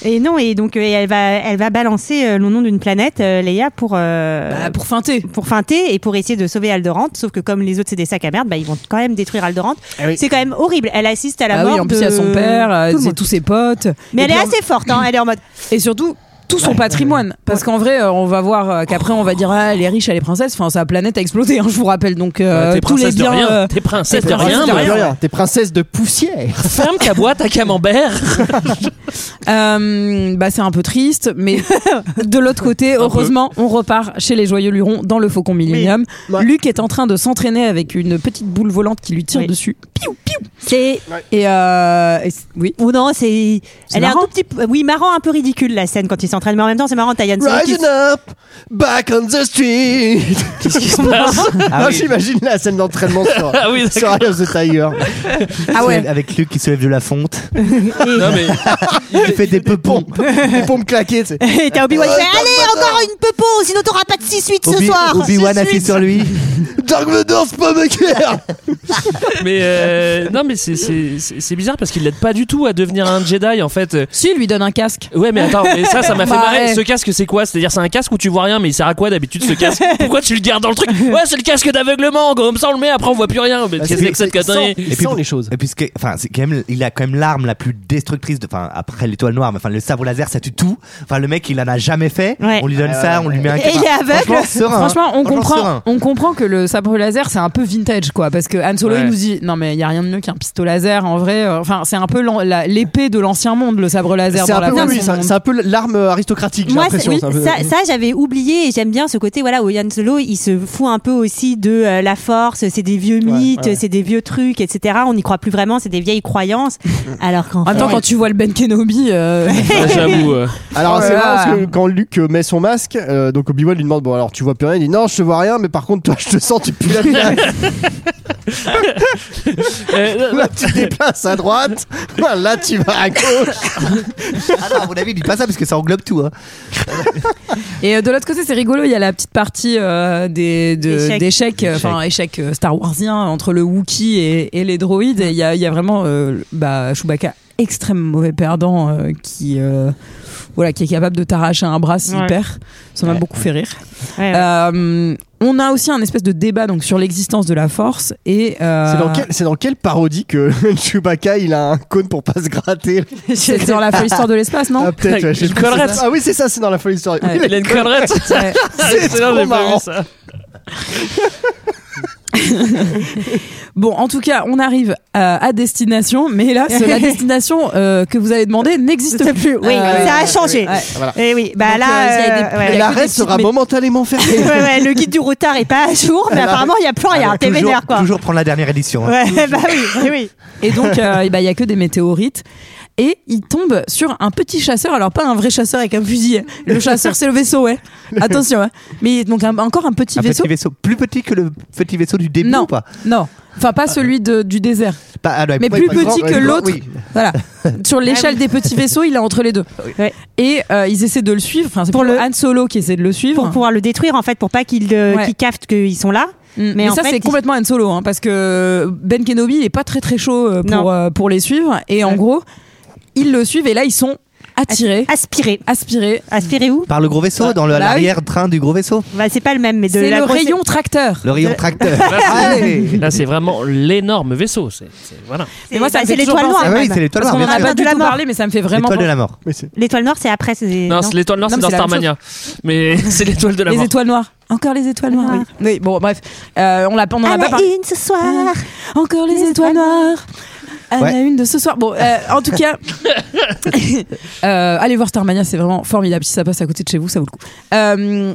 [SPEAKER 9] Et non, et donc euh, et elle va, elle va balancer euh, le nom d'une planète, euh, Leia, pour euh,
[SPEAKER 1] Bah, pour feinter.
[SPEAKER 9] pour feinter et pour essayer de sauver Aldorante. Sauf que comme les autres c'est des sacs à merde, bah, ils vont quand même détruire Aldorante. C'est quand même horrible. Elle assiste à la
[SPEAKER 1] Ah
[SPEAKER 9] mort
[SPEAKER 1] oui, en plus,
[SPEAKER 9] de
[SPEAKER 1] il y a son père, euh,
[SPEAKER 9] tout le
[SPEAKER 1] c'est
[SPEAKER 9] monde.
[SPEAKER 1] tous ses potes.
[SPEAKER 9] Mais
[SPEAKER 1] Et
[SPEAKER 9] elle est
[SPEAKER 1] puis,
[SPEAKER 9] assez forte. Hein. Elle est en mode.
[SPEAKER 1] en- Et surtout, tout son patrimoine. Parce qu'en vrai, euh, on va voir euh, qu'après, on va dire ah, elle est riche, elle est princesse. Enfin, sa planète a explosé, hein, je vous rappelle. Donc, euh,
[SPEAKER 5] Euh, t'es
[SPEAKER 1] tous les
[SPEAKER 5] princesse de
[SPEAKER 1] biens.
[SPEAKER 5] rien,
[SPEAKER 1] euh,
[SPEAKER 5] t'es princesse de
[SPEAKER 1] t'es princesse
[SPEAKER 5] rien,
[SPEAKER 1] de
[SPEAKER 5] mais
[SPEAKER 1] rien.
[SPEAKER 6] T'es princesse de poussière.
[SPEAKER 5] ferme ta boîte à camembert.
[SPEAKER 1] euh, bah, c'est un peu triste. Mais de l'autre côté, heureusement, on repart chez les Joyeux Lurons dans le Faucon Millennium.
[SPEAKER 6] Ouais.
[SPEAKER 1] Luc est en train de s'entraîner avec une petite boule volante qui lui tire
[SPEAKER 9] Oui.
[SPEAKER 1] dessus.
[SPEAKER 9] C'est
[SPEAKER 1] Et, euh, et c- oui.
[SPEAKER 9] ou non, c'est.
[SPEAKER 1] C'est
[SPEAKER 9] Elle est un
[SPEAKER 1] marrant.
[SPEAKER 9] tout petit. peu- Oui, marrant, un peu ridicule la scène quand ils s'entraînent. Mais en même temps, c'est marrant. T'as Yann Solo qui-
[SPEAKER 6] Rising up, back on the street.
[SPEAKER 5] Qu'est-ce qui se passe
[SPEAKER 10] Ah
[SPEAKER 6] Non,
[SPEAKER 10] oui.
[SPEAKER 6] J'imagine la scène d'entraînement sur,
[SPEAKER 5] Ah oui,
[SPEAKER 6] sur
[SPEAKER 5] d'accord.
[SPEAKER 6] Eye of the Tiger.
[SPEAKER 1] Ah ouais.
[SPEAKER 10] Avec Luc qui se lève de la fonte,
[SPEAKER 5] Non mais
[SPEAKER 10] il fait des peupons.
[SPEAKER 6] Les pompes claquées, tu sais.
[SPEAKER 9] Et t'as Obi-Wan qui fait, Allez, encore une pepo, sinon t'auras pas de 6-8 ce
[SPEAKER 10] Obi-
[SPEAKER 9] soir.
[SPEAKER 10] Obi-Wan assis sur lui.
[SPEAKER 6] Dark Vador, c'est pas ma guerre.
[SPEAKER 5] mais euh, non mais c'est c'est c'est c'est bizarre parce qu'il l'aide pas du tout à devenir un Jedi en fait.
[SPEAKER 1] Si, il lui donne un casque.
[SPEAKER 5] Ouais, mais attends, mais ça, ça m'a fait
[SPEAKER 1] Bah,
[SPEAKER 5] marrer.
[SPEAKER 1] ouais.
[SPEAKER 5] Ce casque, c'est quoi C'est-à-dire, c'est un casque où tu vois rien, mais il sert à quoi d'habitude ce casque Pourquoi tu le gardes dans le truc Ouais, c'est le casque d'aveuglement. Comme ça, on le met, après, on voit plus rien. Mais qu'est-ce que c'est que cette connerie
[SPEAKER 6] Et puis les choses.
[SPEAKER 10] Et puis, ce qui est- enfin, c'est quand même, il a quand même l'arme la plus destructrice, de, enfin, après l'étoile noire, mais enfin, le sabre laser, ça tue tout. Enfin, le mec, il en a jamais fait.
[SPEAKER 9] Ouais.
[SPEAKER 10] On lui
[SPEAKER 6] Ah
[SPEAKER 10] donne ça, on lui met un.
[SPEAKER 9] Et il est aveugle.
[SPEAKER 10] bah, Franchement, serein, hein.
[SPEAKER 1] Franchement, on comprend,
[SPEAKER 10] serein.
[SPEAKER 1] on comprend que le sabre laser c'est un peu vintage quoi, parce que Han Solo
[SPEAKER 5] Ouais.
[SPEAKER 1] il nous dit non mais il y a rien de mieux qu'un pistolet laser en vrai. euh, Enfin c'est un peu l'an- la- l'épée de l'ancien monde le sabre laser
[SPEAKER 6] C'est
[SPEAKER 1] dans
[SPEAKER 6] un,
[SPEAKER 1] la
[SPEAKER 6] peu, oui,
[SPEAKER 1] façon
[SPEAKER 6] oui, c'est un-
[SPEAKER 1] dont-
[SPEAKER 6] c'est un peu l'arme aristocratique, j'ai
[SPEAKER 9] Moi, c'est-
[SPEAKER 6] l'impression.
[SPEAKER 9] oui,
[SPEAKER 6] c'est un peu-
[SPEAKER 9] ça, ça, j'avais oublié et j'aime bien ce côté voilà où Yann Solo il se fout un peu aussi de euh, la force, c'est des vieux mythes,
[SPEAKER 6] ouais.
[SPEAKER 9] c'est des vieux trucs, etc. On n'y croit plus vraiment, c'est des vieilles croyances. Alors qu'en
[SPEAKER 1] En même temps
[SPEAKER 9] fait-
[SPEAKER 1] quand tu vois le Ben Kenobi, euh,
[SPEAKER 5] J'avoue.
[SPEAKER 6] Alors
[SPEAKER 1] Oh
[SPEAKER 6] c'est
[SPEAKER 1] là
[SPEAKER 6] marrant
[SPEAKER 1] là.
[SPEAKER 6] parce que quand Luc euh, met son masque. euh, donc Obi-Wan lui demande Bon, alors tu vois plus rien Il dit Non, je te vois rien, mais par contre, toi, je te sens, tu pues la merde.
[SPEAKER 5] Euh,
[SPEAKER 6] Là, tu te déplaces à droite. Là, tu vas à gauche.
[SPEAKER 10] Ah non, à mon avis, il dit pas ça parce que ça englobe tout. Hein.
[SPEAKER 1] Et euh, de l'autre côté, c'est rigolo, il y a la petite partie euh, des, de-
[SPEAKER 9] Échecs.
[SPEAKER 1] d'échecs, euh, enfin échecs euh, Star Warsien entre le Wookiee et, et les droïdes. Et il y a, il y a vraiment euh, bah, Chewbacca, extrêmement mauvais perdant, euh, qui, euh, voilà, qui est capable de t'arracher un bras s'il
[SPEAKER 9] Ouais.
[SPEAKER 1] perd. Ça m'a beaucoup fait rire.
[SPEAKER 9] Ouais, ouais.
[SPEAKER 1] Euh, on a aussi un espèce de débat donc, sur l'existence de la force. et euh,
[SPEAKER 6] C'est dans, quel- c'est dans quelle parodie que Chewbacca il a un cône pour pas se gratter
[SPEAKER 1] C'est dans la folle histoire de l'espace, non
[SPEAKER 6] Ah, peut-être, ouais, je sais
[SPEAKER 5] Une
[SPEAKER 6] plus, c'est
[SPEAKER 5] collerette.
[SPEAKER 6] ça. Ah oui, c'est ça, c'est dans la folle histoire.
[SPEAKER 1] Ouais.
[SPEAKER 6] Oui,
[SPEAKER 5] Il a une collerette.
[SPEAKER 1] Ouais.
[SPEAKER 5] C'est
[SPEAKER 6] trop
[SPEAKER 5] j'ai pas
[SPEAKER 6] marrant.
[SPEAKER 5] vu ça.
[SPEAKER 1] Bon, en tout cas, on arrive à, à destination, mais là, c'est la destination euh, que vous avez demandé n'existe
[SPEAKER 9] C'est
[SPEAKER 1] plus.
[SPEAKER 9] plus. Oui,
[SPEAKER 1] Euh,
[SPEAKER 9] ça a
[SPEAKER 1] ouais,
[SPEAKER 9] changé.
[SPEAKER 1] ouais.
[SPEAKER 6] Voilà.
[SPEAKER 9] Et oui, bah
[SPEAKER 1] Donc, euh, il y a
[SPEAKER 9] là,
[SPEAKER 1] des-
[SPEAKER 9] euh, ouais.
[SPEAKER 1] il y
[SPEAKER 6] Et
[SPEAKER 1] a
[SPEAKER 6] la
[SPEAKER 1] que des
[SPEAKER 6] reste
[SPEAKER 1] petites
[SPEAKER 6] sera
[SPEAKER 1] mé-
[SPEAKER 6] momentanément fermée.
[SPEAKER 9] Ouais, ouais, le guide du routard est pas à jour, mais apparemment il y a plus rien.
[SPEAKER 10] Alors,
[SPEAKER 9] T'es
[SPEAKER 10] toujours,
[SPEAKER 9] vénère quoi.
[SPEAKER 10] toujours prendre la dernière édition. hein.
[SPEAKER 9] Ouais, bah oui, oui, oui.
[SPEAKER 1] Et donc, il n'y a que des météorites. Et il tombe sur un petit chasseur, alors pas un vrai chasseur avec un fusil. Le chasseur, c'est le vaisseau, ouais. Attention, hein. Mais donc, un- encore un petit
[SPEAKER 10] Un
[SPEAKER 1] vaisseau.
[SPEAKER 10] petit vaisseau plus petit que le petit vaisseau du début
[SPEAKER 1] Non.
[SPEAKER 10] ou pas
[SPEAKER 1] Non. Enfin, pas celui de- du désert.
[SPEAKER 10] Pas- ah non,
[SPEAKER 1] Mais
[SPEAKER 10] pas-
[SPEAKER 1] plus
[SPEAKER 10] pas
[SPEAKER 1] petit
[SPEAKER 10] grand,
[SPEAKER 1] que
[SPEAKER 10] ouais,
[SPEAKER 1] l'autre.
[SPEAKER 10] oui.
[SPEAKER 1] Voilà. Sur
[SPEAKER 9] Ah
[SPEAKER 1] l'échelle des petits vaisseaux, il est entre les deux.
[SPEAKER 9] Ouais.
[SPEAKER 1] Et euh, ils essaient de le suivre. Enfin, c'est pour le Han Solo qui essaie de le suivre.
[SPEAKER 9] Pour pouvoir le détruire en fait, pour pas qu'il euh,
[SPEAKER 1] Ouais.
[SPEAKER 9] qu'il capte qu'ils sont là.
[SPEAKER 1] Mm, Mais,
[SPEAKER 9] en
[SPEAKER 1] ça
[SPEAKER 9] fait,
[SPEAKER 1] c'est
[SPEAKER 9] ils-
[SPEAKER 1] complètement un solo hein, parce que Ben Kenobi il est pas très très chaud euh,
[SPEAKER 9] Non.
[SPEAKER 1] pour, euh, pour les suivre et en
[SPEAKER 9] Ouais.
[SPEAKER 1] gros ils le suivent et là ils sont attirés,
[SPEAKER 9] Aspirer.
[SPEAKER 1] aspirés.
[SPEAKER 9] Aspirer où
[SPEAKER 10] Par le gros vaisseau,
[SPEAKER 1] Bah,
[SPEAKER 10] dans le-
[SPEAKER 1] bah oui.
[SPEAKER 10] l'arrière-train du gros vaisseau.
[SPEAKER 9] bah, C'est pas le même, mais de
[SPEAKER 1] C'est
[SPEAKER 9] la
[SPEAKER 1] le
[SPEAKER 9] grosse-
[SPEAKER 1] rayon tracteur.
[SPEAKER 10] Le rayon tracteur. Allez.
[SPEAKER 5] Là, c'est vraiment l'énorme vaisseau. C'est c'est- voilà.
[SPEAKER 9] c'est-
[SPEAKER 1] Et moi, ça me
[SPEAKER 9] bah,
[SPEAKER 1] fait
[SPEAKER 9] c'est
[SPEAKER 1] toujours
[SPEAKER 9] l'étoile
[SPEAKER 1] penser-
[SPEAKER 9] noire.
[SPEAKER 10] Ah oui,
[SPEAKER 9] même.
[SPEAKER 10] c'est l'étoile
[SPEAKER 1] Parce
[SPEAKER 10] noire,
[SPEAKER 1] qu'on en
[SPEAKER 10] bien
[SPEAKER 1] a
[SPEAKER 10] sûr.
[SPEAKER 1] pas du
[SPEAKER 9] De la
[SPEAKER 1] tout
[SPEAKER 9] mort.
[SPEAKER 1] parlé mais ça me fait vraiment
[SPEAKER 10] L'étoile de
[SPEAKER 1] penser-
[SPEAKER 10] la mort.
[SPEAKER 6] Mais c'est-
[SPEAKER 9] L'étoile noire, c'est après. c'est-
[SPEAKER 5] Non,
[SPEAKER 9] non.
[SPEAKER 5] c'est l'étoile noire,
[SPEAKER 1] Non,
[SPEAKER 5] c'est
[SPEAKER 1] mais
[SPEAKER 5] dans
[SPEAKER 1] c'est la même
[SPEAKER 5] Starmania. Mais c'est l'étoile de la
[SPEAKER 1] les
[SPEAKER 5] mort.
[SPEAKER 1] étoiles noires. Encore les étoiles noires.
[SPEAKER 9] Ah.
[SPEAKER 1] Oui, Oui, bon bref, Euh, on l'a on en
[SPEAKER 9] À
[SPEAKER 1] a pas
[SPEAKER 9] la
[SPEAKER 1] parlé.
[SPEAKER 9] une ce soir.
[SPEAKER 1] Encore les,
[SPEAKER 9] Les
[SPEAKER 1] étoiles
[SPEAKER 9] étoiles
[SPEAKER 1] noires. À la
[SPEAKER 10] Ouais.
[SPEAKER 1] une de ce soir. Bon, euh, en tout cas, euh, allez voir Starmania, c'est vraiment formidable. Si ça passe à côté de chez vous, ça vaut le coup. Euh,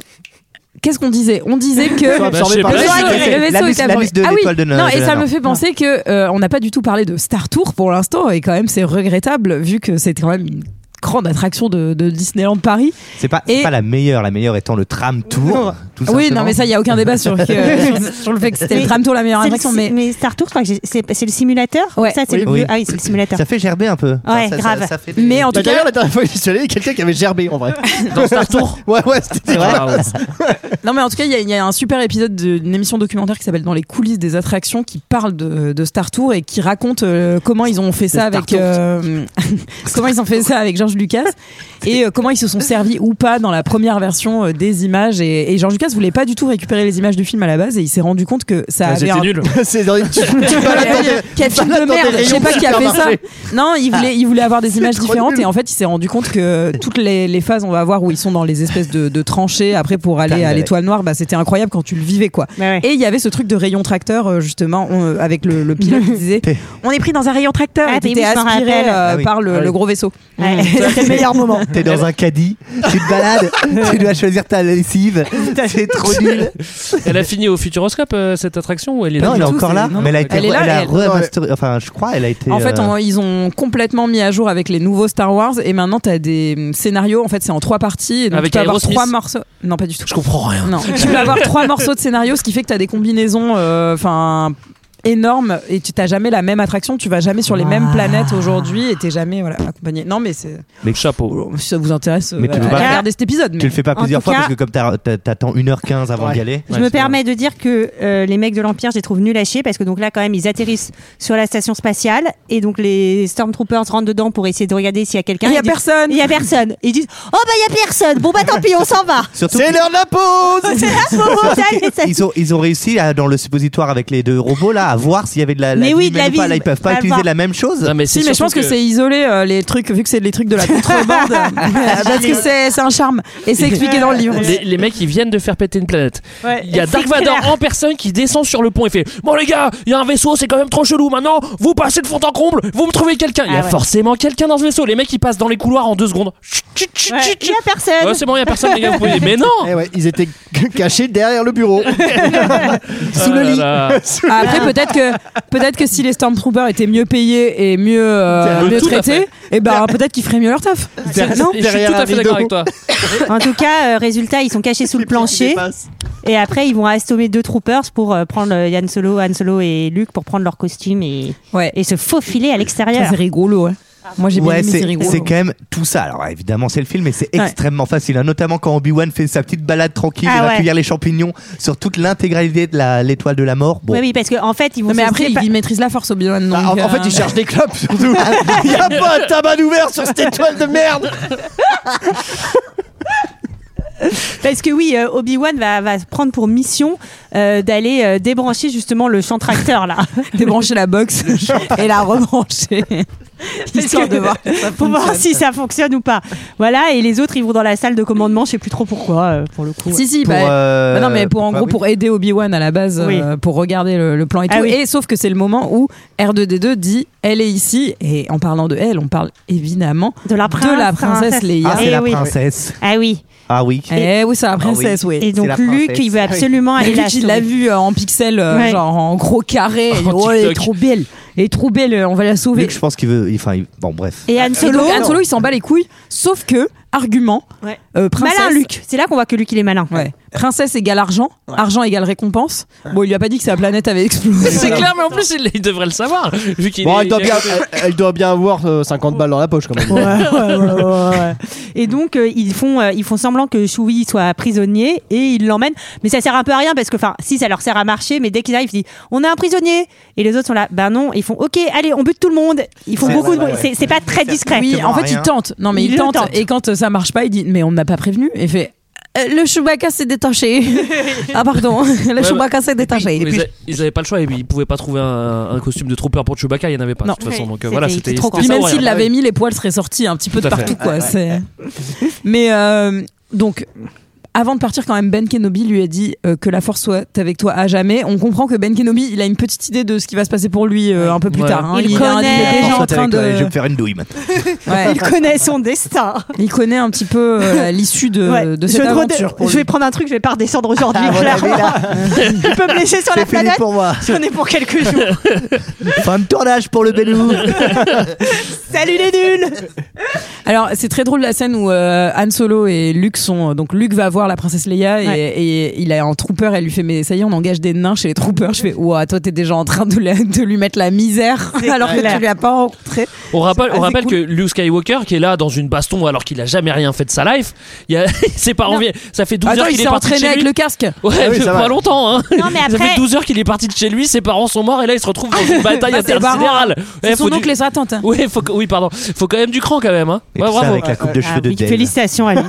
[SPEAKER 1] Qu'est-ce qu'on disait On disait que
[SPEAKER 5] Bah, je sais
[SPEAKER 6] par-
[SPEAKER 5] pas,
[SPEAKER 1] le
[SPEAKER 5] je sais
[SPEAKER 1] vaisseau-
[SPEAKER 5] pas.
[SPEAKER 1] le vaisseau
[SPEAKER 10] L'anus-
[SPEAKER 1] était abordé.
[SPEAKER 10] l'anus de
[SPEAKER 1] Ah oui.
[SPEAKER 10] l'étoile de Noël,
[SPEAKER 1] Non, et
[SPEAKER 10] de la
[SPEAKER 1] ça me
[SPEAKER 10] mort.
[SPEAKER 1] fait penser que euh, on n'a pas du tout parlé de Star Tour pour l'instant et quand même c'est regrettable vu que c'était quand même une grande attraction de, de Disneyland Paris.
[SPEAKER 10] C'est pas, c'est
[SPEAKER 1] Et-
[SPEAKER 10] pas la meilleure, la meilleure étant le tram tour. tout
[SPEAKER 1] oui,
[SPEAKER 10] simplement.
[SPEAKER 1] non mais ça il y a aucun débat sur, que- sur, sur le fait que c'était le
[SPEAKER 9] Mais
[SPEAKER 1] tram tour la meilleure
[SPEAKER 9] C'est le
[SPEAKER 1] attraction
[SPEAKER 9] si-
[SPEAKER 1] mais
[SPEAKER 9] mais Star Tour, je crois que j'ai- c'est c'est le simulateur.
[SPEAKER 1] Ouais.
[SPEAKER 9] Ça, c'est le
[SPEAKER 10] Oui.
[SPEAKER 9] bleu. Ah oui, c'est le simulateur.
[SPEAKER 10] Ça fait gerber un peu.
[SPEAKER 9] Ouais,
[SPEAKER 10] Ah, ça- ça-
[SPEAKER 9] grave.
[SPEAKER 10] ça fait des-
[SPEAKER 1] mais en
[SPEAKER 6] Bah,
[SPEAKER 1] tout cas
[SPEAKER 6] D'ailleurs, la dernière fois que j'y suis allé, il y a quelqu'un qui avait gerbé en vrai.
[SPEAKER 5] Dans Star Tour.
[SPEAKER 6] Ouais, ouais, c'était vrai.
[SPEAKER 5] Ah, ouais.
[SPEAKER 1] Non, mais en tout cas, il y, a- il y a un super épisode d'une émission documentaire qui s'appelle Dans les coulisses des attractions qui parle de, de Star Tour et qui raconte euh, comment ils ont fait ça avec euh, comment ils ont fait ça avec George Lucas et euh, comment ils se sont servis ou pas dans la première version euh, des images. Et, et George Lucas voulait pas du tout récupérer les images du film à la base et il s'est rendu compte que ça
[SPEAKER 5] Ah,
[SPEAKER 1] avait
[SPEAKER 5] C'était
[SPEAKER 1] un
[SPEAKER 5] nul.
[SPEAKER 6] C'est dans une petite- tu vas la tenter.
[SPEAKER 1] quel film de
[SPEAKER 6] balades dans
[SPEAKER 1] merde
[SPEAKER 6] des
[SPEAKER 1] Je sais
[SPEAKER 6] rayons
[SPEAKER 1] pas qui a fait ça.
[SPEAKER 6] supermarché.
[SPEAKER 1] Non, il voulait, il voulait avoir des images
[SPEAKER 6] trop
[SPEAKER 1] différentes
[SPEAKER 6] nul.
[SPEAKER 1] et en fait, il s'est rendu compte que toutes les, les phases, on va voir où ils sont dans les espèces de, de tranchées après pour aller
[SPEAKER 10] Putain,
[SPEAKER 1] à
[SPEAKER 10] mais-
[SPEAKER 1] l'étoile noire, bah, c'était incroyable quand tu le vivais quoi.
[SPEAKER 9] Ouais, ouais.
[SPEAKER 1] Et il y avait ce truc de rayon tracteur euh, justement on- euh, avec le, le pilote qui disait on est pris dans un rayon tracteur
[SPEAKER 9] Ah,
[SPEAKER 1] et
[SPEAKER 9] mais
[SPEAKER 1] t'étais
[SPEAKER 9] oui, je m'en
[SPEAKER 1] aspiré
[SPEAKER 9] rappelle.
[SPEAKER 1] euh,
[SPEAKER 10] Ah oui.
[SPEAKER 1] par le,
[SPEAKER 5] Ah oui.
[SPEAKER 1] le gros vaisseau.
[SPEAKER 9] Ouais. C'était le meilleur moment.
[SPEAKER 10] T'es dans un caddie, tu te balades, tu dois choisir ta lessive. C'est trop nul.
[SPEAKER 5] Elle a fini au Futuroscope euh, cette attraction ou elle est
[SPEAKER 10] non,
[SPEAKER 5] là
[SPEAKER 10] elle est
[SPEAKER 1] tout,
[SPEAKER 10] encore
[SPEAKER 1] c'est-
[SPEAKER 10] là.
[SPEAKER 1] non,
[SPEAKER 10] mais elle a été
[SPEAKER 1] elle est là,
[SPEAKER 10] elle a
[SPEAKER 1] elle-
[SPEAKER 10] remasterisé- Enfin, je crois, elle a été.
[SPEAKER 1] En fait,
[SPEAKER 10] euh,
[SPEAKER 1] on- ils ont complètement mis à jour avec les nouveaux Star Wars et maintenant t'as des mm, scénarios. En fait, c'est en trois parties. Et donc
[SPEAKER 5] Avec
[SPEAKER 1] tu peux avoir
[SPEAKER 5] Aerosmith
[SPEAKER 1] trois morceaux. Non, pas du tout.
[SPEAKER 5] Je comprends rien.
[SPEAKER 1] Non, tu peux avoir trois morceaux de scénario, ce qui fait que tu as des combinaisons euh, enfin énormes et tu t'as jamais la même attraction, tu vas jamais sur les mêmes planètes aujourd'hui et t'es jamais voilà, accompagné. Non mais c'est
[SPEAKER 5] Mais chapeau.
[SPEAKER 1] si ça vous intéresse euh,
[SPEAKER 10] Mais tu peux
[SPEAKER 1] allez
[SPEAKER 10] pas-
[SPEAKER 1] regarder cet épisode mais
[SPEAKER 10] Tu le fais pas
[SPEAKER 9] En
[SPEAKER 10] plusieurs
[SPEAKER 9] tout
[SPEAKER 10] fois
[SPEAKER 9] cas-
[SPEAKER 10] parce que comme t'as- t'as- t'attends 1h15 avant d'y aller.
[SPEAKER 9] Je me permets de dire que euh, les mecs de l'Empire, je les trouve nuls à chier parce que donc là, quand même, ils atterrissent sur la station spatiale et donc les Stormtroopers rentrent dedans pour essayer de regarder s'il y a quelqu'un.
[SPEAKER 1] il y a
[SPEAKER 9] Ils disent-
[SPEAKER 1] personne.
[SPEAKER 9] Il y a personne. Ils disent Oh bah il y a personne. Bon bah tant pis, on s'en va.
[SPEAKER 10] Surtout
[SPEAKER 6] C'est l'heure de la pause
[SPEAKER 9] C'est la pauvre dalle, mais ça-
[SPEAKER 10] ils ont, ils ont réussi à, dans le suppositoire avec les deux robots là à voir s'il y avait de la, la
[SPEAKER 9] Mais oui,
[SPEAKER 10] vie,
[SPEAKER 9] de
[SPEAKER 10] ou
[SPEAKER 9] la
[SPEAKER 10] pas.
[SPEAKER 9] vie,
[SPEAKER 10] Là, ils peuvent
[SPEAKER 9] pas
[SPEAKER 10] pas
[SPEAKER 9] le
[SPEAKER 10] utiliser
[SPEAKER 9] voir.
[SPEAKER 10] la même chose.
[SPEAKER 5] Non, mais
[SPEAKER 1] Si, mais je pense que, c'est isolé euh, les trucs vu que c'est les trucs de la contrebande parce que c'est c'est un charme et c'est expliqué dans le livre.
[SPEAKER 5] Les, les mecs, ils viennent de faire péter une planète.
[SPEAKER 9] Ouais,
[SPEAKER 5] Il y a
[SPEAKER 9] c'est
[SPEAKER 5] Dark Vador
[SPEAKER 9] clair.
[SPEAKER 5] en personne qui descend sur le pont et fait Bon, les gars, il y a un vaisseau, c'est quand même trop chelou. Maintenant, vous passez de fond en comble, vous me trouvez quelqu'un. Il y a
[SPEAKER 9] Ah ouais.
[SPEAKER 5] forcément quelqu'un dans ce vaisseau. Les mecs, ils passent dans les couloirs en deux secondes. Chut, chut, chut,
[SPEAKER 9] Ouais,
[SPEAKER 5] chut,
[SPEAKER 9] Il y
[SPEAKER 5] chut.
[SPEAKER 9] a personne.
[SPEAKER 5] Ouais, c'est bon, il y a personne, les gars, vous pouvez. Mais non
[SPEAKER 6] Eh ouais, ils étaient cachés derrière le bureau.
[SPEAKER 5] Sous
[SPEAKER 6] le lit.
[SPEAKER 1] Ah, Après peut-être peut-être que peut-être que si les Stormtroopers étaient mieux payés et mieux, euh,
[SPEAKER 6] Le
[SPEAKER 1] mieux
[SPEAKER 6] tout à
[SPEAKER 1] traités, et ben peut-être qu'ils feraient mieux leur taf. Non
[SPEAKER 5] je suis
[SPEAKER 6] derrière
[SPEAKER 5] tout
[SPEAKER 6] un
[SPEAKER 5] à fait d'accord avec
[SPEAKER 6] rideau.
[SPEAKER 5] toi.
[SPEAKER 9] En tout cas, euh, résultat, ils sont cachés sous le plancher. Et après, ils vont assommer deux troopers pour euh, prendre euh, Yann Solo, Han Solo et Luke pour prendre leur costume et,
[SPEAKER 1] Ouais.
[SPEAKER 9] et se faufiler à
[SPEAKER 1] Ça,
[SPEAKER 9] l'extérieur.
[SPEAKER 1] c'est rigolo. hein. Moi j'ai bien
[SPEAKER 10] Ouais,
[SPEAKER 1] aimé,
[SPEAKER 10] c'est
[SPEAKER 1] c'est rigolo.
[SPEAKER 10] c'est quand même tout ça. Alors évidemment, c'est le film, mais c'est
[SPEAKER 1] Ouais.
[SPEAKER 10] extrêmement facile, hein. notamment quand Obi-Wan fait sa petite balade tranquille,
[SPEAKER 9] Ah
[SPEAKER 10] il va
[SPEAKER 9] ouais.
[SPEAKER 10] cueillir les champignons sur toute l'intégralité de la- l'étoile de la mort. Bon,
[SPEAKER 9] Oui, oui, parce qu'en fait, ils vont
[SPEAKER 1] Non, mais
[SPEAKER 9] se
[SPEAKER 1] après,
[SPEAKER 9] sépa-
[SPEAKER 1] ils maîtrisent la force, Obi-Wan. donc,
[SPEAKER 6] Ah, en, en
[SPEAKER 1] euh,
[SPEAKER 6] fait, ils cherchent des clopes surtout. Il y a pas un tabac ouvert sur cette étoile de merde.
[SPEAKER 9] Parce que oui, euh, Obi-Wan va, va se prendre pour mission euh, d'aller euh, débrancher justement le champ tracteur là.
[SPEAKER 1] débrancher la box et la rebrancher. Histoire de voir. si ça
[SPEAKER 9] pour voir
[SPEAKER 1] fonctionne.
[SPEAKER 9] si ça fonctionne ou pas. Voilà, et les autres, ils vont dans la salle de commandement, je sais plus trop pourquoi, euh, pour le coup.
[SPEAKER 1] Si, si,
[SPEAKER 10] pour,
[SPEAKER 1] bah,
[SPEAKER 10] euh,
[SPEAKER 1] bah non, mais pour en
[SPEAKER 10] bah
[SPEAKER 1] gros,
[SPEAKER 10] oui.
[SPEAKER 1] pour aider Obi-Wan à la base, euh,
[SPEAKER 9] Oui.
[SPEAKER 1] pour regarder le, le plan et
[SPEAKER 9] Ah
[SPEAKER 1] tout.
[SPEAKER 9] oui.
[SPEAKER 1] Et sauf que c'est le moment où R2D2 dit elle est ici. Et en parlant de elle, on parle évidemment
[SPEAKER 9] De la princesse,
[SPEAKER 1] de la princesse Leia.
[SPEAKER 10] Ah, c'est
[SPEAKER 9] Eh
[SPEAKER 10] la
[SPEAKER 9] oui.
[SPEAKER 10] princesse.
[SPEAKER 9] Ah oui.
[SPEAKER 10] Ah oui.
[SPEAKER 1] Eh oui, c'est la princesse, oui.
[SPEAKER 9] Et donc
[SPEAKER 10] la
[SPEAKER 9] Luc,
[SPEAKER 10] princesse.
[SPEAKER 9] il veut
[SPEAKER 10] Ah oui.
[SPEAKER 9] absolument
[SPEAKER 1] Et
[SPEAKER 9] aller la
[SPEAKER 1] lui, il l'a
[SPEAKER 9] sauver.
[SPEAKER 1] vue euh, en pixel, euh,
[SPEAKER 9] Ouais.
[SPEAKER 1] genre en gros carré.
[SPEAKER 5] En
[SPEAKER 1] Et, oh, elle est
[SPEAKER 5] TikTok.
[SPEAKER 1] trop belle. Elle est trop belle, euh, on va la sauver.
[SPEAKER 10] Luc, je pense qu'il veut. Enfin, il- bon, bref.
[SPEAKER 9] Et Han
[SPEAKER 1] Et
[SPEAKER 9] Solo,
[SPEAKER 1] donc, Han Solo, il s'en bat les couilles. Sauf que, argument,
[SPEAKER 9] Ouais.
[SPEAKER 1] euh, princesse.
[SPEAKER 9] malin Luc. C'est là qu'on voit que Luc il est malin.
[SPEAKER 1] Ouais. Princesse égale argent, argent égale récompense. Bon, il lui a pas dit que sa planète avait explosé.
[SPEAKER 5] C'est clair, mais en plus, il, il devrait le savoir. Vu qu'il
[SPEAKER 6] Bon,
[SPEAKER 5] est-
[SPEAKER 6] elle doit
[SPEAKER 5] il est-
[SPEAKER 6] bien, elle, elle doit bien avoir euh, 50 balles dans la poche quand même.
[SPEAKER 9] Et donc euh, ils font euh, ils font semblant que Chewie soit prisonnier et ils l'emmènent. Mais ça sert un peu à rien parce que enfin si ça leur sert à marcher, mais dès qu'ils arrivent ils disent on a un prisonnier et les autres sont là bah non ils font ok allez on bute tout le monde. Ils font
[SPEAKER 10] Ouais,
[SPEAKER 9] beaucoup
[SPEAKER 10] ouais,
[SPEAKER 9] de bruit.
[SPEAKER 10] ouais.
[SPEAKER 9] C'est- C'est pas très discret.
[SPEAKER 1] Oui, en fait,
[SPEAKER 10] rien.
[SPEAKER 1] il tente. Non, mais il,
[SPEAKER 9] Il le
[SPEAKER 1] tente.
[SPEAKER 9] tente.
[SPEAKER 1] Et quand euh, ça marche pas, il dit Mais on n'a pas prévenu. Et fait Euh, Le Chewbacca s'est détaché. ah, pardon. Le Chewbacca s'est détaché.
[SPEAKER 5] Mais ils a- ils avaient pas le choix, ils, ils pouvaient pas trouver un, un costume de trooper pour Chewbacca, il y en avait pas
[SPEAKER 1] Non.
[SPEAKER 5] de toute façon.
[SPEAKER 9] Ouais.
[SPEAKER 5] Donc euh,
[SPEAKER 9] C'était-
[SPEAKER 5] voilà,
[SPEAKER 9] c'était
[SPEAKER 5] c'était
[SPEAKER 9] trop
[SPEAKER 5] c'était
[SPEAKER 1] Puis
[SPEAKER 5] ça,
[SPEAKER 1] même
[SPEAKER 5] ouais. Ah
[SPEAKER 1] s'il l'avait mis, les poils seraient sortis un petit peu de
[SPEAKER 5] Tout à fait.
[SPEAKER 1] partout. Quoi. C'est- Mais euh, donc, avant de partir, quand même, Ben Kenobi lui a dit euh, que la force soit avec toi à jamais. On comprend que Ben Kenobi, il a une petite idée de ce qui va se passer pour lui euh, un peu plus
[SPEAKER 5] Ouais.
[SPEAKER 1] tard. hein.
[SPEAKER 9] Il
[SPEAKER 1] a un-
[SPEAKER 9] connaît.
[SPEAKER 1] il est
[SPEAKER 10] Bon,
[SPEAKER 1] déjà en
[SPEAKER 10] soit
[SPEAKER 1] train
[SPEAKER 10] avec
[SPEAKER 9] Euh.
[SPEAKER 10] toi, Je vais
[SPEAKER 1] de.
[SPEAKER 10] me faire une douille maintenant.
[SPEAKER 1] Ouais.
[SPEAKER 9] Il connaît son destin.
[SPEAKER 1] Il connaît un petit peu euh, l'issue de,
[SPEAKER 9] Ouais.
[SPEAKER 1] de
[SPEAKER 9] Je
[SPEAKER 1] cette
[SPEAKER 9] vais te redé-
[SPEAKER 1] aventure. pour
[SPEAKER 9] je
[SPEAKER 1] lui.
[SPEAKER 9] vais prendre un truc, je vais pas redescendre aujourd'hui.
[SPEAKER 10] Ah, voilà,
[SPEAKER 9] clairement. tu peux me laisser sur la
[SPEAKER 10] C'est fini
[SPEAKER 9] planète.
[SPEAKER 10] pour moi.
[SPEAKER 9] J'en ai pour quelques jours.
[SPEAKER 10] Fin de tournage pour le Belou.
[SPEAKER 9] Salut les nuls
[SPEAKER 1] Alors c'est très drôle la scène où euh, Han Solo et Luke sont euh, donc Luc va voir la princesse Leia et,
[SPEAKER 9] Ouais.
[SPEAKER 1] et il a un trooper elle lui fait mais ça y est on engage des nains chez les troopers je fais ouah toi t'es déjà en train de, la- de lui mettre la misère alors que
[SPEAKER 9] clair.
[SPEAKER 1] tu lui as pas rencontré
[SPEAKER 5] On rappelle,
[SPEAKER 1] Ah,
[SPEAKER 5] on
[SPEAKER 1] c'est
[SPEAKER 5] rappelle
[SPEAKER 1] cool.
[SPEAKER 5] que Luke Skywalker, qui est là dans une baston alors qu'il a jamais rien fait de sa life, il y a, ses parents
[SPEAKER 1] Non.
[SPEAKER 5] viennent. Ça fait 12
[SPEAKER 1] attends
[SPEAKER 5] heures
[SPEAKER 1] il
[SPEAKER 5] qu'il est
[SPEAKER 1] s'est
[SPEAKER 5] parti de
[SPEAKER 1] entraîné
[SPEAKER 5] chez
[SPEAKER 1] avec
[SPEAKER 5] lui.
[SPEAKER 1] le casque
[SPEAKER 5] Ouais,
[SPEAKER 6] Ah oui, ça
[SPEAKER 5] pas
[SPEAKER 6] va.
[SPEAKER 5] longtemps. Hein.
[SPEAKER 9] Non, mais
[SPEAKER 5] Ça fait
[SPEAKER 9] après-
[SPEAKER 5] 12 heures qu'il est parti de chez lui, ses parents sont morts et là il se retrouve dans une bataille
[SPEAKER 1] Bah, c'est marrant.
[SPEAKER 5] intersidérale.
[SPEAKER 1] c'est
[SPEAKER 5] Eh,
[SPEAKER 1] son
[SPEAKER 5] faut du-
[SPEAKER 1] oncle et sa tante hein.
[SPEAKER 5] Ouais, faut que- oui, pardon. Faut quand même du cran quand même. Hein.
[SPEAKER 10] Et
[SPEAKER 5] Ouais,
[SPEAKER 10] tout ça
[SPEAKER 5] bravo.
[SPEAKER 10] avec la coupe de cheveux de Dave.
[SPEAKER 9] Félicitations Ali.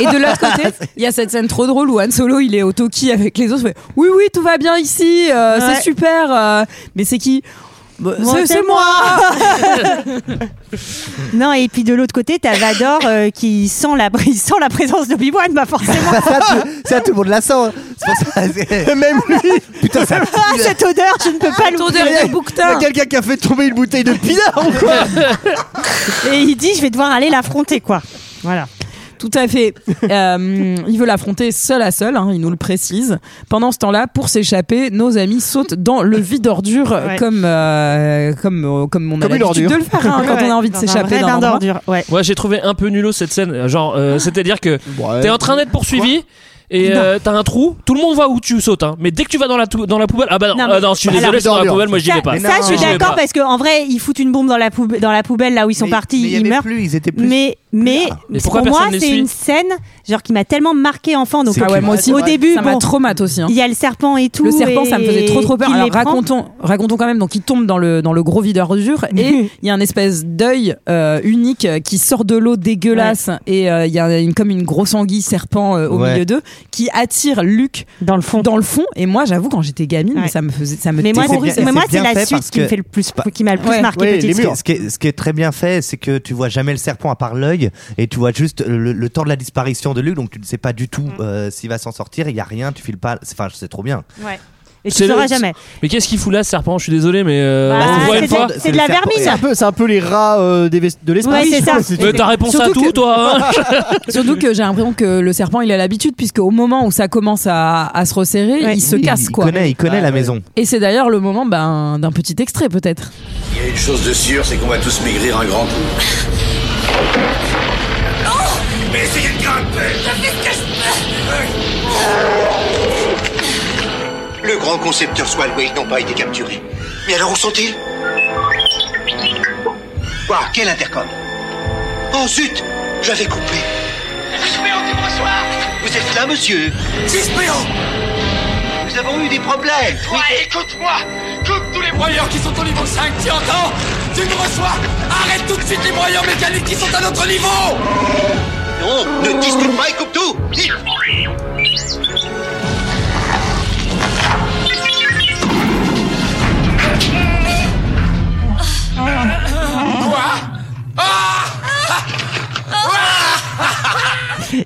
[SPEAKER 1] et de l'autre côté il y a cette scène trop drôle où Han Solo il est au Toki avec les autres il fait, oui oui tout va bien ici euh,
[SPEAKER 9] Ouais.
[SPEAKER 1] c'est super euh, mais c'est qui Bah,
[SPEAKER 9] Moi,
[SPEAKER 1] c'est-
[SPEAKER 9] c'est
[SPEAKER 1] c'est moi
[SPEAKER 9] Non, et puis de l'autre côté, t'as Vador euh, qui sent la, il sent la présence d'Obi-Wan, bah forcément.
[SPEAKER 10] ça, tout, ça, tout le monde hein. la sent. C'est pour ça- c'est-
[SPEAKER 6] Même lui,
[SPEAKER 10] Putain, ça pue.
[SPEAKER 9] Ah, cette odeur, je ne peux pas
[SPEAKER 1] Ton
[SPEAKER 9] l'oublier.
[SPEAKER 1] dernier
[SPEAKER 6] il y a
[SPEAKER 1] bouquetin
[SPEAKER 6] quelqu'un qui a fait tomber une bouteille de pinard ou quoi
[SPEAKER 9] Et il dit, je vais devoir aller l'affronter, quoi. Voilà.
[SPEAKER 1] Tout à fait. Euh, il veut l'affronter seul à seul, hein, il nous le précise. Pendant ce temps-là, pour s'échapper, nos amis sautent dans le vide d'ordure
[SPEAKER 9] Ouais.
[SPEAKER 1] comme, euh, comme, euh, comme on a
[SPEAKER 6] Comme
[SPEAKER 1] l'habitude
[SPEAKER 6] une ordure.
[SPEAKER 1] de le faire hein, quand
[SPEAKER 9] Ouais,
[SPEAKER 1] on a envie de
[SPEAKER 9] dans un vrai
[SPEAKER 1] s'échapper d'un
[SPEAKER 9] bain
[SPEAKER 1] endroit.
[SPEAKER 9] d'ordure. Ouais.
[SPEAKER 5] Moi j'ai trouvé un peu nulot cette scène. Genre, euh, c'est-à-dire que
[SPEAKER 6] Ouais.
[SPEAKER 5] t'es en train d'être poursuivi. Et euh, t'as un trou, tout le monde voit où tu sautes, hein. mais dès que tu vas dans la, tou- dans la poubelle, ah bah non,
[SPEAKER 9] Non, mais-
[SPEAKER 5] ah non, je suis
[SPEAKER 6] Alors,
[SPEAKER 5] désolé, c'est dans la
[SPEAKER 6] d'ordure.
[SPEAKER 5] poubelle, moi j'y
[SPEAKER 9] Ça,
[SPEAKER 5] vais pas.
[SPEAKER 9] ça, je suis
[SPEAKER 5] J'y vais
[SPEAKER 9] d'accord
[SPEAKER 5] pas.
[SPEAKER 9] parce qu'en vrai, ils foutent une bombe dans la, poube- dans la poubelle là où ils sont
[SPEAKER 10] Mais-
[SPEAKER 9] partis,
[SPEAKER 10] mais il y
[SPEAKER 9] ils
[SPEAKER 10] avait
[SPEAKER 9] meurent.
[SPEAKER 10] plus, ils étaient plus.
[SPEAKER 9] Mais, mais,
[SPEAKER 5] Mais pourquoi
[SPEAKER 9] pour moi,
[SPEAKER 5] personne les
[SPEAKER 9] c'est
[SPEAKER 5] suit
[SPEAKER 9] une scène genre qui m'a tellement marqué enfant. Donc,
[SPEAKER 10] C'est
[SPEAKER 1] Ah ouais, moi aussi.
[SPEAKER 9] au début,
[SPEAKER 1] ça m'a
[SPEAKER 9] bon,
[SPEAKER 1] traumatisé aussi. hein.
[SPEAKER 9] il y a le serpent et tout.
[SPEAKER 1] Le serpent, ça me
[SPEAKER 9] et-
[SPEAKER 1] faisait trop trop peur.
[SPEAKER 9] qu'il
[SPEAKER 1] Alors
[SPEAKER 9] les prend.
[SPEAKER 1] racontons, racontons quand même. Donc il tombe dans le dans le gros vide d'ordure et il y a un espèce d'œil euh, unique euh, qui sort de l'eau dégueulasse et euh, il y a une, comme une grosse anguille serpent euh, au
[SPEAKER 10] Ouais.
[SPEAKER 1] milieu d'eux qui attire Luc
[SPEAKER 9] Dans le fond.
[SPEAKER 1] dans le fond. Et moi, j'avoue, quand j'étais gamine,
[SPEAKER 9] Ouais.
[SPEAKER 1] ça me faisait ça me
[SPEAKER 9] Mais moi,
[SPEAKER 10] C'est
[SPEAKER 9] c'est
[SPEAKER 10] bien-
[SPEAKER 9] mais moi,
[SPEAKER 10] c'est
[SPEAKER 9] c'est
[SPEAKER 10] bien fait
[SPEAKER 9] la suite
[SPEAKER 10] parce
[SPEAKER 9] qui me
[SPEAKER 10] que-
[SPEAKER 9] fait le plus, qui m'a le plus
[SPEAKER 1] Ouais.
[SPEAKER 9] marqué.
[SPEAKER 6] Ouais,
[SPEAKER 9] petite.
[SPEAKER 6] les
[SPEAKER 10] Ce qui,
[SPEAKER 6] murs.
[SPEAKER 10] est, ce qui est- ce qui est très bien fait, c'est que tu vois jamais le serpent à part l'œil, et tu vois juste le, le temps de la
[SPEAKER 6] Mm.
[SPEAKER 10] disparition de Luke, donc tu ne sais pas du tout euh, s'il va s'en sortir. Il y a rien, tu files pas. c'est- Enfin, c'est trop bien.
[SPEAKER 6] Et tu
[SPEAKER 5] C'est le-
[SPEAKER 6] sauras jamais.
[SPEAKER 5] Mais qu'est-ce qu'il fout là, ce serpent Je suis désolé, mais euh,
[SPEAKER 6] Bah,
[SPEAKER 5] on le voit
[SPEAKER 6] c'est
[SPEAKER 5] une
[SPEAKER 6] de,
[SPEAKER 5] fois.
[SPEAKER 6] c'est de la
[SPEAKER 11] C'est un
[SPEAKER 6] vermine.
[SPEAKER 11] peu, c'est un peu les rats euh, des ves- de l'espace.
[SPEAKER 6] Ouais, c'est ça.
[SPEAKER 5] Mais t'as réponse à
[SPEAKER 1] Surtout
[SPEAKER 5] tout,
[SPEAKER 1] que-
[SPEAKER 5] toi. hein
[SPEAKER 1] Surtout que j'ai l'impression que le serpent, il a l'habitude, puisque au moment où ça commence à, à se resserrer,
[SPEAKER 6] Ouais.
[SPEAKER 1] il se
[SPEAKER 10] Oui,
[SPEAKER 1] casse,
[SPEAKER 10] il
[SPEAKER 1] quoi.
[SPEAKER 10] connaît, il
[SPEAKER 11] Ah,
[SPEAKER 10] connaît la maison.
[SPEAKER 1] Et c'est d'ailleurs le moment ben, d'un petit extrait, peut-être.
[SPEAKER 12] Il y a une chose de sûre, c'est qu'on va tous maigrir un grand coup. Mais essayez de grimper Le grand concepteur Swalway n'ont pas été capturés. Mais alors où sont-ils Quoi Quel intercom Oh zut J'avais coupé. Vous êtes là, monsieur Nous avons eu des problèmes.
[SPEAKER 4] Ouais, Bah, écoute-moi Coupe tous les broyeurs qui sont au niveau 5, tu entends Tu me reçois Arrête tout de suite les broyeurs mécaniques qui sont à notre niveau
[SPEAKER 12] Non, ne discute pas et coupe tout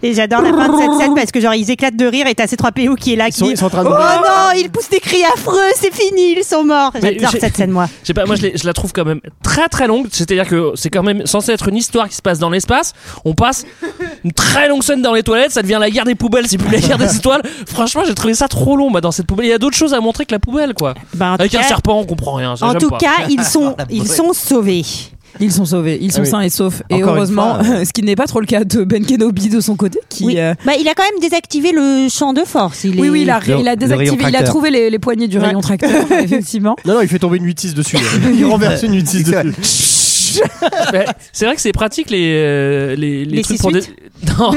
[SPEAKER 6] Et j'adore la fin de cette scène parce que genre ils éclatent de rire et t'as ces trois PO qui est là qui
[SPEAKER 11] sont-
[SPEAKER 6] dit,
[SPEAKER 11] ils sont en train de
[SPEAKER 6] Oh
[SPEAKER 11] mourir.
[SPEAKER 6] non, ils poussent des cris affreux, c'est fini, ils sont morts.
[SPEAKER 5] Mais
[SPEAKER 6] J'adore
[SPEAKER 5] j'ai-
[SPEAKER 6] cette scène moi.
[SPEAKER 5] Je sais pas, moi je, l'ai- je la trouve quand même très très longue. C'est-à-dire que c'est quand même censé être une histoire qui se passe dans l'espace. On passe une très longue scène dans les toilettes, ça devient la guerre des poubelles, c'est plus la guerre des étoiles. Franchement, j'ai trouvé ça trop long bah, dans cette poubelle. Il y a d'autres choses à montrer que la poubelle, quoi.
[SPEAKER 6] Bah, en tout
[SPEAKER 5] Avec un
[SPEAKER 6] cas-
[SPEAKER 5] serpent, on comprend rien. ça,
[SPEAKER 6] En
[SPEAKER 5] j'aime
[SPEAKER 6] tout
[SPEAKER 5] pas.
[SPEAKER 6] cas, ils sont ils sont sauvés.
[SPEAKER 1] Ils sont sauvés, ils sont
[SPEAKER 11] Ah oui.
[SPEAKER 1] sains et saufs. et
[SPEAKER 10] Encore une
[SPEAKER 1] heureusement,
[SPEAKER 10] fois, euh,
[SPEAKER 1] ce qui n'est pas trop le cas de Ben Kenobi de son côté, qui.
[SPEAKER 6] Oui.
[SPEAKER 1] euh,
[SPEAKER 6] Bah, il a quand même désactivé le champ de force. Il
[SPEAKER 1] Oui,
[SPEAKER 6] est-
[SPEAKER 1] oui, il a,
[SPEAKER 10] Le-
[SPEAKER 1] il a
[SPEAKER 10] le rayon
[SPEAKER 1] désactivé, il a
[SPEAKER 10] tracteur.
[SPEAKER 1] trouvé les, les poignées du rayon tracteur, effectivement.
[SPEAKER 11] Non, non, il fait tomber une 8-6 dessus. hein. il renverse une 8-6 dessus.
[SPEAKER 5] Ouais, c'est vrai que c'est pratique les, euh, les, les
[SPEAKER 6] Les
[SPEAKER 5] trucs pour. dé-
[SPEAKER 6] six-huit
[SPEAKER 5] Non,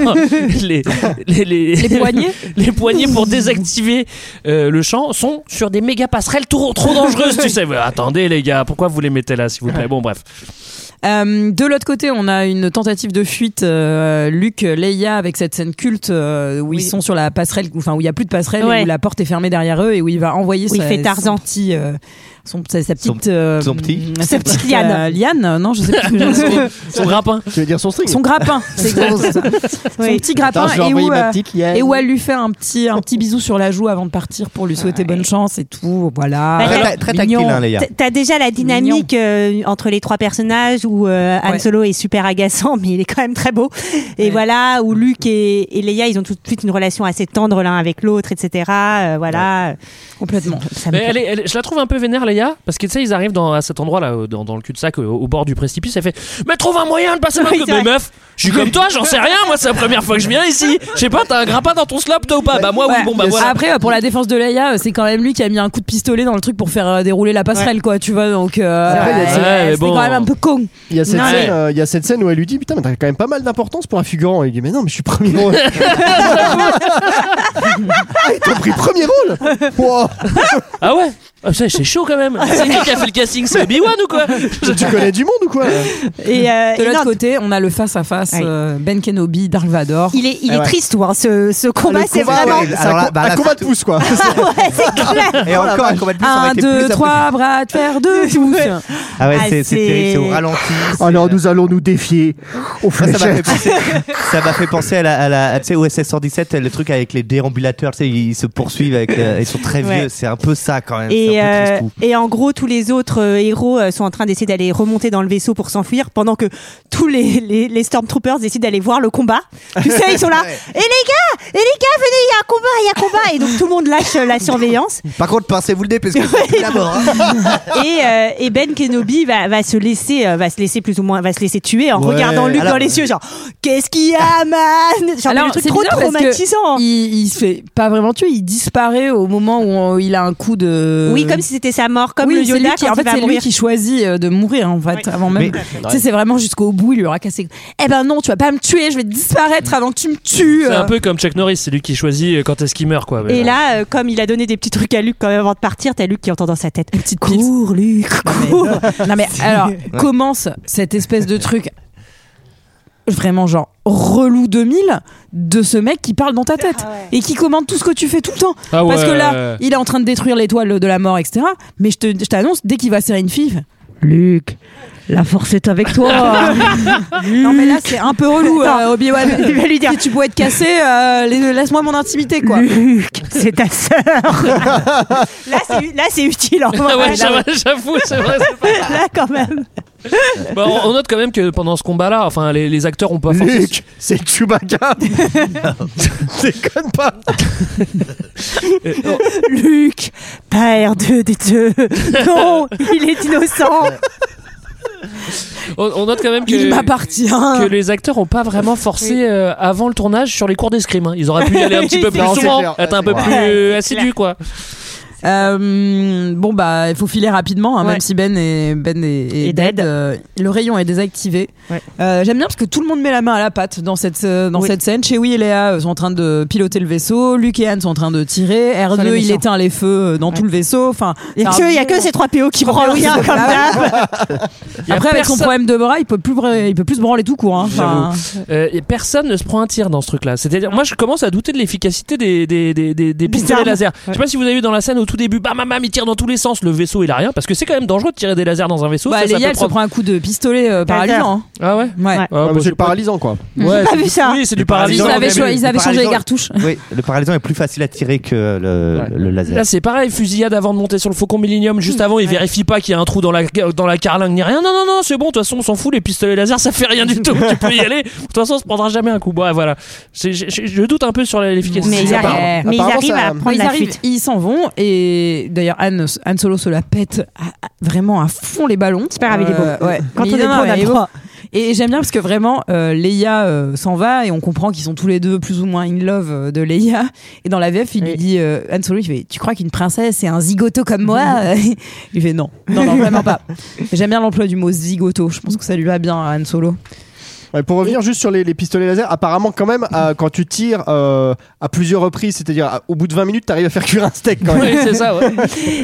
[SPEAKER 5] les, les, les-
[SPEAKER 1] Les poignées
[SPEAKER 5] les poignées pour désactiver euh, le champ sont sur des méga passerelles trop, trop dangereuses, tu sais. Mais attendez, les gars, pourquoi vous les mettez là, s'il vous plaît Bon, bref.
[SPEAKER 1] Euh, de l'autre côté, on a une tentative de fuite. euh, Luc, Leia, avec cette scène culte euh, où
[SPEAKER 6] Oui.
[SPEAKER 1] ils sont sur la passerelle, enfin où il y a plus de passerelle,
[SPEAKER 6] Ouais.
[SPEAKER 1] et où la porte est fermée derrière eux et où il va envoyer
[SPEAKER 6] Où il
[SPEAKER 1] sa-
[SPEAKER 6] fait Tarzan.
[SPEAKER 1] son petit, euh, son, sa, sa
[SPEAKER 10] Son-
[SPEAKER 1] petite, euh,
[SPEAKER 10] son petit
[SPEAKER 1] sa petite
[SPEAKER 6] liane.
[SPEAKER 1] euh, liane. Non, je sais plus. son,
[SPEAKER 5] Son grappin.
[SPEAKER 11] Tu veux dire son string
[SPEAKER 1] son grappin. C'est exactement ça. Son
[SPEAKER 6] Oui.
[SPEAKER 1] petit
[SPEAKER 11] Attends,
[SPEAKER 1] grappin
[SPEAKER 11] je vais
[SPEAKER 1] et
[SPEAKER 11] envoyer
[SPEAKER 1] où.
[SPEAKER 11] ma
[SPEAKER 1] euh,
[SPEAKER 11] petite Yann.
[SPEAKER 1] et où elle lui fait un petit, un petit bisou sur la joue avant de partir pour lui souhaiter bonne chance et tout. Voilà.
[SPEAKER 6] Bah,
[SPEAKER 10] Très, très tactile,
[SPEAKER 1] Mignon.
[SPEAKER 10] hein, Leia.
[SPEAKER 6] T- T'as déjà la dynamique euh, entre les trois personnages où euh, Han
[SPEAKER 1] Ouais.
[SPEAKER 6] Solo est super agaçant, mais il est quand même très beau. Et
[SPEAKER 1] Ouais.
[SPEAKER 6] voilà, où Luke et, et Leia, ils ont tout de suite une relation assez tendre l'un avec l'autre, etc. Euh, voilà.
[SPEAKER 1] Complètement.
[SPEAKER 6] Ça me
[SPEAKER 5] Mais
[SPEAKER 6] plaît.
[SPEAKER 5] elle est- elle est- je la trouve un peu vénère, Leia, parce que tu sais, ils arrivent dans, à cet endroit là, euh, dans, dans le cul-de-sac, euh, au, bord du précipice. Elle fait Mais trouve un moyen de passer
[SPEAKER 6] Oui,
[SPEAKER 5] par le
[SPEAKER 6] c'est vrai.
[SPEAKER 5] Mais meuf, je suis comme toi, j'en sais rien, moi, c'est la première fois que je viens ici. Je sais pas, t'as un grappin dans ton slop, toi ou pas Bah, moi, oui,
[SPEAKER 1] Ouais.
[SPEAKER 5] bon, bah voilà.
[SPEAKER 1] Après, euh, pour la défense de Leia, euh, c'est quand même lui qui a mis un coup de pistolet dans le truc pour faire euh, dérouler la passerelle, quoi, tu vois. Donc, euh,
[SPEAKER 11] Après, il y a-
[SPEAKER 1] ouais,
[SPEAKER 5] Ouais, mais
[SPEAKER 1] c'est
[SPEAKER 5] bon.
[SPEAKER 1] quand même un peu con.
[SPEAKER 11] Il y, a cette
[SPEAKER 5] Non,
[SPEAKER 11] scène,
[SPEAKER 5] mais-
[SPEAKER 11] euh, il y a cette scène où elle lui dit Putain, mais t'as quand même pas mal d'importance pour un figurant. Et il dit Mais non, mais je suis premier rôle. ah, ils t'ont pris premier rôle Wow,
[SPEAKER 5] Ah ouais Ah, ça, C'est chaud quand même. C'est qui qui a fait le casting C'est Obi-Wan ou quoi
[SPEAKER 11] Tu connais du monde ou quoi
[SPEAKER 6] Et, euh,
[SPEAKER 1] De
[SPEAKER 6] et
[SPEAKER 1] l'autre
[SPEAKER 6] non,
[SPEAKER 1] côté, on a le face-à-face
[SPEAKER 6] Ouais.
[SPEAKER 1] euh, Ben Kenobi, Dark Vador.
[SPEAKER 6] il est, il
[SPEAKER 11] Ah
[SPEAKER 6] est
[SPEAKER 11] ouais.
[SPEAKER 6] triste, ou ce, ce Ah, combat,
[SPEAKER 11] Le
[SPEAKER 6] Bah, c'est
[SPEAKER 11] combat,
[SPEAKER 6] vraiment.
[SPEAKER 11] ouais, c'est un
[SPEAKER 10] Alors là,
[SPEAKER 11] co-
[SPEAKER 10] bah là,
[SPEAKER 11] un combat
[SPEAKER 10] c'est
[SPEAKER 11] de pouce quoi.
[SPEAKER 6] Ouais, c'est clair.
[SPEAKER 10] Et encore Oh, bah, un combat de plus, ça aurait
[SPEAKER 1] 1,
[SPEAKER 10] été
[SPEAKER 1] 2,
[SPEAKER 10] plus
[SPEAKER 1] 3, bras de fer, deux, tous.
[SPEAKER 10] apprécié. Ah ouais,
[SPEAKER 6] Ah,
[SPEAKER 10] c'est c'est
[SPEAKER 6] c'est-
[SPEAKER 10] terrible, c'est au ralenti. c'est-
[SPEAKER 11] Alors nous allons nous défier au
[SPEAKER 10] Moi, ça m'a fait
[SPEAKER 11] fléchettes.
[SPEAKER 10] penser, ça m'a fait penser à la, à la à, tu sais, au SS-117, le truc avec les déambulateurs, tu sais, ils se poursuivent, avec, euh, ils sont très
[SPEAKER 6] Ouais.
[SPEAKER 10] vieux, c'est un peu ça quand même.
[SPEAKER 6] Et,
[SPEAKER 10] c'est un peu
[SPEAKER 6] euh,
[SPEAKER 10] triste,
[SPEAKER 6] et en gros, tous les autres euh, héros euh, sont en train d'essayer d'aller remonter dans le vaisseau pour s'enfuir, pendant que tous les, les, les Stormtroopers décident d'aller voir le combat. Tu sais, ils sont là. Et les gars, et les gars, venez, il y a un combat, il y a un combat. Et donc tout le monde lâche euh, la surveillance.
[SPEAKER 10] tout. Par contre, pincez-vous le nez parce que c'est plus la mort. hein.
[SPEAKER 6] Et, euh, et Ben Kenobi va, va se laisser, euh, va se laisser plus ou moins, va se laisser tuer en
[SPEAKER 11] Ouais.
[SPEAKER 6] regardant Luke
[SPEAKER 10] Alors-
[SPEAKER 6] dans les yeux, genre qu'est-ce qu'il y a, man Genre
[SPEAKER 1] Alors,
[SPEAKER 6] le truc
[SPEAKER 1] c'est
[SPEAKER 6] trop
[SPEAKER 1] bizarre parce que
[SPEAKER 6] traumatisant.
[SPEAKER 1] Il, il se fait pas vraiment tuer, il disparaît au moment où on- il a un coup de.
[SPEAKER 6] Oui, comme si c'était sa mort, comme
[SPEAKER 1] euh, Oui,
[SPEAKER 6] le
[SPEAKER 1] c'est lui
[SPEAKER 6] Yoda
[SPEAKER 1] qui-
[SPEAKER 6] quand
[SPEAKER 1] en fait,
[SPEAKER 6] il va
[SPEAKER 1] c'est lui
[SPEAKER 6] mourir.
[SPEAKER 1] qui choisit euh, de mourir, en fait,
[SPEAKER 6] Oui.
[SPEAKER 1] avant même.
[SPEAKER 10] Mais-
[SPEAKER 1] Tu sais, c'est vraiment jusqu'au bout, il lui aura cassé. Eh ben non, tu vas pas me tuer, je vais disparaître avant que tu me tues.
[SPEAKER 5] Mm.
[SPEAKER 1] euh.
[SPEAKER 5] C'est un peu comme Chuck Norris, c'est lui qui choisit euh, quand est-ce qu'il meurt, quoi. Mais
[SPEAKER 6] Et
[SPEAKER 5] bon.
[SPEAKER 6] là, euh, comme il a donné des petits trucs à Luc quand même avant de partir, t'as Luc qui entend dans sa tête.
[SPEAKER 1] petite
[SPEAKER 6] Cours, Luc, cours.
[SPEAKER 1] Non mais alors commence cette espèce de truc vraiment genre relou 2000 de ce mec qui parle dans ta tête et qui commande tout ce que tu fais tout le temps
[SPEAKER 5] Ah
[SPEAKER 1] parce
[SPEAKER 5] ouais.
[SPEAKER 1] que là il est en train de détruire l'étoile de la mort etc mais je te- je t'annonce dès qu'il va serrer une fille
[SPEAKER 13] Luc, la force est avec toi.
[SPEAKER 1] Non, mais là, c'est un peu relou,
[SPEAKER 13] Attends.
[SPEAKER 1] euh, Obi-Wan.
[SPEAKER 13] Il va lui dire-
[SPEAKER 1] Si tu pouvais être cassé, euh, les- laisse-moi mon intimité, quoi.
[SPEAKER 13] Luc, c'est ta sœur.
[SPEAKER 6] Là, c'est, là, c'est
[SPEAKER 1] hein.
[SPEAKER 6] utile. En
[SPEAKER 5] Ah
[SPEAKER 6] vrai.
[SPEAKER 5] ouais, ça va, j'avoue, c'est vrai. c'est pas-
[SPEAKER 6] là, quand même.
[SPEAKER 5] Bah, on, on note quand même que pendant ce combat-là, enfin, les, les acteurs ont pas forcément.
[SPEAKER 4] Luc, c'est Chewbacca Déconne pas
[SPEAKER 6] Luc, père de, des deux. Non, il est innocent.
[SPEAKER 5] On, on note quand même que.
[SPEAKER 1] Il m'appartient.
[SPEAKER 5] que les acteurs ont pas vraiment forcé euh, avant le tournage sur les cours d'escrime. hein. Ils auraient pu y aller un petit peu plus
[SPEAKER 4] Non, c'est
[SPEAKER 5] souvent,
[SPEAKER 4] clair.
[SPEAKER 5] être un
[SPEAKER 4] Ouais,
[SPEAKER 5] peu
[SPEAKER 4] c'est
[SPEAKER 5] plus
[SPEAKER 6] clair.
[SPEAKER 5] euh, assidu quoi.
[SPEAKER 1] Euh, bon bah il faut filer rapidement hein,
[SPEAKER 13] Ouais.
[SPEAKER 1] même si Ben est, ben est, est
[SPEAKER 13] Et
[SPEAKER 1] dead,
[SPEAKER 13] dead.
[SPEAKER 1] euh, le rayon est désactivé
[SPEAKER 13] Ouais.
[SPEAKER 1] Euh, j'aime bien parce que tout le monde met la main à la patte dans cette euh, dans
[SPEAKER 13] Oui.
[SPEAKER 1] cette scène Chewie et Léa euh, sont en train de piloter le vaisseau Luke et Han sont en train de tirer
[SPEAKER 13] Sur
[SPEAKER 1] R2
[SPEAKER 13] les
[SPEAKER 1] il
[SPEAKER 13] méchants.
[SPEAKER 1] éteint les feux euh, dans
[SPEAKER 13] Ouais.
[SPEAKER 1] tout le vaisseau enfin
[SPEAKER 6] Il n'y a,
[SPEAKER 1] c'est un
[SPEAKER 6] que- il y a
[SPEAKER 1] bon-
[SPEAKER 6] que ces trois PO qui branlent rien comme
[SPEAKER 1] Ah
[SPEAKER 6] ça.
[SPEAKER 5] Y a
[SPEAKER 1] après avec son
[SPEAKER 5] personne-
[SPEAKER 1] problème de bras il peut plus bra- il peut plus se branler tout court hein. Enfin,
[SPEAKER 5] Euh, et personne ne se prend un tir dans ce truc-là. C'est-à-dire, moi, je commence à douter de l'efficacité des, des, des, des, des pistolets
[SPEAKER 6] armes.
[SPEAKER 5] laser. Je sais pas si vous avez vu dans la scène au tout début, bam, bam, bam, il tire dans tous les sens. Le vaisseau, il a rien. Parce que c'est quand même dangereux de tirer des lasers dans un vaisseau.
[SPEAKER 1] bah,
[SPEAKER 5] ça, ça
[SPEAKER 1] Leia,
[SPEAKER 5] peut
[SPEAKER 1] elle se
[SPEAKER 5] prendre-
[SPEAKER 1] prend un coup de pistolet euh, paralysant hein.
[SPEAKER 5] Ah ouais
[SPEAKER 1] ouais.
[SPEAKER 6] Ouais.
[SPEAKER 5] Ah, bah,
[SPEAKER 4] C'est
[SPEAKER 5] c'est pas-
[SPEAKER 4] paralysant quoi.
[SPEAKER 5] Ouais,
[SPEAKER 6] pas
[SPEAKER 5] c'est
[SPEAKER 6] vu
[SPEAKER 5] du-
[SPEAKER 6] ça.
[SPEAKER 5] Oui, c'est du
[SPEAKER 10] Le paralysant,
[SPEAKER 5] paralysant.
[SPEAKER 1] ils
[SPEAKER 10] Non,
[SPEAKER 1] avaient,
[SPEAKER 10] mais-
[SPEAKER 1] choi- ils avaient changé les
[SPEAKER 10] Paralysant.
[SPEAKER 1] cartouches
[SPEAKER 10] Oui, le paralysan est plus facile à tirer que le,
[SPEAKER 4] Ouais.
[SPEAKER 10] le laser.
[SPEAKER 5] Là, c'est pareil, fusillade avant de monter sur le Faucon Millennium. Juste
[SPEAKER 6] Mm.
[SPEAKER 5] avant, il vérifie pas qu'il y a un trou dans la, dans la carlingue ni rien. Non, non, non, c'est bon. De toute façon, on s'en fout. Les pistolets laser, ça fait rien du tout. tu peux y aller. De toute façon, on se prendra jamais un coup. Bah, voilà. C'est- je- je je doute un peu sur la- l'efficacité.
[SPEAKER 6] Mais
[SPEAKER 5] des
[SPEAKER 6] ils
[SPEAKER 5] appareils.
[SPEAKER 6] arrivent, mais ils
[SPEAKER 4] Apparemment,
[SPEAKER 6] arrivent
[SPEAKER 4] ça-
[SPEAKER 6] à
[SPEAKER 1] Quand
[SPEAKER 6] prendre
[SPEAKER 1] ils
[SPEAKER 6] la
[SPEAKER 1] arrivent,
[SPEAKER 6] fuite.
[SPEAKER 1] ils s'en vont et d'ailleurs Han, Han Solo se la pète à- à- vraiment à fond les ballons. Euh,
[SPEAKER 6] C'est pas grave, il est beau.
[SPEAKER 1] ouais.
[SPEAKER 6] Quand
[SPEAKER 1] Mais
[SPEAKER 6] on est
[SPEAKER 1] non, non,
[SPEAKER 6] pro, on a
[SPEAKER 1] il est
[SPEAKER 6] droit.
[SPEAKER 1] Et j'aime bien parce que vraiment euh, Leia euh, s'en va et on comprend qu'ils sont tous les deux plus ou moins in love euh, de Leia. Et dans la VF, il lui
[SPEAKER 13] Oui.
[SPEAKER 1] dit euh, Han Solo, il fait tu crois qu'une princesse c'est un zigoto comme moi Il fait non, non, non vraiment pas. Et J'aime bien l'emploi du mot zigoto. Je pense que ça lui va bien à Han Solo.
[SPEAKER 4] Ouais, pour revenir juste sur les, les pistolets laser, apparemment quand même euh, quand tu tires euh, à plusieurs reprises, c'est-à-dire à- au bout de 20 minutes, t'arrives à faire cuire un steak quand même.
[SPEAKER 5] Ouais, c'est ça, ouais.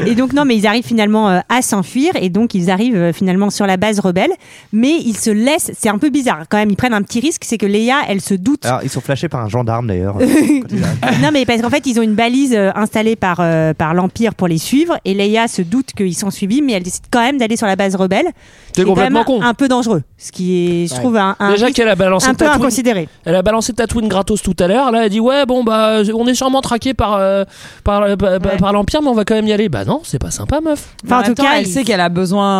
[SPEAKER 6] Et donc non, mais ils arrivent finalement euh, à s'enfuir et donc ils arrivent euh, finalement sur la base rebelle, mais ils se laissent. C'est un peu bizarre quand même. Ils prennent un petit risque, c'est que Leia, elle se doute.
[SPEAKER 10] Alors, ils sont flashés par un gendarme d'ailleurs. hein,
[SPEAKER 6] non mais parce qu'en fait ils ont une balise euh, installée par euh, par l'Empire pour les suivre et Leia se doute qu'ils sont suivis, mais elle décide quand même d'aller sur la base rebelle.
[SPEAKER 5] T'es
[SPEAKER 6] qui est quand
[SPEAKER 5] complètement
[SPEAKER 6] même
[SPEAKER 5] con.
[SPEAKER 6] Un peu dangereux, ce qui est, je trouve, un, un
[SPEAKER 5] Déjà
[SPEAKER 6] risque
[SPEAKER 5] qu'elle a balancé
[SPEAKER 6] un peu
[SPEAKER 5] Tatooine-
[SPEAKER 6] inconsidéré.
[SPEAKER 5] Elle a balancé Tatooine gratos tout à l'heure. Là, elle dit ouais, bon bah, on est sûrement traqué par euh, par euh, par, par-
[SPEAKER 6] Ouais.
[SPEAKER 5] par l'empire, mais on va quand même y aller. Bah non, c'est pas sympa, meuf.
[SPEAKER 6] Enfin,
[SPEAKER 1] Mais
[SPEAKER 6] en tout
[SPEAKER 1] attends,
[SPEAKER 6] cas,
[SPEAKER 1] elle
[SPEAKER 6] ils-
[SPEAKER 1] sait qu'elle a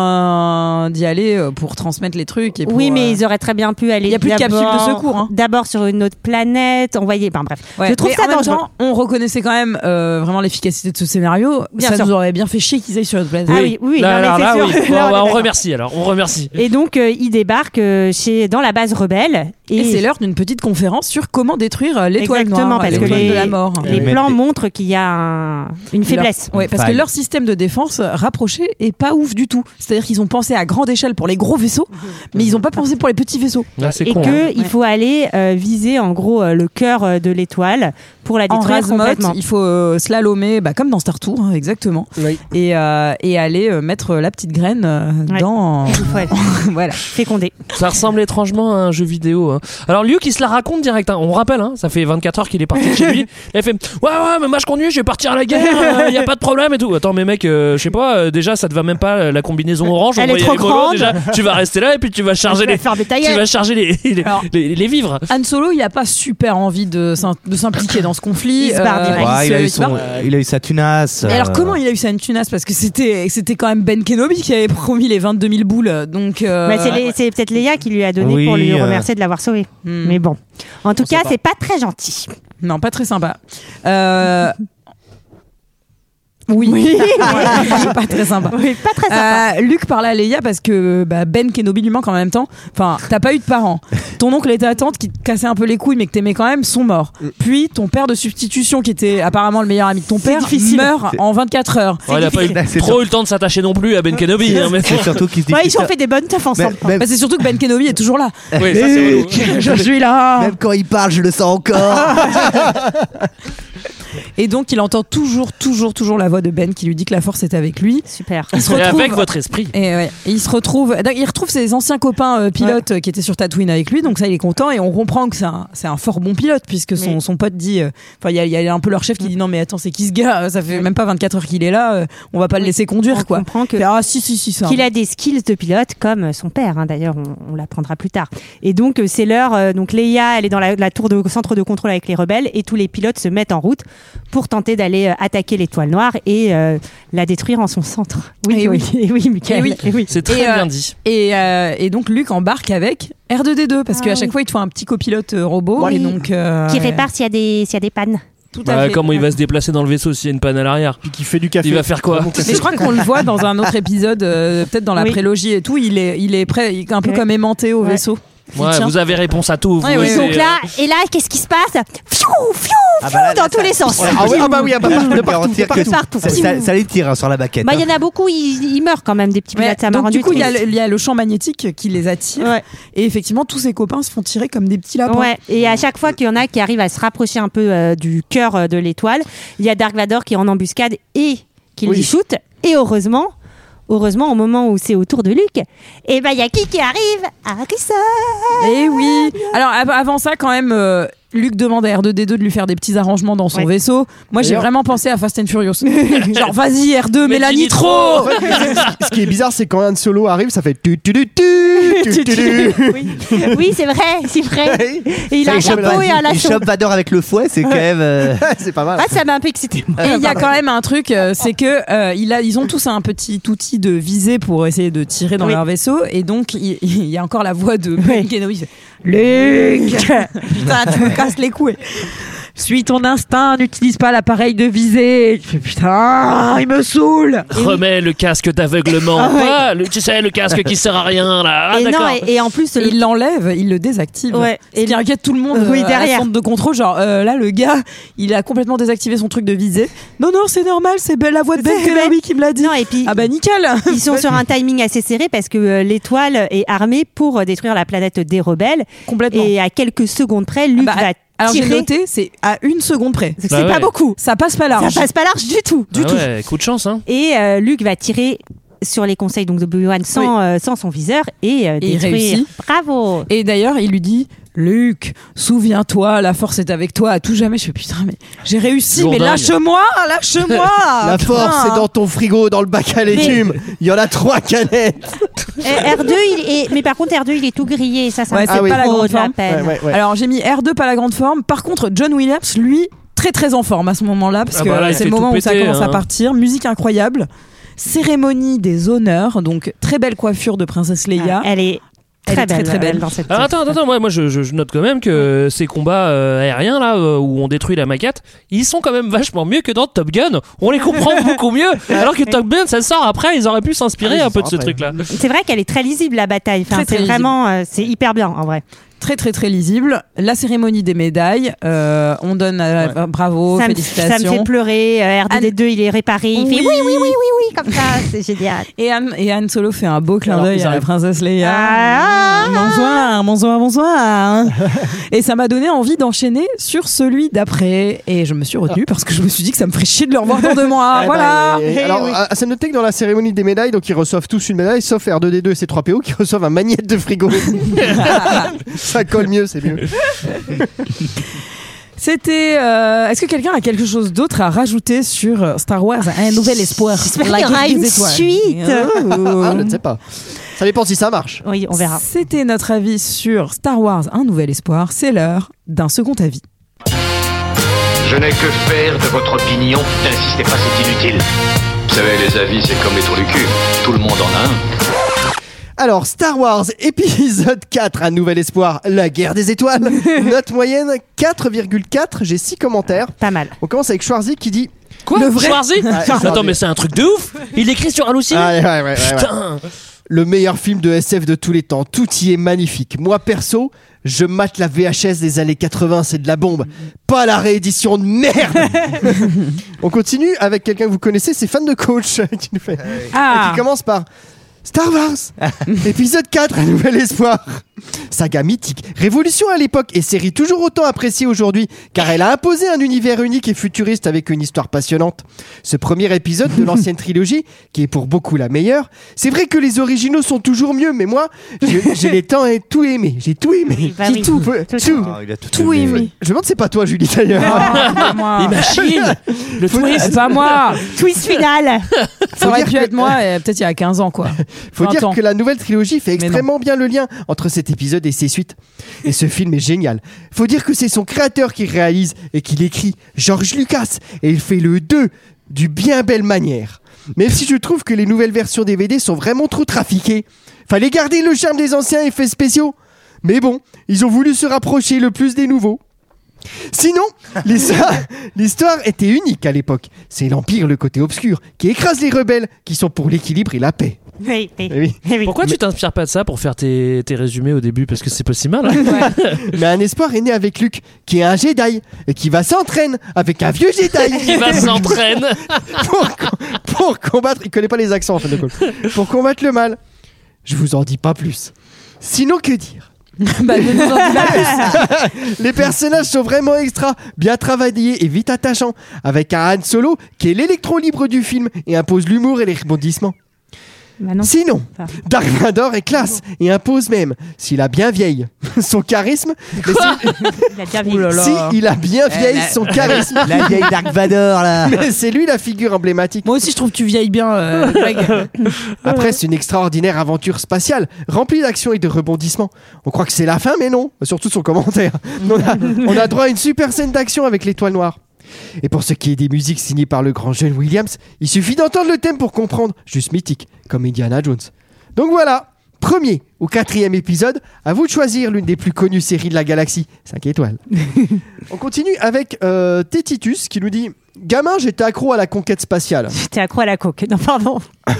[SPEAKER 1] besoin d'y aller euh, pour transmettre les trucs. Et pour,
[SPEAKER 6] Oui, mais
[SPEAKER 1] euh,
[SPEAKER 6] ils auraient très bien pu aller.
[SPEAKER 1] Il y a plus de
[SPEAKER 6] d'abord-
[SPEAKER 1] capsule de secours, hein.
[SPEAKER 6] D'abord sur une autre planète, envoyer. Enfin bref,
[SPEAKER 1] Ouais,
[SPEAKER 6] je trouve
[SPEAKER 1] mais
[SPEAKER 6] ça
[SPEAKER 1] en même
[SPEAKER 6] dangereux.
[SPEAKER 1] temps, on reconnaissait quand même euh, vraiment l'efficacité de ce scénario.
[SPEAKER 6] Bien
[SPEAKER 1] ça
[SPEAKER 6] sûr.
[SPEAKER 1] nous aurait bien fait chier qu'ils aillent sur notre planète.
[SPEAKER 6] Ah oui, oui,
[SPEAKER 5] là,
[SPEAKER 6] non, mais
[SPEAKER 5] là,
[SPEAKER 6] c'est
[SPEAKER 5] là,
[SPEAKER 6] sûr.
[SPEAKER 5] oui. Bon,
[SPEAKER 6] Là, on
[SPEAKER 5] bah,
[SPEAKER 6] est
[SPEAKER 5] on
[SPEAKER 6] d'accord.
[SPEAKER 5] remercie alors, on remercie.
[SPEAKER 6] Et donc euh, ils débarquent euh, chez dans la base rebelle et,
[SPEAKER 1] Et c'est l'heure d'une petite conférence sur comment détruire euh, l'étoile
[SPEAKER 6] Exactement,
[SPEAKER 1] noire,
[SPEAKER 6] parce
[SPEAKER 1] euh,
[SPEAKER 10] que
[SPEAKER 1] l'étoile
[SPEAKER 10] les-
[SPEAKER 1] de la mort.
[SPEAKER 10] les-
[SPEAKER 6] les
[SPEAKER 10] Mais-
[SPEAKER 6] plans montrent qu'il y a un- une faiblesse.
[SPEAKER 1] Ouais, parce que
[SPEAKER 10] failles.
[SPEAKER 1] leur système de défense euh, rapproché est pas ouf du tout. C'est-à-dire qu'ils ont pensé à grande échelle pour les gros vaisseaux, mais ils ont pas pensé pour les petits vaisseaux.
[SPEAKER 5] Là, c'est
[SPEAKER 6] Et
[SPEAKER 5] con.
[SPEAKER 6] qu'il
[SPEAKER 5] hein.
[SPEAKER 6] il faut aller euh, viser en gros euh, le cœur euh, de l'étoile pour la
[SPEAKER 1] En
[SPEAKER 6] détruire
[SPEAKER 1] rasemote,
[SPEAKER 6] complètement.
[SPEAKER 1] il faut euh, slalomer, bah, comme dans Star Tour, hein, exactement,
[SPEAKER 4] Oui.
[SPEAKER 1] et, euh, et aller euh, mettre la petite graine euh,
[SPEAKER 6] Ouais.
[SPEAKER 1] dans.
[SPEAKER 6] Il faut être
[SPEAKER 1] voilà.
[SPEAKER 6] fécondé.
[SPEAKER 5] Ça ressemble étrangement à un jeu vidéo. hein. Alors Liu qui se la raconte direct. hein. On rappelle, hein, ça fait 24 heures qu'il est parti de chez lui. Elle fait ouais ouais, mais moi je conduis, je vais partir à la guerre, il y a pas de problème et tout. Attends mais mec, euh, je sais pas, euh, déjà ça te va même pas euh, la combinaison orange. on
[SPEAKER 6] Elle
[SPEAKER 5] va
[SPEAKER 6] est
[SPEAKER 5] y
[SPEAKER 6] trop
[SPEAKER 5] aller mollo,
[SPEAKER 6] grande.
[SPEAKER 5] Déjà, tu vas rester là et puis tu vas charger les,
[SPEAKER 6] faire
[SPEAKER 5] tu vas charger les les,
[SPEAKER 1] Alors-
[SPEAKER 5] les- les vivres.
[SPEAKER 1] Han Solo, il a pas super envie de s'im- de s'impliquer dans ce conflit. euh,
[SPEAKER 6] Il se barre direct.
[SPEAKER 10] Ouais, il, a
[SPEAKER 1] se-
[SPEAKER 10] eu
[SPEAKER 1] se barre.
[SPEAKER 10] son, il a eu sa tunasse.
[SPEAKER 1] Mais alors
[SPEAKER 10] euh,
[SPEAKER 1] comment il a eu sa tunasse Parce que c'était c'était quand même Ben Kenobi qui avait promis les 22 000 boules. Donc euh,
[SPEAKER 6] Bah, c'est les- c'est peut-être Léa qui lui a donné
[SPEAKER 10] Oui,
[SPEAKER 6] pour lui
[SPEAKER 10] euh,
[SPEAKER 6] remercier de l'avoir sauvé.
[SPEAKER 1] hmm,
[SPEAKER 6] Mais bon, en tout
[SPEAKER 4] sait
[SPEAKER 6] cas,
[SPEAKER 4] pas.
[SPEAKER 6] c'est pas très gentil.
[SPEAKER 1] non, pas très sympa. Euh, oui, pas très sympa.
[SPEAKER 6] Oui, pas très sympa.
[SPEAKER 1] Euh, Luc parle à Leia parce que bah, Ben Kenobi lui manque en même temps. Enfin, t'as pas eu de parents. Ton oncle et ta tante qui te cassaient un peu les couilles mais que t'aimais quand même sont morts.
[SPEAKER 6] Mm.
[SPEAKER 1] Puis ton père de substitution qui était apparemment le meilleur ami de ton père
[SPEAKER 6] difficile.
[SPEAKER 1] meurt en 24 heures.
[SPEAKER 5] Ouais, il a pas eu
[SPEAKER 10] difficile.
[SPEAKER 5] trop eu le temps de s'attacher non plus à Ben Kenobi. hein, mais-
[SPEAKER 10] C'est surtout qu'il se dit.
[SPEAKER 6] Ouais, ils ont
[SPEAKER 10] putain,
[SPEAKER 6] fait des bonnes teufs ensemble.
[SPEAKER 10] mais-
[SPEAKER 1] Bah, c'est surtout que Ben Kenobi est toujours là.
[SPEAKER 5] Oui, ça, c'est relou.
[SPEAKER 10] même-
[SPEAKER 1] suis là.
[SPEAKER 10] Même quand il parle, je le sens encore.
[SPEAKER 1] Et donc, il entend toujours, toujours, toujours la voix de Ben qui lui dit que la force est avec lui.
[SPEAKER 9] Super.
[SPEAKER 1] Il se
[SPEAKER 5] Et
[SPEAKER 1] retrouve-
[SPEAKER 5] avec votre esprit.
[SPEAKER 1] Et ouais, et il se retrouve, il retrouve ses anciens copains euh, pilotes euh, qui étaient sur Tatooine avec lui, donc ça il est content et on comprend que c'est un, c'est un fort bon pilote puisque son, son pote dit, euh, enfin il y a- il y, a un peu leur chef
[SPEAKER 9] Mm.
[SPEAKER 1] qui dit non mais attends c'est qui ce gars, euh, ça fait même pas 24 heures qu'il est là, euh, on va pas le laisser conduire
[SPEAKER 9] On
[SPEAKER 1] quoi.
[SPEAKER 9] comprend que-
[SPEAKER 1] Fait, ah si si si ça.
[SPEAKER 9] qu'il a des skills de pilote comme son père. hein. D'ailleurs, on, on l'apprendra plus tard. Et donc, euh, c'est l'heure. euh, donc, Leia, elle est dans la, la tour de centre de contrôle avec les rebelles et tous les pilotes se mettent en route pour tenter d'aller euh, attaquer l'étoile noire et euh, la détruire en son centre. Oui,
[SPEAKER 1] Eh
[SPEAKER 9] oui, oui, oui, Michael.
[SPEAKER 1] Eh oui.
[SPEAKER 9] Eh oui.
[SPEAKER 5] C'est très
[SPEAKER 1] Et, euh,
[SPEAKER 5] bien dit.
[SPEAKER 1] Et, euh, et donc Luc embarque avec R2D2 parce qu'à chaque fois il te faut un petit copilote euh, robot
[SPEAKER 9] Ah Oui.
[SPEAKER 1] et donc euh,
[SPEAKER 9] Qui répare s'il y a des s'il y a des pannes.
[SPEAKER 1] tout à
[SPEAKER 5] Bah,
[SPEAKER 1] fait.
[SPEAKER 5] comment il va se déplacer dans le vaisseau s'il y a une panne à l'arrière
[SPEAKER 6] Puis qui fait du café.
[SPEAKER 5] Il va faire quoi
[SPEAKER 1] Mais je crois qu'on le voit dans un autre épisode, euh, peut-être dans la
[SPEAKER 9] Oui.
[SPEAKER 1] prélogie et tout. Il est, il est prêt, il est un peu
[SPEAKER 9] Ouais.
[SPEAKER 1] comme aimanté au
[SPEAKER 9] Ouais.
[SPEAKER 1] vaisseau. Il
[SPEAKER 5] Ouais,
[SPEAKER 1] tient.
[SPEAKER 5] Vous avez réponse à tout. vous, euh,
[SPEAKER 1] Ouais, ouais,
[SPEAKER 5] c'est-
[SPEAKER 1] ouais.
[SPEAKER 9] Donc là, et là, qu'est-ce qui se passe Fiou, fiou,
[SPEAKER 10] Ah bah là,
[SPEAKER 9] dans
[SPEAKER 10] là,
[SPEAKER 9] tous les sens.
[SPEAKER 6] Ah, ouais, ah bah oui, ah bah,
[SPEAKER 10] Je
[SPEAKER 6] de
[SPEAKER 10] peux
[SPEAKER 6] partout, de
[SPEAKER 10] garantir
[SPEAKER 6] partout.
[SPEAKER 10] que
[SPEAKER 9] partout.
[SPEAKER 10] ça, ça- ça les tire hein, sur la baquette.
[SPEAKER 9] Bah, il
[SPEAKER 10] hein.
[SPEAKER 9] y en a beaucoup, ils, ils meurent quand même des petits
[SPEAKER 1] Ouais,
[SPEAKER 9] pilotes. ça m'a
[SPEAKER 1] donc
[SPEAKER 9] rendu
[SPEAKER 1] du coup, il y, a
[SPEAKER 9] triste.
[SPEAKER 1] le- il y a le champ magnétique qui les attire.
[SPEAKER 9] Ouais.
[SPEAKER 1] Et effectivement, tous ses copains se font tirer comme des petits lapins.
[SPEAKER 9] Ouais, et à chaque fois qu'il y en a qui arrivent à se rapprocher un peu euh, du cœur euh, de l'étoile, il y a Dark Vador qui est en embuscade et qui
[SPEAKER 6] Oui.
[SPEAKER 9] les shoot. Et heureusement, heureusement, au moment où c'est au tour de Luke, et ben il y a qui qui arrive Harrison
[SPEAKER 1] Et Eh oui. Alors av- avant ça, quand même, euh, Luc demande à R2D2 de lui faire des petits arrangements dans son
[SPEAKER 9] Ouais.
[SPEAKER 1] vaisseau. Moi, j'ai
[SPEAKER 6] D'ailleurs-
[SPEAKER 1] vraiment pensé à Fast and Furious. Genre, vas-y, R2, mets la nitro.
[SPEAKER 6] Ce qui est bizarre, c'est quand un solo arrive, ça fait tu tu tu tu tu tu tu.
[SPEAKER 9] Oui, c'est vrai, c'est vrai. Et il
[SPEAKER 10] Ça,
[SPEAKER 9] a un
[SPEAKER 10] il chope-
[SPEAKER 9] chapeau et un
[SPEAKER 10] il
[SPEAKER 9] lasso.
[SPEAKER 10] chope Vador avec le fouet, c'est quand même. euh,
[SPEAKER 6] C'est pas mal.
[SPEAKER 9] Ah, ça m'a un peu excité.
[SPEAKER 1] Et il y a quand même un truc, euh, c'est que euh, il a, ils ont tous un petit outil de visée pour essayer de tirer dans
[SPEAKER 9] Oui.
[SPEAKER 1] leur vaisseau, et donc il, il y a encore la voix de Ben Kenobi. qui fait, Luc, putain, tu me casses les couilles. Suis ton instinct, n'utilise pas l'appareil de visée. Je fais, Putain, il me saoule.
[SPEAKER 5] Remets le casque d'aveuglement. Ah, le- tu sais, le casque qui sert à rien là. Ah,
[SPEAKER 9] et non,
[SPEAKER 5] d'accord.
[SPEAKER 9] et, et en plus,
[SPEAKER 1] Et
[SPEAKER 9] le-
[SPEAKER 1] Il l'enlève, il le désactive.
[SPEAKER 9] Ouais.
[SPEAKER 1] Et
[SPEAKER 9] Et
[SPEAKER 1] il inquiète tout le monde
[SPEAKER 9] Oui,
[SPEAKER 1] euh, à la
[SPEAKER 9] derrière.
[SPEAKER 1] centre de contrôle. Genre euh, là, le gars, il a complètement désactivé son truc de visée. Non, non, c'est normal, c'est ben- la voix de Ben
[SPEAKER 9] C'est Ben.
[SPEAKER 1] Kenobi qui me l'a dit.
[SPEAKER 9] non, et puis
[SPEAKER 1] Ah bah nickel.
[SPEAKER 9] ils sont sur un timing assez serré parce que euh, l'étoile est armée pour euh, détruire la planète des rebelles.
[SPEAKER 1] complètement.
[SPEAKER 9] Et à quelques secondes près, Luke
[SPEAKER 1] bah,
[SPEAKER 9] va
[SPEAKER 1] Alors j'ai
[SPEAKER 9] tirer.
[SPEAKER 1] noté, c'est à une seconde près.
[SPEAKER 9] C'est
[SPEAKER 5] Bah
[SPEAKER 9] pas
[SPEAKER 5] ouais.
[SPEAKER 9] beaucoup.
[SPEAKER 1] Ça Ah, passe pas large.
[SPEAKER 9] Ça passe pas large du tout.
[SPEAKER 5] Ah ouais, coup de chance, hein.
[SPEAKER 9] Et euh, Luke va tirer sur les conseils donc de Obi-Wan sans, euh, sans son viseur et, euh,
[SPEAKER 1] Et il
[SPEAKER 9] détruire.
[SPEAKER 1] réussit.
[SPEAKER 9] Bravo. Euh,
[SPEAKER 1] Et d'ailleurs, il lui dit. Luc, souviens-toi, la force est avec toi à tout jamais. Je fais putain, mais j'ai réussi, mais
[SPEAKER 5] Lourdingue.
[SPEAKER 1] lâche-moi, lâche-moi.
[SPEAKER 6] La force
[SPEAKER 1] Ah.
[SPEAKER 6] est Oh, dans ton frigo, dans le bac à légumes. Il y en a trois canettes.
[SPEAKER 9] Euh, R2 il est mais par contre R2 il est tout grillé ça ça
[SPEAKER 1] Ouais,
[SPEAKER 9] me
[SPEAKER 1] c'est
[SPEAKER 9] fait
[SPEAKER 1] pas la
[SPEAKER 9] trop
[SPEAKER 1] grande
[SPEAKER 9] de la
[SPEAKER 1] forme.
[SPEAKER 9] peine.
[SPEAKER 6] Ouais, ouais, ouais.
[SPEAKER 1] Alors j'ai mis R2 pas la grande forme. Par contre, John Williams, lui, très très en forme à ce moment-là, parce
[SPEAKER 5] Ah
[SPEAKER 1] que
[SPEAKER 5] bah là, il
[SPEAKER 1] c'est
[SPEAKER 5] fait
[SPEAKER 1] le
[SPEAKER 5] tout
[SPEAKER 1] moment où ça
[SPEAKER 5] péter,
[SPEAKER 1] commence à
[SPEAKER 5] hein.
[SPEAKER 1] partir. Musique incroyable, cérémonie des honneurs, donc très belle coiffure de princesse Leia.
[SPEAKER 9] Ah, elle est
[SPEAKER 1] Elle
[SPEAKER 9] très
[SPEAKER 1] est très,
[SPEAKER 9] belle,
[SPEAKER 1] très belle.
[SPEAKER 9] euh, dans cette
[SPEAKER 5] Alors attends, attends, attends, moi, moi je, je- je note quand même que euh, ces combats euh, aériens là euh, où on détruit la maquette, ils sont quand même vachement mieux que dans Top Gun. On les comprend beaucoup mieux. Alors que Top Gun, ça sort après, ils auraient pu s'inspirer
[SPEAKER 6] Ah, ils
[SPEAKER 5] un peu de ce
[SPEAKER 6] sortent après.
[SPEAKER 5] truc là.
[SPEAKER 9] c'est vrai qu'elle est très lisible la bataille enfin
[SPEAKER 1] Très, très
[SPEAKER 9] c'est vraiment euh, c'est hyper bien en vrai
[SPEAKER 1] Très très très lisible. La cérémonie des médailles, euh, on donne euh, bravo,
[SPEAKER 9] ça me, ça me
[SPEAKER 1] félicitations.
[SPEAKER 9] fait pleurer euh, R2D2 il est réparé il fait oui oui oui oui oui comme ça c'est génial
[SPEAKER 1] Et Anne, et Anne Solo fait un beau clin
[SPEAKER 5] Alors
[SPEAKER 1] d'œil à
[SPEAKER 5] qu'ils
[SPEAKER 1] la
[SPEAKER 5] arrivent.
[SPEAKER 1] princesse Leia.
[SPEAKER 9] Ah.
[SPEAKER 1] bonsoir, bonsoir, bonsoir. et ça m'a donné envie d'enchaîner sur celui d'après. Et je me suis retenue parce que je me suis dit que ça me ferait chier de le revoir dans deux mois.
[SPEAKER 6] Eh
[SPEAKER 1] voilà.
[SPEAKER 6] ben, et- alors, à- à ça noter que dans la cérémonie des médailles, donc ils reçoivent tous une médaille, sauf R2D2 et C3PO qui reçoivent un magnète de frigo. ça colle mieux, c'est mieux.
[SPEAKER 1] C'était. euh, Est-ce que quelqu'un a quelque chose d'autre à rajouter sur euh, Star Wars Un nouvel espoir.
[SPEAKER 9] J'espère
[SPEAKER 1] La
[SPEAKER 9] qu'il y
[SPEAKER 1] guerre
[SPEAKER 9] aura
[SPEAKER 1] des
[SPEAKER 9] une
[SPEAKER 1] étoiles. Oh.
[SPEAKER 9] suite.
[SPEAKER 6] Ah, je ne sais pas. Ça dépend si ça marche.
[SPEAKER 9] oui on verra
[SPEAKER 1] C'était notre avis sur Star Wars Un nouvel espoir. C'est l'heure d'un second avis.
[SPEAKER 7] Je n'ai que faire de votre opinion. N'insistez pas, c'est inutile.
[SPEAKER 4] Vous savez, les avis, c'est comme les trous du cul. Tout le monde en a un.
[SPEAKER 6] Alors, Star Wars épisode 4, un nouvel espoir, la guerre des étoiles. Note moyenne 4,4. J'ai 6 commentaires.
[SPEAKER 9] pas mal
[SPEAKER 6] On commence avec Schwarzy qui dit.
[SPEAKER 5] Quoi
[SPEAKER 1] Le vrai-
[SPEAKER 5] Schwarzy Attends,
[SPEAKER 6] Schwarzy.
[SPEAKER 5] mais c'est un truc de ouf. Il écrit sur Allociné.
[SPEAKER 6] Ah, ouais, ouais, ouais, ouais.
[SPEAKER 5] Putain.
[SPEAKER 6] Le meilleur film de SF de tous les temps. Tout y est magnifique. Moi, perso, je mate la VHS des années 80, c'est de la bombe. Pas la réédition de merde On continue avec quelqu'un que vous connaissez, c'est fan de coach, qui nous fait.
[SPEAKER 1] Ah.
[SPEAKER 6] Qui commence par Star Wars, épisode 4, un nouvel espoir. Saga mythique, révolution à l'époque et série toujours autant appréciée aujourd'hui, car elle a imposé un univers unique et futuriste avec une histoire passionnante. Ce premier épisode de l'ancienne trilogie, qui est pour beaucoup la meilleure, c'est vrai que les originaux sont toujours mieux, mais moi, je- j'ai les temps et tout aimé. J'ai tout aimé.
[SPEAKER 9] Bah
[SPEAKER 6] J'ai
[SPEAKER 9] oui.
[SPEAKER 6] tout, peu-
[SPEAKER 9] Tout,
[SPEAKER 6] tout.
[SPEAKER 10] Ah, il a tout
[SPEAKER 1] Tout
[SPEAKER 10] aimé.
[SPEAKER 1] aimé.
[SPEAKER 6] Je me demande, c'est pas toi, Julie, d'ailleurs.
[SPEAKER 1] moi.
[SPEAKER 6] Ah,
[SPEAKER 5] Les machines Le
[SPEAKER 6] Faut-
[SPEAKER 5] twist
[SPEAKER 1] C'est pas moi.
[SPEAKER 9] Twist final.
[SPEAKER 1] Ça aurait
[SPEAKER 6] dire
[SPEAKER 1] pu
[SPEAKER 6] que-
[SPEAKER 1] être moi, euh, peut-être il y a 15 ans, quoi.
[SPEAKER 6] Faut
[SPEAKER 1] 20
[SPEAKER 6] dire
[SPEAKER 1] ans.
[SPEAKER 6] que la nouvelle trilogie fait
[SPEAKER 1] non.
[SPEAKER 6] extrêmement bien le lien entre cet épisode et ses suites. Et ce film est génial. Faut dire que c'est son créateur qui réalise et qui l'écrit, George Lucas, et il fait le 2 du bien belle manière. Même si je trouve que les nouvelles versions DVD sont vraiment trop trafiquées. Fallait garder le charme des anciens effets spéciaux. Mais bon, ils ont voulu se rapprocher le plus des nouveaux. Sinon, l'histoire l'histoire était unique à l'époque. C'est l'Empire, le côté obscur, qui écrase les rebelles, qui sont pour l'équilibre et la paix.
[SPEAKER 9] Oui, oui.
[SPEAKER 6] Eh oui.
[SPEAKER 9] Eh oui.
[SPEAKER 5] Pourquoi tu t'inspires pas de ça pour faire tes, tes résumés au début Parce que c'est pas si mal. hein.
[SPEAKER 6] Mais un espoir est né avec Luke, qui est un Jedi, et qui va s'entraîner avec un vieux Jedi
[SPEAKER 5] Il va s'entraîner.
[SPEAKER 6] pour, co- pour combattre. Il connaît pas les accents en fait, de compte. Pour combattre le mal. Je vous en dis pas plus. Sinon, que dire
[SPEAKER 1] Bah, ne nous en dis pas plus.
[SPEAKER 6] Les personnages sont vraiment extra, bien travaillés et vite attachants, avec un Han Solo qui est l'électron libre du film et impose l'humour et les rebondissements.
[SPEAKER 9] Bah non.
[SPEAKER 6] Sinon,
[SPEAKER 9] Enfin.
[SPEAKER 6] Dark Vador est classe et impose même, s'il a bien vieille, son charisme. mais
[SPEAKER 9] Il a bien
[SPEAKER 10] Oh
[SPEAKER 1] Ouh là
[SPEAKER 9] vieilli.
[SPEAKER 1] là.
[SPEAKER 6] si, si il a bien vieille
[SPEAKER 10] Eh, la-
[SPEAKER 6] son charisme.
[SPEAKER 10] La vieille Dark Vador là.
[SPEAKER 6] Mais c'est lui la figure emblématique.
[SPEAKER 1] Moi aussi, je trouve que tu vieilles bien, euh, Greg.
[SPEAKER 6] Après, c'est une extraordinaire aventure spatiale, remplie d'actions et de rebondissements. On croit que c'est la fin, mais non, surtout son commentaire. On a, on a droit à une super scène d'action avec l'étoile noire. Et pour ce qui est des musiques signées par le grand John Williams, il suffit d'entendre le thème pour comprendre, juste mythique, comme Indiana Jones. Donc voilà, premier ou quatrième épisode, à vous de choisir l'une des plus connues séries de la galaxie, 5 étoiles. on continue avec euh, Tétitus qui nous dit Gamin, j'étais accro à la conquête spatiale.
[SPEAKER 9] T'es accro à la coke. Non, pardon.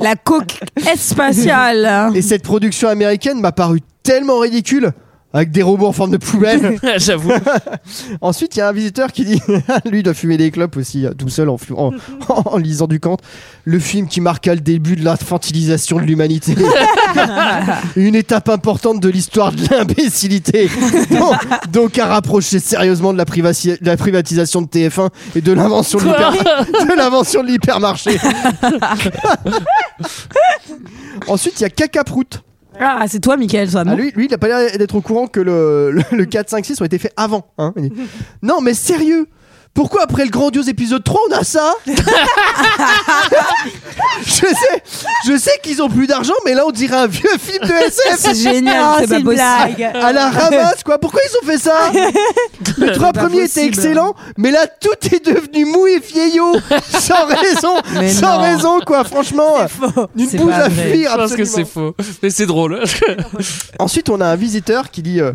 [SPEAKER 1] La coque spatiale.
[SPEAKER 6] Et cette production américaine m'a paru tellement ridicule, avec des robots en forme de poubelle.
[SPEAKER 5] Ah, J'avoue.
[SPEAKER 6] Ensuite, il y a un visiteur qui dit, lui il doit fumer des clopes aussi, euh, tout seul en, fu- en- en lisant du Kant, le film qui marqua le début de l'infantilisation de l'humanité. Une étape importante de l'histoire de l'imbécilité. Donc, donc à rapprocher sérieusement de la, privaci- de la privatisation de TF1 et de l'invention de l'hyper- de l'invention de l'hypermarché. Ensuite, il y a Cacaproute.
[SPEAKER 1] Ah, c'est toi, Michael, ça,
[SPEAKER 6] Ah,
[SPEAKER 1] non
[SPEAKER 6] lui, lui, il a pas l'air d'être au courant que le, le, le 4, 5, 6 ont été faits avant. hein. Il dit, non, mais sérieux pourquoi après le grandiose épisode 3 on a ça Je sais, je sais qu'ils ont plus d'argent, mais là on dirait un vieux film de
[SPEAKER 1] C'est
[SPEAKER 6] SF
[SPEAKER 1] génial,
[SPEAKER 9] Ah,
[SPEAKER 1] c'est
[SPEAKER 9] c'est
[SPEAKER 1] pas
[SPEAKER 9] une
[SPEAKER 1] possible.
[SPEAKER 9] blague.
[SPEAKER 6] à la ramasse quoi. Pourquoi ils ont fait ça Les trois
[SPEAKER 1] pas
[SPEAKER 6] premiers étaient
[SPEAKER 1] possible.
[SPEAKER 6] excellents, mais là tout est devenu mou et vieillot, sans raison,
[SPEAKER 1] Mais
[SPEAKER 6] sans
[SPEAKER 1] non.
[SPEAKER 6] raison quoi. Franchement, une
[SPEAKER 1] C'est
[SPEAKER 6] bouse
[SPEAKER 1] pas
[SPEAKER 6] à
[SPEAKER 1] vrai.
[SPEAKER 6] fuir.
[SPEAKER 5] Je pense que
[SPEAKER 6] absolument.
[SPEAKER 5] c'est faux. Mais c'est drôle.
[SPEAKER 6] Ensuite, on a un visiteur qui dit euh,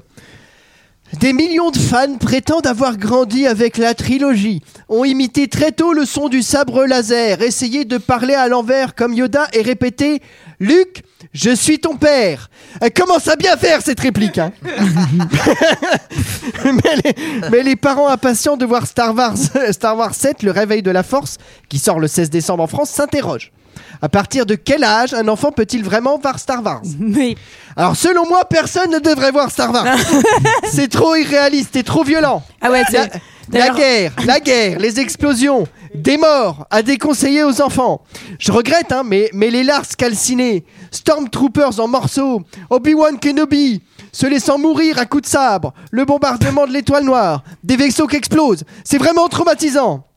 [SPEAKER 6] Des millions de fans prétendent avoir grandi avec la trilogie, ont imité très tôt le son du sabre laser, essayé de parler à l'envers comme Yoda et répété Luc, je suis ton père. Elle commence à bien faire cette réplique. hein. mais, les, mais les parents impatients de voir Star Wars, euh, Star Wars 7, le réveil de la force, qui sort le 16 décembre en France, s'interrogent. À partir de quel âge un enfant peut-il vraiment voir Star Wars
[SPEAKER 9] Mais
[SPEAKER 6] alors selon moi, personne ne devrait voir Star Wars. c'est trop irréaliste et trop violent.
[SPEAKER 1] Ah ouais, c'est.
[SPEAKER 6] La
[SPEAKER 1] D'ailleurs-
[SPEAKER 6] guerre, la guerre, les explosions, des morts à déconseiller aux enfants. Je regrette, hein, mais, mais les Lars calcinés, Stormtroopers en morceaux, Obi-Wan Kenobi, se laissant mourir à coups de sabre, le bombardement de l'étoile noire, des vaisseaux qui explosent. C'est vraiment traumatisant.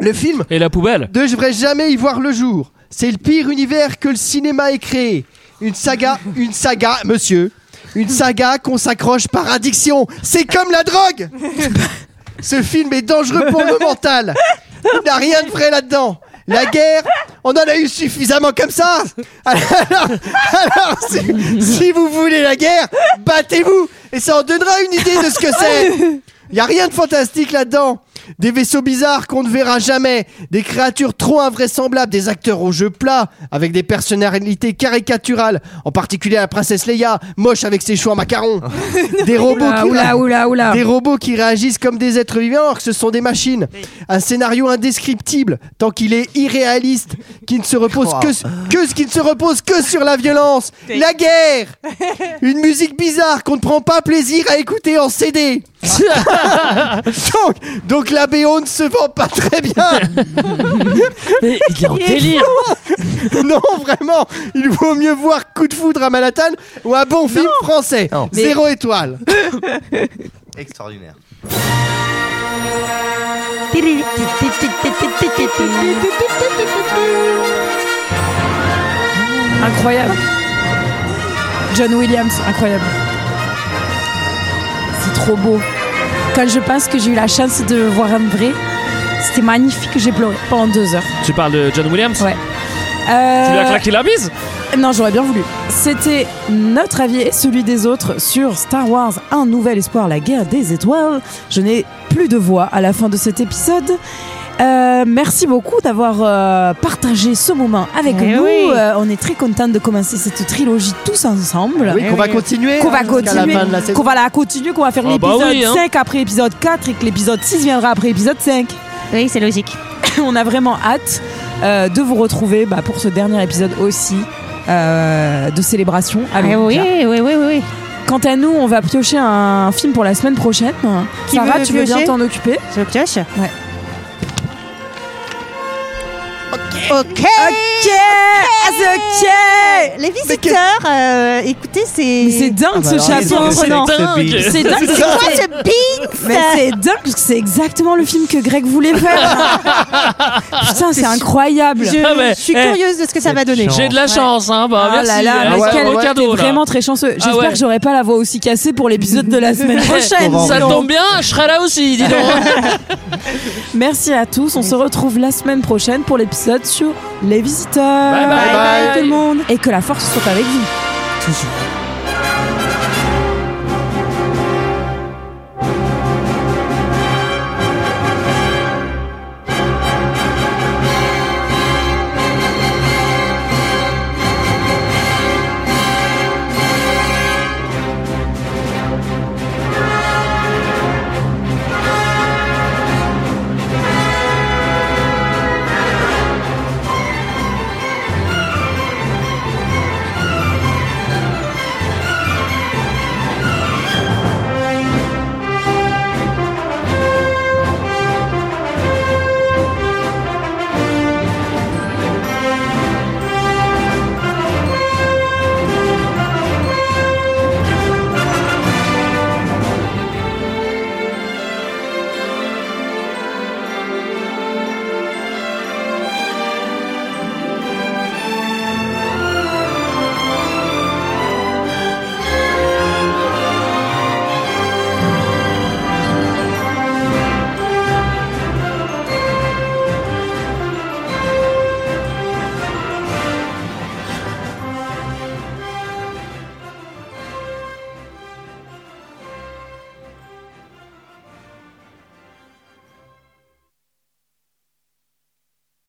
[SPEAKER 6] Le film
[SPEAKER 5] Et la poubelle
[SPEAKER 6] ne devrais jamais y voir le jour. C'est le pire univers que le cinéma ait créé. Une saga, une saga, monsieur. Une saga qu'on s'accroche par addiction. C'est comme la drogue Ce film est dangereux pour le mental. Il n'y a rien de vrai là-dedans. La guerre, on en a eu suffisamment comme ça. Alors, alors, si, si vous voulez la guerre, battez-vous. Et ça en donnera une idée de ce que c'est. Il n'y a rien de fantastique là-dedans. des vaisseaux bizarres qu'on ne verra jamais, des créatures trop invraisemblables, des acteurs au jeu plat, avec des personnalités caricaturales, en particulier la princesse Leia, moche avec ses choux en macaron, des robots
[SPEAKER 14] Oula,
[SPEAKER 6] qui
[SPEAKER 14] oula, oula,
[SPEAKER 1] Ah
[SPEAKER 14] oula.
[SPEAKER 6] des robots qui réagissent comme des êtres vivants alors que ce sont des machines, un scénario indescriptible tant qu'il est irréaliste, qui ne se repose que, que qui ne se repose que sur la violence, la guerre, une musique bizarre qu'on ne prend pas plaisir à écouter en CD. donc, donc la BO ne se vend pas très bien.
[SPEAKER 5] Mais il est en
[SPEAKER 6] Il est
[SPEAKER 5] délire.
[SPEAKER 6] fou. non, vraiment, il vaut mieux voir Coup de foudre à Manhattan ou un bon film français. Zéro étoile.
[SPEAKER 10] Extraordinaire.
[SPEAKER 1] Incroyable. John Williams, incroyable. C'est trop beau. Quand je pense que j'ai eu la chance de voir un vrai, c'était magnifique, j'ai pleuré pendant deux heures.
[SPEAKER 5] Tu parles de John Williams
[SPEAKER 1] Ouais.
[SPEAKER 5] Tu lui as
[SPEAKER 1] Euh,
[SPEAKER 5] claqué la bise
[SPEAKER 1] Non, j'aurais bien voulu. C'était notre avis et celui des autres sur Star Wars Un Nouvel Espoir, la guerre des étoiles. Je n'ai plus de voix à la fin de cet épisode. Euh, merci beaucoup d'avoir euh, partagé ce moment avec
[SPEAKER 9] Eh
[SPEAKER 1] nous.
[SPEAKER 9] oui.
[SPEAKER 1] Euh, on est très contents de commencer cette trilogie tous
[SPEAKER 9] Eh
[SPEAKER 1] ensemble.
[SPEAKER 6] Oui, qu'on va continuer.
[SPEAKER 1] Eh Qu'on va
[SPEAKER 6] hein, jusqu'à la
[SPEAKER 1] continuer,
[SPEAKER 6] fin de la saison.
[SPEAKER 1] qu'on va la continuer, qu'on va faire
[SPEAKER 5] Ah bah
[SPEAKER 1] l'épisode
[SPEAKER 5] oui, hein.
[SPEAKER 1] 5 après épisode 4 et que l'épisode 6 viendra après épisode 5.
[SPEAKER 9] Oui, c'est logique.
[SPEAKER 1] On a vraiment hâte euh, de vous retrouver bah, pour ce dernier épisode aussi euh, de célébration. avec
[SPEAKER 6] Eh
[SPEAKER 9] Ah oui,
[SPEAKER 1] Ninja.
[SPEAKER 9] oui, oui, oui, oui.
[SPEAKER 1] Quant à nous, on va piocher un film pour la semaine prochaine.
[SPEAKER 9] Qui
[SPEAKER 1] Sarah,
[SPEAKER 9] veut
[SPEAKER 1] tu veux bien
[SPEAKER 9] piocher
[SPEAKER 1] t'en occuper
[SPEAKER 9] Je pioche
[SPEAKER 1] Ouais.
[SPEAKER 9] Ok.
[SPEAKER 1] Ok, ok.
[SPEAKER 9] Les visiteurs, euh, écoutez,
[SPEAKER 1] Mais c'est
[SPEAKER 9] c'est.
[SPEAKER 1] dingue
[SPEAKER 10] Ah bah
[SPEAKER 1] ce
[SPEAKER 10] alors,
[SPEAKER 1] chapeau
[SPEAKER 10] qu'est-ce que c'est
[SPEAKER 1] envoûtant.
[SPEAKER 10] que ce
[SPEAKER 5] dingue.
[SPEAKER 10] big
[SPEAKER 1] C'est dingue.
[SPEAKER 9] C'est quoi ce bing
[SPEAKER 1] Mais c'est dingue parce que c'est exactement le film que Greg voulait faire. Putain, c'est incroyable.
[SPEAKER 9] Je,
[SPEAKER 5] Ah ouais,
[SPEAKER 9] je suis
[SPEAKER 5] eh,
[SPEAKER 9] curieuse de ce que ça va donner.
[SPEAKER 5] J'ai de la chance, hein. Bah,
[SPEAKER 1] Ah
[SPEAKER 5] merci.
[SPEAKER 1] là là,
[SPEAKER 5] hein,
[SPEAKER 1] mais
[SPEAKER 5] c'est
[SPEAKER 1] quel-
[SPEAKER 5] un beau
[SPEAKER 1] t'es
[SPEAKER 5] cadeau, là.
[SPEAKER 1] vraiment très chanceux. J'espère
[SPEAKER 5] ouais.
[SPEAKER 1] que j'aurais pas la voix aussi cassée pour l'épisode de la semaine prochaine.
[SPEAKER 10] On va en
[SPEAKER 5] Ça
[SPEAKER 1] sinon.
[SPEAKER 5] tombe bien, je serai là aussi, dis donc.
[SPEAKER 1] Merci à tous. On se retrouve la semaine prochaine pour l'épisode sur les visiteurs.
[SPEAKER 5] Bye bye. Bye bye.
[SPEAKER 1] tout le monde. Et que la force soit avec vous.
[SPEAKER 5] Toujours.